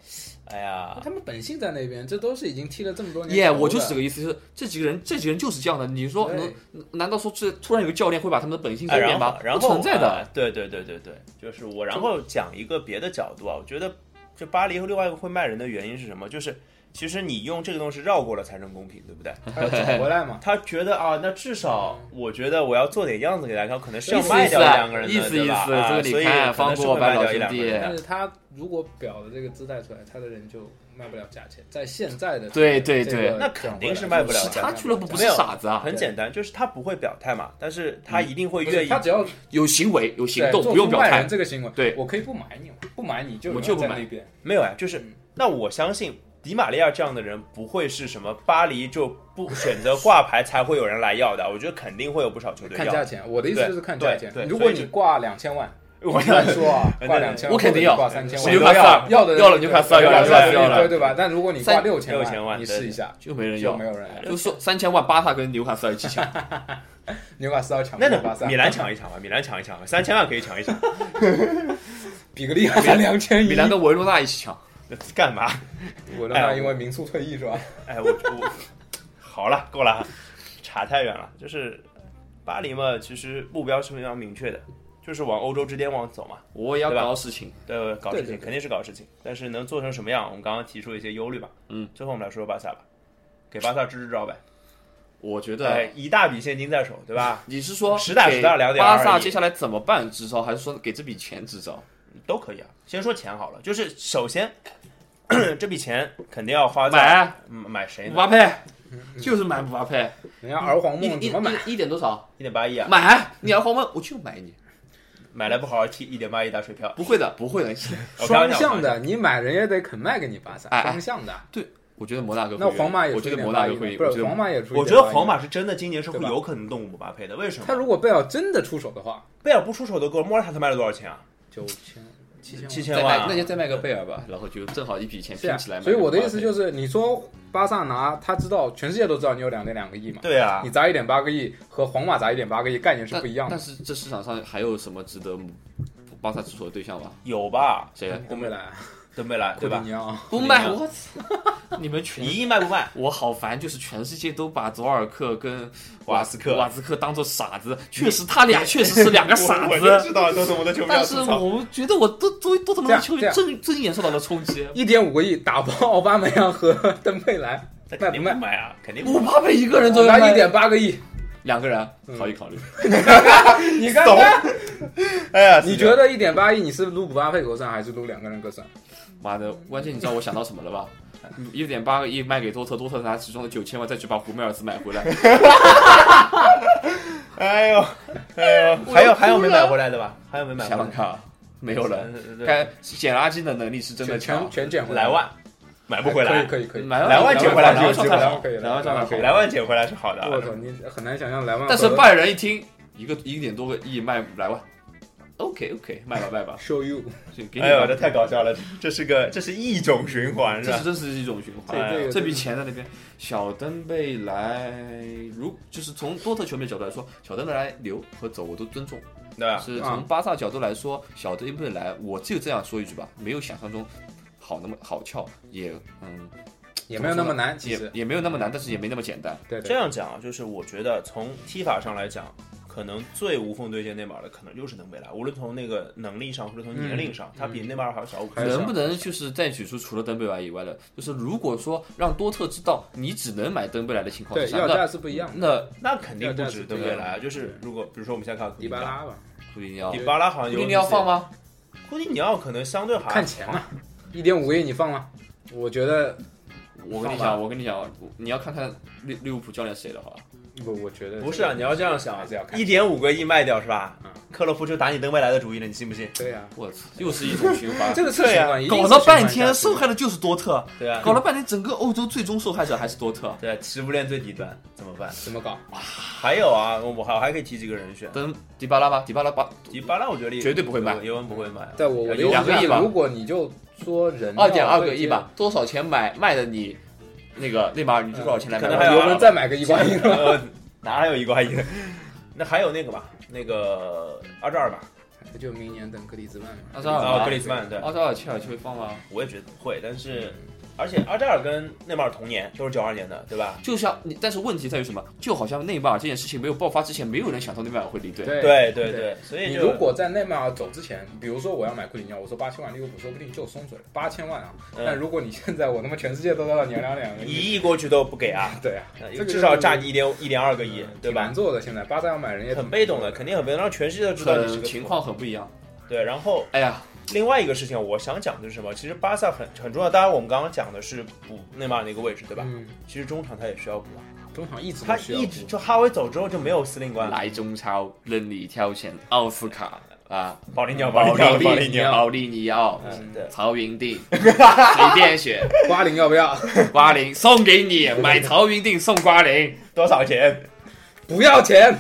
[SPEAKER 1] 哎呀，
[SPEAKER 3] 他们本性在那边，这都是已经踢了这么多年
[SPEAKER 2] 耶，
[SPEAKER 3] 球了。
[SPEAKER 2] 我就是这个意思，就是这几个人，这几个人就是这样的。你说
[SPEAKER 3] 对
[SPEAKER 2] 能难道说这突然有个教练会把他们的本性
[SPEAKER 1] 哎
[SPEAKER 2] 改
[SPEAKER 1] 然
[SPEAKER 2] 变
[SPEAKER 1] 后
[SPEAKER 2] 吗？
[SPEAKER 1] 然
[SPEAKER 2] 不
[SPEAKER 1] 后
[SPEAKER 2] 存在的
[SPEAKER 1] 啊。对对对对对，就是我。然后讲一个别的角度啊，我觉得这巴黎和另外一个会卖人的原因是什么？就是其实你用这个东西绕过了才能公平，对不对？。
[SPEAKER 3] 他要找回来嘛
[SPEAKER 1] 他觉得啊，那至少我觉得我要做点样子给大家看，可能是要
[SPEAKER 2] 嗯意思
[SPEAKER 1] 卖掉
[SPEAKER 2] 意思
[SPEAKER 1] 两个人的，
[SPEAKER 2] 意思
[SPEAKER 1] 对吧
[SPEAKER 2] 意思
[SPEAKER 1] 啊
[SPEAKER 2] 这个你
[SPEAKER 1] 所以
[SPEAKER 2] 看
[SPEAKER 1] 可能
[SPEAKER 2] 放
[SPEAKER 1] 是
[SPEAKER 2] 过
[SPEAKER 1] 会
[SPEAKER 2] 白
[SPEAKER 1] 卖
[SPEAKER 2] 老
[SPEAKER 1] 掉一
[SPEAKER 2] 兄
[SPEAKER 1] 两个
[SPEAKER 2] 弟
[SPEAKER 1] 人的
[SPEAKER 3] 但是他如果表的这个姿态出来，他的人就卖不了价钱，在现在的
[SPEAKER 2] 对对
[SPEAKER 3] 这个
[SPEAKER 2] 对
[SPEAKER 3] 转
[SPEAKER 1] 那肯定是卖不了价
[SPEAKER 3] 转会
[SPEAKER 1] 钱
[SPEAKER 2] 他
[SPEAKER 3] 来
[SPEAKER 2] 俱乐部不
[SPEAKER 1] 啊没
[SPEAKER 2] 是
[SPEAKER 1] 有哎
[SPEAKER 2] 傻子啊，
[SPEAKER 1] 很简单，就是他不会表态嘛，但是他一定会
[SPEAKER 3] 不
[SPEAKER 1] 愿
[SPEAKER 3] 是
[SPEAKER 1] 意
[SPEAKER 3] 他
[SPEAKER 2] 嗯
[SPEAKER 3] 只要
[SPEAKER 2] 有行为有行
[SPEAKER 3] 对
[SPEAKER 2] 动，
[SPEAKER 3] 做
[SPEAKER 2] 不用
[SPEAKER 3] 出
[SPEAKER 2] 表
[SPEAKER 1] 啊
[SPEAKER 3] 卖
[SPEAKER 2] 态
[SPEAKER 3] 人。这个行为，
[SPEAKER 2] 对
[SPEAKER 3] 我可以不买你嘛，不买你就
[SPEAKER 2] 我
[SPEAKER 3] 永
[SPEAKER 2] 就不
[SPEAKER 3] 远在
[SPEAKER 2] 买
[SPEAKER 3] 那边。
[SPEAKER 1] 没有呀，就是
[SPEAKER 3] 嗯
[SPEAKER 1] 那我相信迪玛利亚这样的人不会是什么巴黎就不选择挂牌才会有人来要的，我觉得肯定会有不少球队
[SPEAKER 3] 看
[SPEAKER 1] 要
[SPEAKER 3] 价。钱，我的意思就是看价钱
[SPEAKER 1] 对对。
[SPEAKER 3] 如果
[SPEAKER 1] 所
[SPEAKER 3] 你
[SPEAKER 1] 以就
[SPEAKER 3] 挂两千 万，
[SPEAKER 1] 我
[SPEAKER 3] 乱说啊，挂两千万，
[SPEAKER 2] 我肯定
[SPEAKER 3] 或者
[SPEAKER 2] 要
[SPEAKER 3] 你挂三千
[SPEAKER 1] 我
[SPEAKER 3] 万，
[SPEAKER 1] 纽
[SPEAKER 2] 卡斯尔
[SPEAKER 3] 要的
[SPEAKER 2] 要了纽卡斯尔
[SPEAKER 1] 要了纽卡斯尔要了
[SPEAKER 3] 对对吧？但如果你挂
[SPEAKER 2] 三
[SPEAKER 3] 六千
[SPEAKER 1] 6000万
[SPEAKER 3] 你
[SPEAKER 1] 对
[SPEAKER 3] 试一下，
[SPEAKER 2] 就没人
[SPEAKER 3] 就
[SPEAKER 2] 要
[SPEAKER 3] 没，有人来。
[SPEAKER 2] 就说三千万巴萨跟纽卡斯尔一起抢，
[SPEAKER 3] 纽卡斯尔抢
[SPEAKER 1] 那
[SPEAKER 3] 不过巴
[SPEAKER 1] 等
[SPEAKER 3] 萨，
[SPEAKER 1] 米兰抢一抢吧，米兰抢一抢吧，三千万可以抢一抢，
[SPEAKER 3] 比格利亚才两千一，
[SPEAKER 2] 米兰跟维罗纳一起抢，
[SPEAKER 1] 干嘛？
[SPEAKER 3] 我让他因为民宿退役是吧？
[SPEAKER 1] 哎，我我好了，够了，差太远了。就是巴黎嘛，其实目标是非常明确的，就是往欧洲之巅往走嘛。
[SPEAKER 2] 我也要
[SPEAKER 1] 对吧
[SPEAKER 2] 搞事 情。
[SPEAKER 1] 对，搞事情
[SPEAKER 3] 对对对
[SPEAKER 1] 肯定是搞事情，但是能做成什么样，我们刚刚提出了一些忧虑吧。
[SPEAKER 2] 嗯，
[SPEAKER 1] 最后我们来说说巴萨吧，给巴萨支支招呗。
[SPEAKER 2] 我觉
[SPEAKER 3] 啊
[SPEAKER 1] 哎
[SPEAKER 2] 得，
[SPEAKER 1] 一大笔现金在手，对吧？
[SPEAKER 2] 你是说
[SPEAKER 1] 实打实的
[SPEAKER 2] 给
[SPEAKER 1] 2.2
[SPEAKER 2] 巴萨
[SPEAKER 1] 而已
[SPEAKER 2] 接下来怎么办支招，还是说给这笔钱支招？
[SPEAKER 1] 都可以啊。先说钱好了，就是首先 这笔钱肯定要花在
[SPEAKER 2] 买
[SPEAKER 3] 啊
[SPEAKER 1] 嗯买谁
[SPEAKER 2] 姆
[SPEAKER 1] 呢？
[SPEAKER 2] 巴佩，就是买姆巴佩，
[SPEAKER 3] 人家儿皇
[SPEAKER 2] 一
[SPEAKER 3] 梦
[SPEAKER 2] 一
[SPEAKER 3] 怎么买？
[SPEAKER 2] 一一点多少？
[SPEAKER 1] 一点八亿啊，
[SPEAKER 2] 买你儿皇梦，我就买你。
[SPEAKER 1] 买来不好好踢，一点八亿打水漂。
[SPEAKER 2] 不会的，不会的。
[SPEAKER 1] 我开玩
[SPEAKER 3] 双
[SPEAKER 1] 笑
[SPEAKER 3] 向，的，你买人也得肯卖给你巴萨，
[SPEAKER 2] 哎哎
[SPEAKER 3] 双向的。
[SPEAKER 2] 对，我觉得摩纳哥会
[SPEAKER 3] 那
[SPEAKER 2] 赢。
[SPEAKER 3] 皇马也
[SPEAKER 2] 我
[SPEAKER 3] 出
[SPEAKER 2] 觉
[SPEAKER 3] 一
[SPEAKER 2] 得
[SPEAKER 3] 点
[SPEAKER 2] 摩
[SPEAKER 3] 八
[SPEAKER 2] 纳
[SPEAKER 3] 亿
[SPEAKER 2] 哥
[SPEAKER 3] 嘛，
[SPEAKER 2] 会赢。
[SPEAKER 3] 不
[SPEAKER 2] 我觉得
[SPEAKER 3] 是皇马也出一点八亿嘛。
[SPEAKER 1] 我觉得皇马是真的今年是会
[SPEAKER 3] 对吧
[SPEAKER 1] 有可能动姆巴佩的，为什么？
[SPEAKER 3] 他如果贝尔真的出手的话，
[SPEAKER 1] 贝尔不出手的够，莫拉塔他卖了多少钱啊？
[SPEAKER 3] 九千七千
[SPEAKER 1] 七
[SPEAKER 2] 再
[SPEAKER 1] 千万
[SPEAKER 2] 卖
[SPEAKER 1] 啊。
[SPEAKER 2] 那就再卖个贝尔吧，然后就正好一笔钱
[SPEAKER 3] 是啊，
[SPEAKER 2] 拼起来买个
[SPEAKER 3] 所以
[SPEAKER 2] 摩纳佩。
[SPEAKER 3] 我的意思就是，你说巴萨拿，他知道全世界都知道你有两点两个亿嘛，
[SPEAKER 1] 对啊
[SPEAKER 3] 你，砸一点八个亿和皇马砸一点八个亿概念是
[SPEAKER 2] 但
[SPEAKER 3] 不一样的
[SPEAKER 2] 但。是这市场上还有什么值得巴萨出手的对象吗？
[SPEAKER 1] 有吧？
[SPEAKER 2] 谁？
[SPEAKER 3] 我没来，
[SPEAKER 1] 登贝莱对
[SPEAKER 3] 库蒂
[SPEAKER 1] 吧？
[SPEAKER 3] 尼奥，
[SPEAKER 2] 不
[SPEAKER 1] 卖
[SPEAKER 2] 卖我， 你们全
[SPEAKER 1] 一亿卖不卖？
[SPEAKER 2] 我好烦，就是全世界都把佐尔克跟
[SPEAKER 1] 瓦斯克
[SPEAKER 2] 瓦斯克当做傻子，确实他俩确实是两 个傻
[SPEAKER 1] 我我就
[SPEAKER 2] 子。
[SPEAKER 1] 知道多特蒙德球迷要
[SPEAKER 2] 但是
[SPEAKER 1] 吐槽。
[SPEAKER 2] 我觉得我都都都他
[SPEAKER 3] 这
[SPEAKER 2] 妈
[SPEAKER 3] 样
[SPEAKER 2] 球
[SPEAKER 3] 这
[SPEAKER 2] 员
[SPEAKER 3] 样
[SPEAKER 2] 正正眼受到了冲击。
[SPEAKER 3] 一点五个亿打爆奥巴梅扬和登佩莱，
[SPEAKER 1] 那肯
[SPEAKER 3] 卖不
[SPEAKER 1] 定
[SPEAKER 3] 卖？
[SPEAKER 1] 卖啊，肯定不
[SPEAKER 2] 姆
[SPEAKER 1] 卖。
[SPEAKER 2] 巴佩一个人都
[SPEAKER 3] 我
[SPEAKER 2] 要
[SPEAKER 3] 拿
[SPEAKER 2] 卖
[SPEAKER 3] 一 点八个亿，
[SPEAKER 2] 两个人考虑考虑。
[SPEAKER 3] 你看看，
[SPEAKER 1] 哎呀，
[SPEAKER 3] 你
[SPEAKER 1] 死
[SPEAKER 3] 觉
[SPEAKER 1] 掉
[SPEAKER 3] 得一点八亿你是撸姆巴佩割算还是撸两个人割算？
[SPEAKER 2] 妈的，关键你知道我想到什么了吧？嗯一点八个亿卖给多特，多特拿其中的九千万再去把胡梅尔斯买回来。
[SPEAKER 1] 哎呦，哎呦，还有还有没买回来的吧？还有没买回
[SPEAKER 2] 想
[SPEAKER 1] 来
[SPEAKER 2] 想
[SPEAKER 1] 的？
[SPEAKER 2] 看啊，没有了。
[SPEAKER 1] 嗯对
[SPEAKER 2] 该捡垃圾的能力是真的
[SPEAKER 3] 全
[SPEAKER 2] 强
[SPEAKER 3] 全，全捡回哎
[SPEAKER 1] 莱万买不回来，
[SPEAKER 3] 可以可以可以。
[SPEAKER 2] 买
[SPEAKER 1] 莱万
[SPEAKER 2] 捡
[SPEAKER 1] 捡回来
[SPEAKER 2] 莱万
[SPEAKER 1] 就
[SPEAKER 2] 状态好
[SPEAKER 3] 可以，了
[SPEAKER 2] 莱万状态
[SPEAKER 3] 可以
[SPEAKER 2] 好
[SPEAKER 3] 了。
[SPEAKER 1] 莱万捡回来是好的
[SPEAKER 3] 我
[SPEAKER 1] 啊。
[SPEAKER 3] 操，你很难想象莱万和。
[SPEAKER 2] 但是拜仁一听一个一点多个亿卖莱万，OK OK，卖吧卖吧，
[SPEAKER 3] show you，
[SPEAKER 2] 就给你
[SPEAKER 1] 哎呦，
[SPEAKER 2] 吧。
[SPEAKER 1] 这太搞笑了，这是个这是一种循环是
[SPEAKER 2] 这
[SPEAKER 1] 吧
[SPEAKER 2] 是？真是一种循
[SPEAKER 3] 这
[SPEAKER 2] 环。
[SPEAKER 1] 哎
[SPEAKER 3] 这个
[SPEAKER 2] 这笔钱在那边，小登贝莱如就是从多特球迷角度来说，小登贝莱留和走我都尊重。
[SPEAKER 1] 对吧？
[SPEAKER 2] 是
[SPEAKER 3] 啊
[SPEAKER 2] 从巴萨角度来说，小登贝莱我就这样说一句吧，没有想象中好那么好撬，也嗯
[SPEAKER 3] 也没有那么难，其
[SPEAKER 2] 也
[SPEAKER 3] 实
[SPEAKER 2] 也没有那么难，但是也没那么简单。
[SPEAKER 3] 对
[SPEAKER 1] 这
[SPEAKER 3] 对，
[SPEAKER 1] 样讲啊，就是我觉得从踢法上来讲，可能最无缝对接内马尔的，可能就是登贝莱。无论从那个能力上，或者从年龄上，他比内马尔还要小五
[SPEAKER 3] 还
[SPEAKER 1] 岁
[SPEAKER 3] 是。
[SPEAKER 2] 能不能就是再举出除了登贝莱以外的，就是如果说让多特知道你只能买登贝莱的情况
[SPEAKER 3] 对
[SPEAKER 2] 之下，
[SPEAKER 3] 要
[SPEAKER 2] 那
[SPEAKER 3] 价是不一样的。
[SPEAKER 2] 那
[SPEAKER 1] 那肯定不
[SPEAKER 3] 这样
[SPEAKER 1] 止
[SPEAKER 3] 子
[SPEAKER 1] 登
[SPEAKER 2] 对
[SPEAKER 1] 贝莱啊，就是如果比如说我们现在看库蒂
[SPEAKER 3] 迪巴
[SPEAKER 1] 尼奥，
[SPEAKER 3] 拉吧，
[SPEAKER 2] 库蒂尼奥，
[SPEAKER 1] 迪
[SPEAKER 2] 库
[SPEAKER 1] 巴拉好像有
[SPEAKER 2] 蒂尼奥放吗？
[SPEAKER 1] 库蒂尼奥可能相对
[SPEAKER 2] 啊
[SPEAKER 1] 好，
[SPEAKER 3] 看钱啊嘛，一点五个亿你放吗？我觉得
[SPEAKER 2] 我跟你
[SPEAKER 3] 放
[SPEAKER 2] 讲，我跟你讲，你要看看利利物浦教练谁的好吧？
[SPEAKER 3] 不，我觉得
[SPEAKER 1] 不是啊，你要这样想
[SPEAKER 3] 还是要，看
[SPEAKER 1] 一点五个亿卖掉是吧
[SPEAKER 3] 嗯？
[SPEAKER 1] 克洛夫就打你登贝莱的主意了，你信不信？
[SPEAKER 3] 对呀，
[SPEAKER 2] 我操，又是一种循环。
[SPEAKER 3] 这个次循环一定
[SPEAKER 2] 啊搞
[SPEAKER 3] 是
[SPEAKER 2] 了
[SPEAKER 3] 循环
[SPEAKER 2] 半
[SPEAKER 3] 下
[SPEAKER 2] 天，
[SPEAKER 3] 去
[SPEAKER 2] 受害的就是多特，
[SPEAKER 1] 对啊，
[SPEAKER 2] 搞了半天，整个欧洲最终受害者还是多特。
[SPEAKER 1] 对啊，食物链最底端怎么办？
[SPEAKER 3] 怎么搞？
[SPEAKER 1] 还有啊，我我还我还可以提几个人选，
[SPEAKER 2] 等迪巴拉吧，迪巴拉吧，
[SPEAKER 1] 迪巴拉我觉得
[SPEAKER 2] 绝对不会卖
[SPEAKER 1] 尤文不会卖。啊
[SPEAKER 3] 在我我的
[SPEAKER 2] 有
[SPEAKER 3] 意
[SPEAKER 2] 两
[SPEAKER 3] 思
[SPEAKER 2] 个亿
[SPEAKER 3] 是，
[SPEAKER 2] 吧
[SPEAKER 3] 如果你就说人
[SPEAKER 2] 二点二个亿，吧，多少钱买卖的你那个内马尔，你就多少钱来
[SPEAKER 1] 可
[SPEAKER 2] 买
[SPEAKER 1] 能
[SPEAKER 2] 吧？
[SPEAKER 1] 还有
[SPEAKER 3] 尤文再买个一冠英 了，
[SPEAKER 1] 呃，哪有一个还赢？那还有那个吧，那个阿扎尔吧，
[SPEAKER 3] 就明年等格里兹曼嘛。
[SPEAKER 2] 阿扎尔
[SPEAKER 1] 啊，
[SPEAKER 2] 吗
[SPEAKER 1] 格里兹曼，对，
[SPEAKER 2] 奥扎尔、切尔西会放吗？
[SPEAKER 1] 我也觉得不会，但是而且阿扎尔跟内马尔同年，都是九二年的，对吧？
[SPEAKER 2] 就像你，但是问题在于什么？就好像内马尔这件事情没有爆发之前，没有人想到内马尔会离队。
[SPEAKER 1] 对对
[SPEAKER 3] 对。
[SPEAKER 1] 对，所以
[SPEAKER 3] 你
[SPEAKER 1] 就
[SPEAKER 3] 如果在内马尔走之前，比如说我要买库里尼奥，我说八千万，利物浦说不定就松嘴了，八千万啊！
[SPEAKER 1] 嗯
[SPEAKER 3] 但如果你现在我他妈全世界都知道你要两两个亿，
[SPEAKER 1] 一亿过去都不给啊，
[SPEAKER 3] 对啊，这个
[SPEAKER 1] 至少
[SPEAKER 3] 就是
[SPEAKER 1] 炸你一点一点二个亿，对
[SPEAKER 3] 挺
[SPEAKER 1] 吧
[SPEAKER 3] 难？做的。现在巴萨要买人也
[SPEAKER 1] 很被动的，肯定很被动，让全世界都知道你是
[SPEAKER 2] 很
[SPEAKER 1] 个
[SPEAKER 2] 情况很不一样。
[SPEAKER 1] 对。然后
[SPEAKER 2] 哎呀，
[SPEAKER 1] 另外一个事情，我想讲的是什么？其实巴萨很很重要，当然我们刚刚讲的是补内马尔那个位置，对吧？
[SPEAKER 3] 嗯，
[SPEAKER 1] 其实中场他也需要补啊，
[SPEAKER 3] 中场一直
[SPEAKER 1] 他
[SPEAKER 3] 都需要
[SPEAKER 1] 一直就哈维走之后就没有司令官了。
[SPEAKER 2] 来中超任你挑选，奥斯卡啊，
[SPEAKER 1] 保利尼奥，
[SPEAKER 2] 保
[SPEAKER 1] 利尼奥，保
[SPEAKER 2] 利
[SPEAKER 1] 尼
[SPEAKER 2] 尼
[SPEAKER 1] 奥，
[SPEAKER 2] 奥、保利尼奥、
[SPEAKER 1] 嗯对，
[SPEAKER 2] 曹 云定，随便选，
[SPEAKER 3] 瓜林要不要？
[SPEAKER 2] 瓜林送给你，买曹云定送瓜林
[SPEAKER 1] 多少钱？
[SPEAKER 3] 不要钱，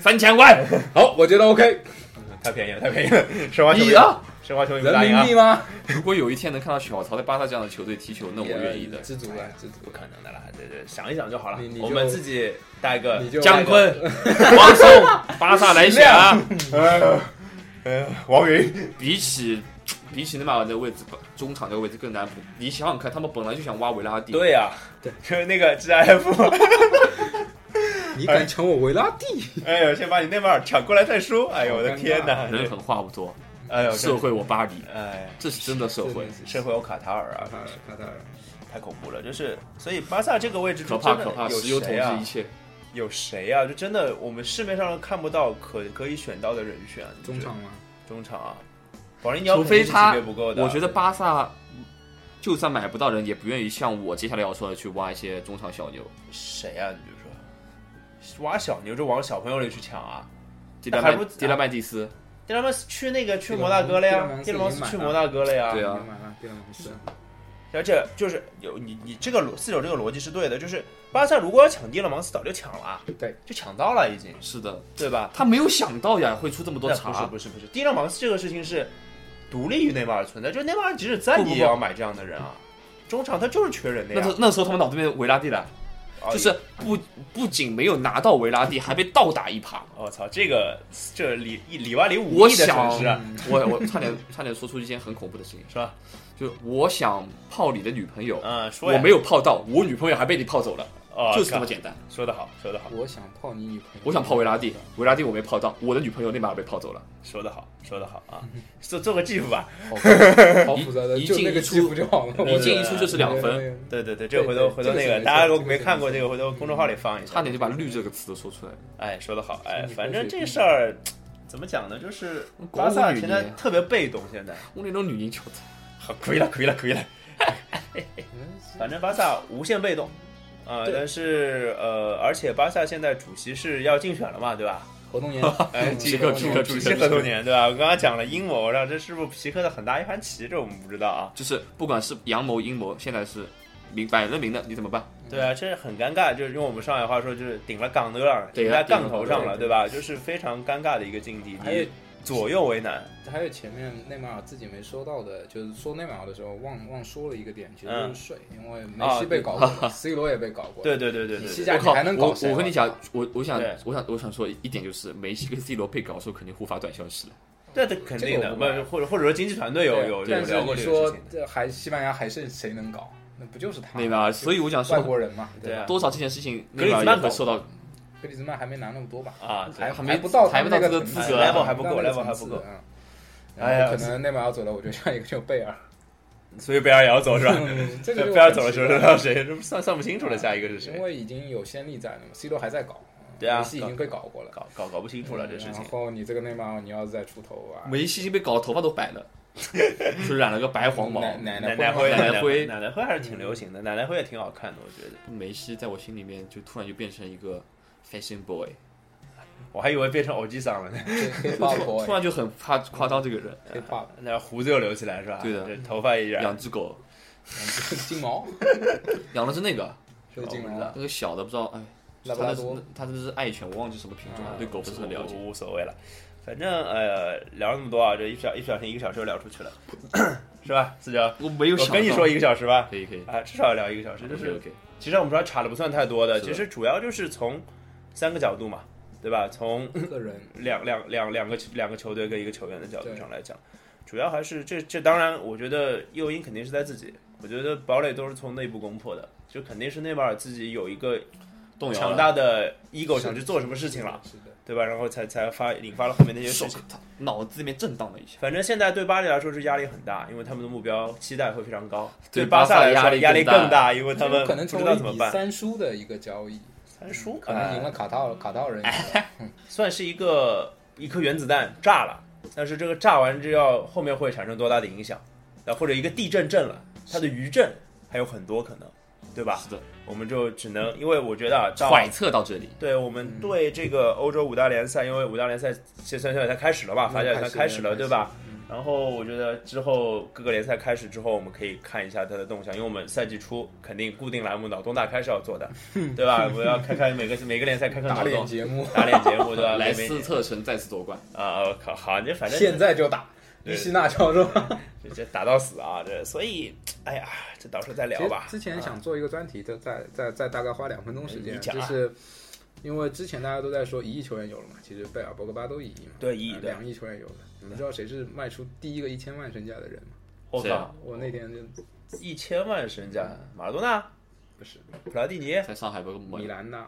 [SPEAKER 2] 三千万，
[SPEAKER 3] 好，我觉得 OK，
[SPEAKER 1] 太便宜了，太便宜了！ 申花球
[SPEAKER 2] 你
[SPEAKER 1] 迷，
[SPEAKER 2] 啊！
[SPEAKER 1] 申花球迷不
[SPEAKER 3] 人
[SPEAKER 1] 答应
[SPEAKER 3] 民
[SPEAKER 1] 啊
[SPEAKER 3] 币！吗？
[SPEAKER 2] 如果有一天能看到小曹在巴萨这样的球队踢球，那我 愿意的。
[SPEAKER 3] 知足了，知足
[SPEAKER 1] 不。可能的啦，对对，想一想就好了
[SPEAKER 3] 你你。就
[SPEAKER 1] 我们自己带个
[SPEAKER 3] 你就
[SPEAKER 2] 姜昆、 王松，巴萨来选啊！
[SPEAKER 1] 呃，呃，王云，
[SPEAKER 2] 比起比起内马尔的位置，中场这个位置更难补。你想想看，他们本来就想挖维拉蒂，
[SPEAKER 1] 对呀，对，就是那个 GIF，
[SPEAKER 3] 你敢抢我维拉蒂？
[SPEAKER 1] 哎呦，先把你内马尔抢过来再说。哎呦，我的天哪！
[SPEAKER 2] 人狠话不多，
[SPEAKER 1] 哎呦，
[SPEAKER 2] 社
[SPEAKER 1] 真，
[SPEAKER 2] 会我巴黎，
[SPEAKER 1] 哎，
[SPEAKER 2] 这是真的社会，
[SPEAKER 1] 社会有卡塔尔啊
[SPEAKER 3] 卡，塔尔，卡塔尔，
[SPEAKER 1] 太恐怖了。就是，所以巴萨这个位置
[SPEAKER 2] 可
[SPEAKER 1] 就
[SPEAKER 2] 怕
[SPEAKER 1] 真的
[SPEAKER 2] 可怕，石
[SPEAKER 1] 有
[SPEAKER 2] 油统
[SPEAKER 1] 谁
[SPEAKER 2] 治
[SPEAKER 1] 啊
[SPEAKER 2] 一？切。
[SPEAKER 1] 有谁啊？就真的我们市面上看不到可可以选到的人选。
[SPEAKER 3] 中场吗？
[SPEAKER 1] 中场啊，保利尼奥
[SPEAKER 2] 除非他
[SPEAKER 1] 肯定是级别不够的，啊
[SPEAKER 2] 我觉得巴萨就算买不到人，也不愿意像我接下来要说的去挖一些中场小牛。
[SPEAKER 1] 谁啊？你比如说挖小牛就往小朋友里去抢啊。
[SPEAKER 2] 迪拉
[SPEAKER 1] 还
[SPEAKER 2] 麦
[SPEAKER 1] 不
[SPEAKER 2] 迪拉麦蒂斯，
[SPEAKER 1] 迪拉蒙斯去那个去摩纳哥了呀，
[SPEAKER 3] 迪
[SPEAKER 1] 迪
[SPEAKER 3] 拉
[SPEAKER 1] 拉蒙
[SPEAKER 3] 蒙斯
[SPEAKER 1] 斯
[SPEAKER 3] 已
[SPEAKER 1] 去
[SPEAKER 3] 经买
[SPEAKER 1] 摩
[SPEAKER 3] 了
[SPEAKER 1] 纳哥了呀。
[SPEAKER 2] 对啊，
[SPEAKER 3] 买了，迪拉蒙斯，
[SPEAKER 1] 而且就是有你你这个逻四九这个逻辑是对的，就是巴萨如果要抢迪勒芒斯早就抢了啊，
[SPEAKER 3] 对，
[SPEAKER 1] 就抢到了已经，
[SPEAKER 2] 是的，
[SPEAKER 1] 对吧？
[SPEAKER 2] 他没有想到呀，会出这么多
[SPEAKER 1] 那
[SPEAKER 2] 茬。
[SPEAKER 1] 不是不是不是，迪勒芒斯这个事情是独立于内马尔存在，就是内马尔即使在
[SPEAKER 2] 不不
[SPEAKER 1] 你
[SPEAKER 2] 不
[SPEAKER 1] 也要买这样的人啊，中场他就是缺人的
[SPEAKER 2] 那
[SPEAKER 1] 呀
[SPEAKER 2] 时，那时候他们脑子里面维拉蒂了，
[SPEAKER 1] 哦
[SPEAKER 2] 就是不不仅没有拿到维拉蒂，还被倒打一耙。
[SPEAKER 1] 我哦操，这个这里里瓦里五
[SPEAKER 2] 我
[SPEAKER 1] 亿的
[SPEAKER 2] 想
[SPEAKER 1] 城市啊，，
[SPEAKER 2] 我我差点差点说出一件很恐怖的事情，
[SPEAKER 1] 是吧？
[SPEAKER 2] 就是我想泡你的女朋友，
[SPEAKER 1] 嗯，说
[SPEAKER 2] 我
[SPEAKER 1] 呀，
[SPEAKER 2] 没有泡到，我女朋友还被你泡走了，
[SPEAKER 1] 哦
[SPEAKER 2] 就是这
[SPEAKER 1] 靠
[SPEAKER 2] 么简单。
[SPEAKER 1] 说的好，说的好，
[SPEAKER 3] 我想泡你女朋友，
[SPEAKER 2] 我想泡维拉蒂，维拉蒂我没泡到，我的女朋友内马尔被 泡走了。
[SPEAKER 1] 说的好，说的好啊，
[SPEAKER 2] 嗯
[SPEAKER 1] 做做个继父吧，
[SPEAKER 3] 好复，好
[SPEAKER 2] 一
[SPEAKER 3] 复杂的，
[SPEAKER 2] 一
[SPEAKER 3] 就
[SPEAKER 2] 进
[SPEAKER 3] 那个
[SPEAKER 2] 一出
[SPEAKER 3] 欺负就好了，
[SPEAKER 2] 一进一出就是两分，
[SPEAKER 3] 分，
[SPEAKER 1] 对对对，这个
[SPEAKER 3] 对
[SPEAKER 1] 回
[SPEAKER 3] 对
[SPEAKER 1] 头回头
[SPEAKER 3] 这个
[SPEAKER 1] 那个
[SPEAKER 3] 是没错
[SPEAKER 1] 大家如
[SPEAKER 3] 这
[SPEAKER 1] 果
[SPEAKER 3] 个
[SPEAKER 1] 没
[SPEAKER 3] 是
[SPEAKER 1] 看
[SPEAKER 3] 没
[SPEAKER 1] 过
[SPEAKER 3] 错嗯
[SPEAKER 1] 这个，回头公众号里放一下
[SPEAKER 2] 差。点就把“绿”这个词都说出来了。
[SPEAKER 1] 哎，说的好，哎，
[SPEAKER 3] 你
[SPEAKER 1] 反
[SPEAKER 3] 会
[SPEAKER 1] 正
[SPEAKER 3] 水
[SPEAKER 1] 这
[SPEAKER 3] 平
[SPEAKER 1] 事儿怎么讲呢？就是
[SPEAKER 2] 国
[SPEAKER 1] 巴萨
[SPEAKER 2] 无语
[SPEAKER 1] 现在
[SPEAKER 2] 你
[SPEAKER 1] 特别被动，现在
[SPEAKER 2] 我那种女人球子，
[SPEAKER 1] 好亏了，亏了，亏了。
[SPEAKER 3] 哎
[SPEAKER 1] 反正巴萨无限被动，啊、
[SPEAKER 3] 对
[SPEAKER 1] 但是呃，而且巴萨现在主席是要竞选了嘛，对吧？
[SPEAKER 3] 活 动员，
[SPEAKER 1] 哎，
[SPEAKER 3] 嗯
[SPEAKER 1] 这
[SPEAKER 2] 个
[SPEAKER 3] 活动
[SPEAKER 2] 这
[SPEAKER 3] 员
[SPEAKER 2] 个
[SPEAKER 1] 主
[SPEAKER 2] 主
[SPEAKER 1] 席
[SPEAKER 2] 席
[SPEAKER 1] 很多年，对吧？我刚刚讲了阴谋，让这是不是皮克的很大一盘棋？这我们不知道啊。
[SPEAKER 2] 就是不管是阳谋阴谋，现在是明摆了明的，你怎么办？
[SPEAKER 3] 嗯
[SPEAKER 1] 对啊，这很尴尬，就是用我们上海话说，就是顶了杠头上，
[SPEAKER 2] 对
[SPEAKER 1] 顶
[SPEAKER 2] 啊
[SPEAKER 1] 在
[SPEAKER 2] 顶
[SPEAKER 1] 杠
[SPEAKER 2] 了
[SPEAKER 1] 头
[SPEAKER 2] 杠
[SPEAKER 1] 上
[SPEAKER 3] 头
[SPEAKER 1] 了，对吧？就是非常尴尬的一个境地，
[SPEAKER 3] 还有
[SPEAKER 1] 你左右为难。
[SPEAKER 3] 还有前面内马尔自己没说到的，就是说内马尔的时候忘忘说了一个点，其实就是税，因为梅西被 搞过，C 罗也被搞
[SPEAKER 1] 嗯啊
[SPEAKER 3] 过，
[SPEAKER 1] 对对对对
[SPEAKER 3] 你
[SPEAKER 1] 对对，
[SPEAKER 3] 西甲
[SPEAKER 2] 我
[SPEAKER 3] 你
[SPEAKER 2] 靠
[SPEAKER 3] 还能，搞
[SPEAKER 2] 我
[SPEAKER 3] 谁啊？
[SPEAKER 2] 我跟你讲，我我想
[SPEAKER 1] 对
[SPEAKER 2] 我想我想说一点就是，梅西跟 C 罗被搞的时候肯定互发短消息了。
[SPEAKER 1] 这这肯定
[SPEAKER 3] 这个
[SPEAKER 1] 的，
[SPEAKER 3] 我
[SPEAKER 1] 不
[SPEAKER 3] 不啊
[SPEAKER 1] 是或者或者说经济团队
[SPEAKER 3] 对，啊
[SPEAKER 1] 有有有
[SPEAKER 3] 但是
[SPEAKER 1] 聊过
[SPEAKER 3] 你
[SPEAKER 1] 这个事
[SPEAKER 3] 说
[SPEAKER 1] 情。
[SPEAKER 3] 这还西班牙还剩谁能搞？那不啊就是他？
[SPEAKER 2] 内马尔，所以我想
[SPEAKER 3] 外
[SPEAKER 2] 说，
[SPEAKER 3] 国人啊嘛，
[SPEAKER 1] 对
[SPEAKER 3] 吧？
[SPEAKER 1] 啊
[SPEAKER 2] 多少这件事情
[SPEAKER 1] 格
[SPEAKER 2] 内
[SPEAKER 1] 里
[SPEAKER 2] 马
[SPEAKER 1] 兹曼
[SPEAKER 2] 尔也会受到
[SPEAKER 3] 格里兹曼还没拿那么多吧？
[SPEAKER 1] 啊
[SPEAKER 3] 还
[SPEAKER 2] 还没
[SPEAKER 3] 不到他
[SPEAKER 2] 还
[SPEAKER 3] 们
[SPEAKER 2] 不
[SPEAKER 3] 那
[SPEAKER 2] 到
[SPEAKER 3] 个
[SPEAKER 2] 这个
[SPEAKER 3] 层
[SPEAKER 2] 资
[SPEAKER 3] 次啊
[SPEAKER 2] 格
[SPEAKER 1] level 还不够
[SPEAKER 3] 那个
[SPEAKER 1] level 还
[SPEAKER 3] 层
[SPEAKER 1] 不够
[SPEAKER 3] 次。嗯
[SPEAKER 1] 哎呀
[SPEAKER 3] 然后可能内马尔走了，我就像一个 就贝尔，
[SPEAKER 1] 所以贝尔也要 走是吧？
[SPEAKER 3] 嗯这 个就
[SPEAKER 1] 贝尔走了，
[SPEAKER 3] 很
[SPEAKER 1] 谁
[SPEAKER 3] 奇怪
[SPEAKER 1] 知道谁？这不算算不清楚了，下一个是
[SPEAKER 3] 因
[SPEAKER 1] 谁？
[SPEAKER 3] 为已经有先例在了嘛，C 罗还在搞，
[SPEAKER 1] 对啊
[SPEAKER 3] 梅西已经被搞过了，嗯
[SPEAKER 1] 搞搞搞不清楚了这事情
[SPEAKER 3] 然。后你这个内马尔，你要是再出头啊，
[SPEAKER 2] 梅西已经被搞得头发都白了， 是染了个白黄毛。
[SPEAKER 3] 奶奶
[SPEAKER 1] 嗯奶
[SPEAKER 3] 奶
[SPEAKER 1] 灰，
[SPEAKER 2] 奶
[SPEAKER 1] 奶
[SPEAKER 2] 奶
[SPEAKER 1] 奶
[SPEAKER 2] 灰
[SPEAKER 1] 奶奶灰还是挺流行的，奶奶灰也挺好看的，我觉得。
[SPEAKER 2] 梅西在我心里面就突然就变成一个 fashion boy，
[SPEAKER 1] 我还以为变成偶机桑了呢，
[SPEAKER 3] 黑
[SPEAKER 2] 突
[SPEAKER 3] 豹
[SPEAKER 2] 然突
[SPEAKER 3] boy，
[SPEAKER 2] 然就很夸夸张这个人，
[SPEAKER 3] 黑豹，
[SPEAKER 1] 那胡子又留起来是吧？
[SPEAKER 2] 对的
[SPEAKER 1] 这头发一染
[SPEAKER 2] 养，只狗，
[SPEAKER 3] 金毛，
[SPEAKER 2] 养的是那个
[SPEAKER 3] 就是金毛，
[SPEAKER 2] 那个小的不知道哎。
[SPEAKER 3] 啊拉布
[SPEAKER 2] 他
[SPEAKER 3] 拉
[SPEAKER 2] 那是
[SPEAKER 3] 多，啊
[SPEAKER 2] 他那是爱犬，我忘记什么品种了，对狗不是很了解。
[SPEAKER 1] 无无所谓了。反正呃，聊了那么多啊，这一不小一不小心一个小时又聊出去了， 是吧？四九，
[SPEAKER 2] 我没有
[SPEAKER 1] 我
[SPEAKER 2] 想到。
[SPEAKER 1] 跟你说一个小时吧，
[SPEAKER 2] 可以可以，
[SPEAKER 1] 啊，至少要聊一个小时，就
[SPEAKER 2] OK
[SPEAKER 1] 是
[SPEAKER 2] OK，
[SPEAKER 1] 其实我们说查的不算太多的，
[SPEAKER 2] 是
[SPEAKER 1] 其
[SPEAKER 2] 的
[SPEAKER 1] 实主要就是从三个角度嘛，对吧？从
[SPEAKER 3] 个人，
[SPEAKER 1] 两两两两个两个球队跟一个球员的角度上来讲，主要还是这这当然，我觉得诱因肯定是在自己，我觉得堡垒都是从内部攻破的，就肯定是内马尔自己有一个
[SPEAKER 2] 动摇
[SPEAKER 1] 强
[SPEAKER 2] 了。
[SPEAKER 1] 大的 ego 想去做什么事情了，
[SPEAKER 3] 是的，
[SPEAKER 1] 对吧？然后才才发引发了后面那些事
[SPEAKER 2] 手
[SPEAKER 1] 情。
[SPEAKER 2] 他脑子里面震荡了一下，
[SPEAKER 1] 反正现在对巴黎来说是压力很大，因为他们的目标期待会非常高。
[SPEAKER 2] 对
[SPEAKER 1] 巴萨来
[SPEAKER 2] 巴萨
[SPEAKER 1] 说
[SPEAKER 2] 压力
[SPEAKER 1] 压力
[SPEAKER 2] 更大
[SPEAKER 1] 更大，因为他
[SPEAKER 3] 这
[SPEAKER 1] 们
[SPEAKER 3] 有可能
[SPEAKER 1] 不
[SPEAKER 3] 成
[SPEAKER 1] 知道
[SPEAKER 3] 为
[SPEAKER 1] 怎么
[SPEAKER 3] 比
[SPEAKER 1] 办。
[SPEAKER 3] 三输的一个交易，
[SPEAKER 1] 三输哎
[SPEAKER 3] 可能赢了卡塔尔卡塔尔人一个，
[SPEAKER 1] 算是一个一颗原子弹炸了，但是这个炸完之后后面会产生多大的影响？啊，或者一个地震震了，它的余震还有很多可能，对吧？
[SPEAKER 2] 是的，
[SPEAKER 1] 我们就只能，因为我觉得啊，到
[SPEAKER 2] 揣测到这里。
[SPEAKER 1] 对我们对这个欧洲五大联赛，因为五大联赛现在现在才嗯开始了吧，法甲也算开始了，对吧？？然后我觉得之后各个联赛开始之后，我们可以看一下它的动向，因为我们赛季初肯定固定栏目脑洞大开是要做的，对吧？我要看看每个每个联赛看看
[SPEAKER 3] 打
[SPEAKER 1] 脑
[SPEAKER 3] 脸
[SPEAKER 1] 洞，
[SPEAKER 3] 节目，
[SPEAKER 1] 打脸节目对吧？
[SPEAKER 2] 莱
[SPEAKER 1] 每每
[SPEAKER 2] 斯特城再次夺冠，
[SPEAKER 1] 啊，我靠，好，你反正
[SPEAKER 3] 现在就打，
[SPEAKER 1] 对
[SPEAKER 3] 伊希纳乔是吧？
[SPEAKER 1] 这这打到死啊，这所以，哎呀，这到时候再聊吧啊
[SPEAKER 3] 其。实之前想做一个专题，就再再再大概花两分钟时
[SPEAKER 1] 你
[SPEAKER 3] 间，
[SPEAKER 1] 讲
[SPEAKER 3] 就
[SPEAKER 1] 啊
[SPEAKER 3] 是因为之前大家都在说一亿球员有了嘛，其实贝尔、博格巴都一亿嘛，
[SPEAKER 1] 对一亿
[SPEAKER 3] 呃
[SPEAKER 1] 对
[SPEAKER 3] 两亿球员有了。你们知道谁是卖出第一个一千万身价的人吗？
[SPEAKER 1] 我
[SPEAKER 2] 谁
[SPEAKER 1] 靠
[SPEAKER 2] 啊，
[SPEAKER 3] 我那天就
[SPEAKER 1] 一千万身价，马拉多纳、
[SPEAKER 3] 不是
[SPEAKER 1] 普拉蒂尼，
[SPEAKER 2] 在上海不是
[SPEAKER 3] 米
[SPEAKER 2] 没
[SPEAKER 3] 兰呐，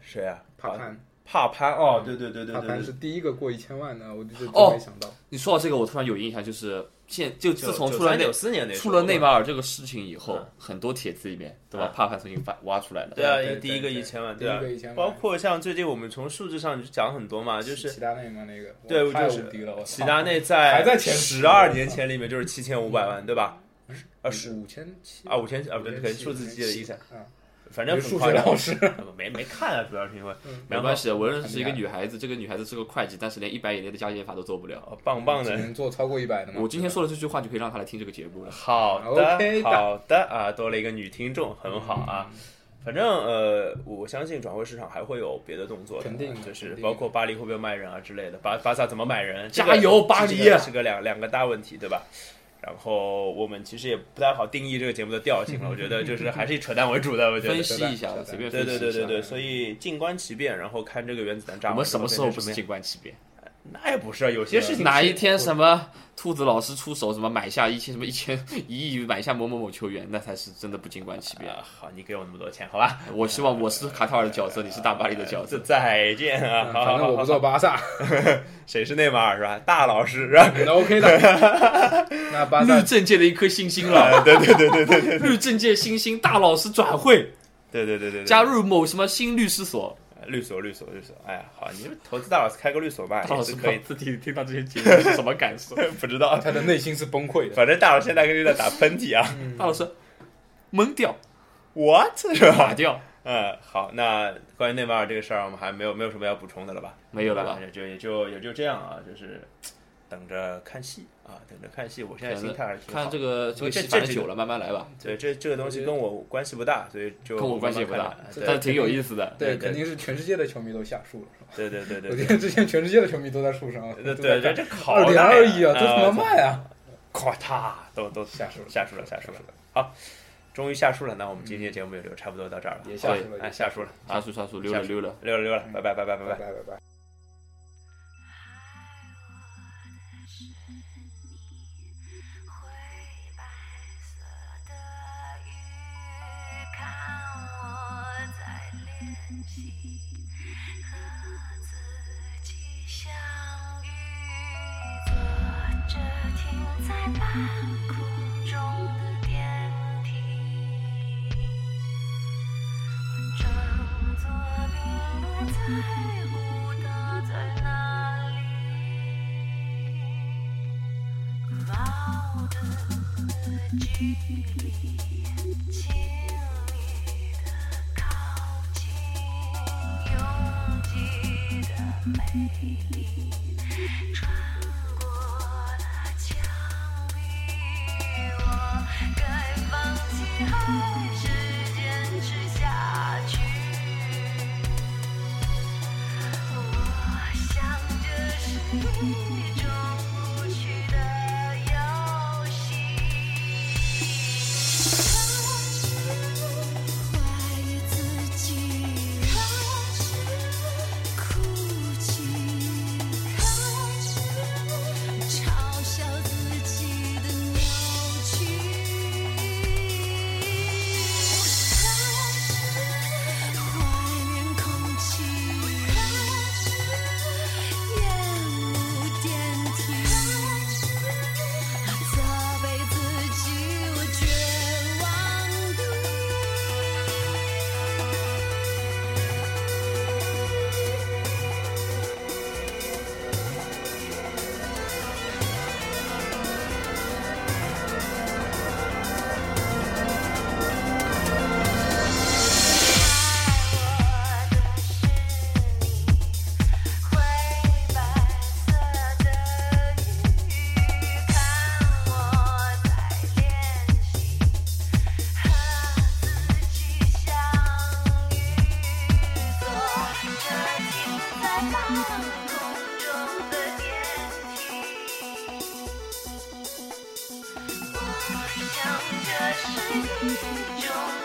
[SPEAKER 1] 谁啊？
[SPEAKER 3] 帕潘，
[SPEAKER 1] 帕潘哦，对对对对
[SPEAKER 3] 帕
[SPEAKER 1] 对
[SPEAKER 3] 潘
[SPEAKER 1] 对
[SPEAKER 3] 是第一个过一千万的，我就就
[SPEAKER 2] 哦
[SPEAKER 3] 真没想到。
[SPEAKER 2] 你说到这个，我突然有印象，就是现就
[SPEAKER 1] 就
[SPEAKER 2] 自从
[SPEAKER 1] 就
[SPEAKER 2] 出了
[SPEAKER 1] 93
[SPEAKER 2] 内
[SPEAKER 1] 九四年那时候
[SPEAKER 2] 出了内马尔这个事情以后
[SPEAKER 1] 嗯，
[SPEAKER 2] 很多帖子里面，对
[SPEAKER 1] 嗯？
[SPEAKER 2] 吧帕帕曾经发挖出来了。
[SPEAKER 1] 对啊，
[SPEAKER 3] 对
[SPEAKER 1] 一
[SPEAKER 3] 对
[SPEAKER 1] 第一个
[SPEAKER 3] 对
[SPEAKER 1] 一千万，
[SPEAKER 3] 第
[SPEAKER 1] 对
[SPEAKER 3] 一
[SPEAKER 1] 啊
[SPEAKER 3] 个1000，万
[SPEAKER 1] 包括像最近我们从数字上讲很多嘛，就是
[SPEAKER 3] 齐达内嘛，那个
[SPEAKER 1] 对
[SPEAKER 3] 我太
[SPEAKER 1] 就是
[SPEAKER 3] 无敌了，我操
[SPEAKER 1] 齐达内在
[SPEAKER 3] 还在前十
[SPEAKER 1] 十二年前里面就是七千五百万，对吧？啊
[SPEAKER 3] 五
[SPEAKER 1] 十
[SPEAKER 3] 五千七
[SPEAKER 1] 啊五千啊不对，
[SPEAKER 3] 嗯五千
[SPEAKER 1] 可能
[SPEAKER 3] 七
[SPEAKER 1] 数字记得一下，
[SPEAKER 3] 嗯，
[SPEAKER 1] 反正很
[SPEAKER 3] 数
[SPEAKER 1] 夸
[SPEAKER 3] 学
[SPEAKER 1] 张。
[SPEAKER 3] 老师，嗯
[SPEAKER 1] 没没看啊，主要是因为
[SPEAKER 2] 没
[SPEAKER 1] 然后
[SPEAKER 2] 关系，我认识一个女孩子，这个女孩子是个会计，但是连一百以内的加减法都做不了。
[SPEAKER 1] 哦棒棒
[SPEAKER 3] 只
[SPEAKER 1] 的。
[SPEAKER 3] 能做超过一百的嘛。
[SPEAKER 2] 我今天说的这句话就可以让她来听这个节目了。
[SPEAKER 1] 好的
[SPEAKER 3] OK 的
[SPEAKER 1] 好的啊，多了一个女听众，很好啊。
[SPEAKER 2] 嗯
[SPEAKER 1] 反正呃，我相信转会市场还会有别的动作的，
[SPEAKER 3] 肯定的
[SPEAKER 1] 就是
[SPEAKER 3] 肯定的
[SPEAKER 1] 包括巴黎会不会卖人啊之类的，巴巴萨怎么买人，
[SPEAKER 2] 加
[SPEAKER 1] 这个
[SPEAKER 2] 油巴黎啊
[SPEAKER 1] 这个是个两两个大问题，对吧？然后我们其实也不太好定义这个节目的调 性了，我觉得就是还是以扯淡为主的，我觉
[SPEAKER 2] 分
[SPEAKER 1] 得。
[SPEAKER 2] 析一下，随便分
[SPEAKER 1] 对
[SPEAKER 2] 析一
[SPEAKER 1] 对
[SPEAKER 2] 下。
[SPEAKER 1] 对对对，所以静观其变，然后看这个原子弹炸完
[SPEAKER 2] 我们
[SPEAKER 1] 之
[SPEAKER 2] 什
[SPEAKER 1] 后
[SPEAKER 2] 么
[SPEAKER 1] 变成
[SPEAKER 2] 时
[SPEAKER 1] 什
[SPEAKER 2] 候
[SPEAKER 1] 么
[SPEAKER 2] 不是静观其变？
[SPEAKER 1] 样？那也不是啊，有些 事情
[SPEAKER 2] 哪
[SPEAKER 1] 是
[SPEAKER 2] 一天什么兔子老师出手，什么买下一千什么一千一亿买下某某某球员，那才是真的不静观其变。
[SPEAKER 1] 啊？好，你给我那么多钱，好吧？
[SPEAKER 2] 我希望我是卡塔尔的角色，你是大巴黎的角色。
[SPEAKER 1] 再见啊！好好
[SPEAKER 3] 反正
[SPEAKER 1] 好
[SPEAKER 3] 我
[SPEAKER 1] 好
[SPEAKER 3] 不，做巴萨，
[SPEAKER 1] 谁是内马尔是吧？大老师是啊吧？
[SPEAKER 3] 那 OK 的。 那巴萨
[SPEAKER 2] 绿政界的一颗星星了， 对对对对对，绿政界新星大老师转会
[SPEAKER 1] 对对对对对，
[SPEAKER 2] 加入某什么新律师所，
[SPEAKER 1] 律所律所律所，哎呀，好，你就投资大老师开个律所吧，
[SPEAKER 2] 大
[SPEAKER 1] 也
[SPEAKER 2] 老
[SPEAKER 1] 是
[SPEAKER 2] 师
[SPEAKER 1] 可以。
[SPEAKER 2] 自己听到这些节目是什么感受？
[SPEAKER 1] 不知道，
[SPEAKER 3] 他的内心是崩溃的。
[SPEAKER 1] 反正大老师现在就在打喷嚏啊
[SPEAKER 2] 大老师懵 掉
[SPEAKER 1] ，what 是
[SPEAKER 2] 垮
[SPEAKER 1] 吧？
[SPEAKER 2] 啊掉，
[SPEAKER 1] 嗯，好，那关于内马尔这个事儿，我们还没有没有什么要补充的了吧？
[SPEAKER 2] 没有了
[SPEAKER 1] 啊？
[SPEAKER 2] 吧
[SPEAKER 1] 也就也就也就这样啊，就是等着看戏啊，等着看戏。我现在心态还是挺好
[SPEAKER 2] 看这个这个戏
[SPEAKER 1] 这
[SPEAKER 2] 反正
[SPEAKER 1] 这
[SPEAKER 2] 久了，慢慢来吧，
[SPEAKER 1] 对这这个东西跟我关系不大，所以就
[SPEAKER 2] 跟我关系也不
[SPEAKER 1] 慢
[SPEAKER 2] 大
[SPEAKER 1] 慢看，
[SPEAKER 2] 但是挺有意思的。
[SPEAKER 1] 对对
[SPEAKER 3] 肯定是全世界的球迷都下树了。
[SPEAKER 1] 对对对对
[SPEAKER 3] 我
[SPEAKER 1] 对
[SPEAKER 3] 觉得之前全世界的球迷都在树上了。
[SPEAKER 1] 对
[SPEAKER 3] 都
[SPEAKER 1] 对，
[SPEAKER 3] 在
[SPEAKER 1] 这
[SPEAKER 3] 看
[SPEAKER 1] 这好
[SPEAKER 3] 二点
[SPEAKER 1] 大呀
[SPEAKER 3] 二亿啊，这怎么？
[SPEAKER 1] 呃
[SPEAKER 3] 卖啊？
[SPEAKER 1] 咵嚓，都都
[SPEAKER 3] 下树了
[SPEAKER 1] 下树了，下树了。好，终于下树了，那我们今天节目也就差不多到这儿了。
[SPEAKER 3] 嗯也下去了，
[SPEAKER 1] 哎，下树了，
[SPEAKER 2] 刷叔刷叔溜了溜了。
[SPEAKER 1] 溜了溜了，拜拜拜拜拜
[SPEAKER 3] 拜
[SPEAKER 1] 拜。
[SPEAKER 3] 拜拜拜。
[SPEAKER 4] 灰白色的雨，看我在练习和自己相遇，坐着停在半空中的电梯，我装作并不在乎它在哪里。猫的距离，亲密的靠近，拥挤的美丽，穿过了墙壁，我该放弃还是坚持下去？我想，这是一种无趣的游戏。开始怀疑自己，开始哭泣，开始嘲笑自己的扭曲。开始怀念空气，开始厌恶电梯，责备自己，我绝望地。爱我的是你，灰白色的雨，看我在练习和自己相遇，坐着停在半空中的电梯。我想，这是一种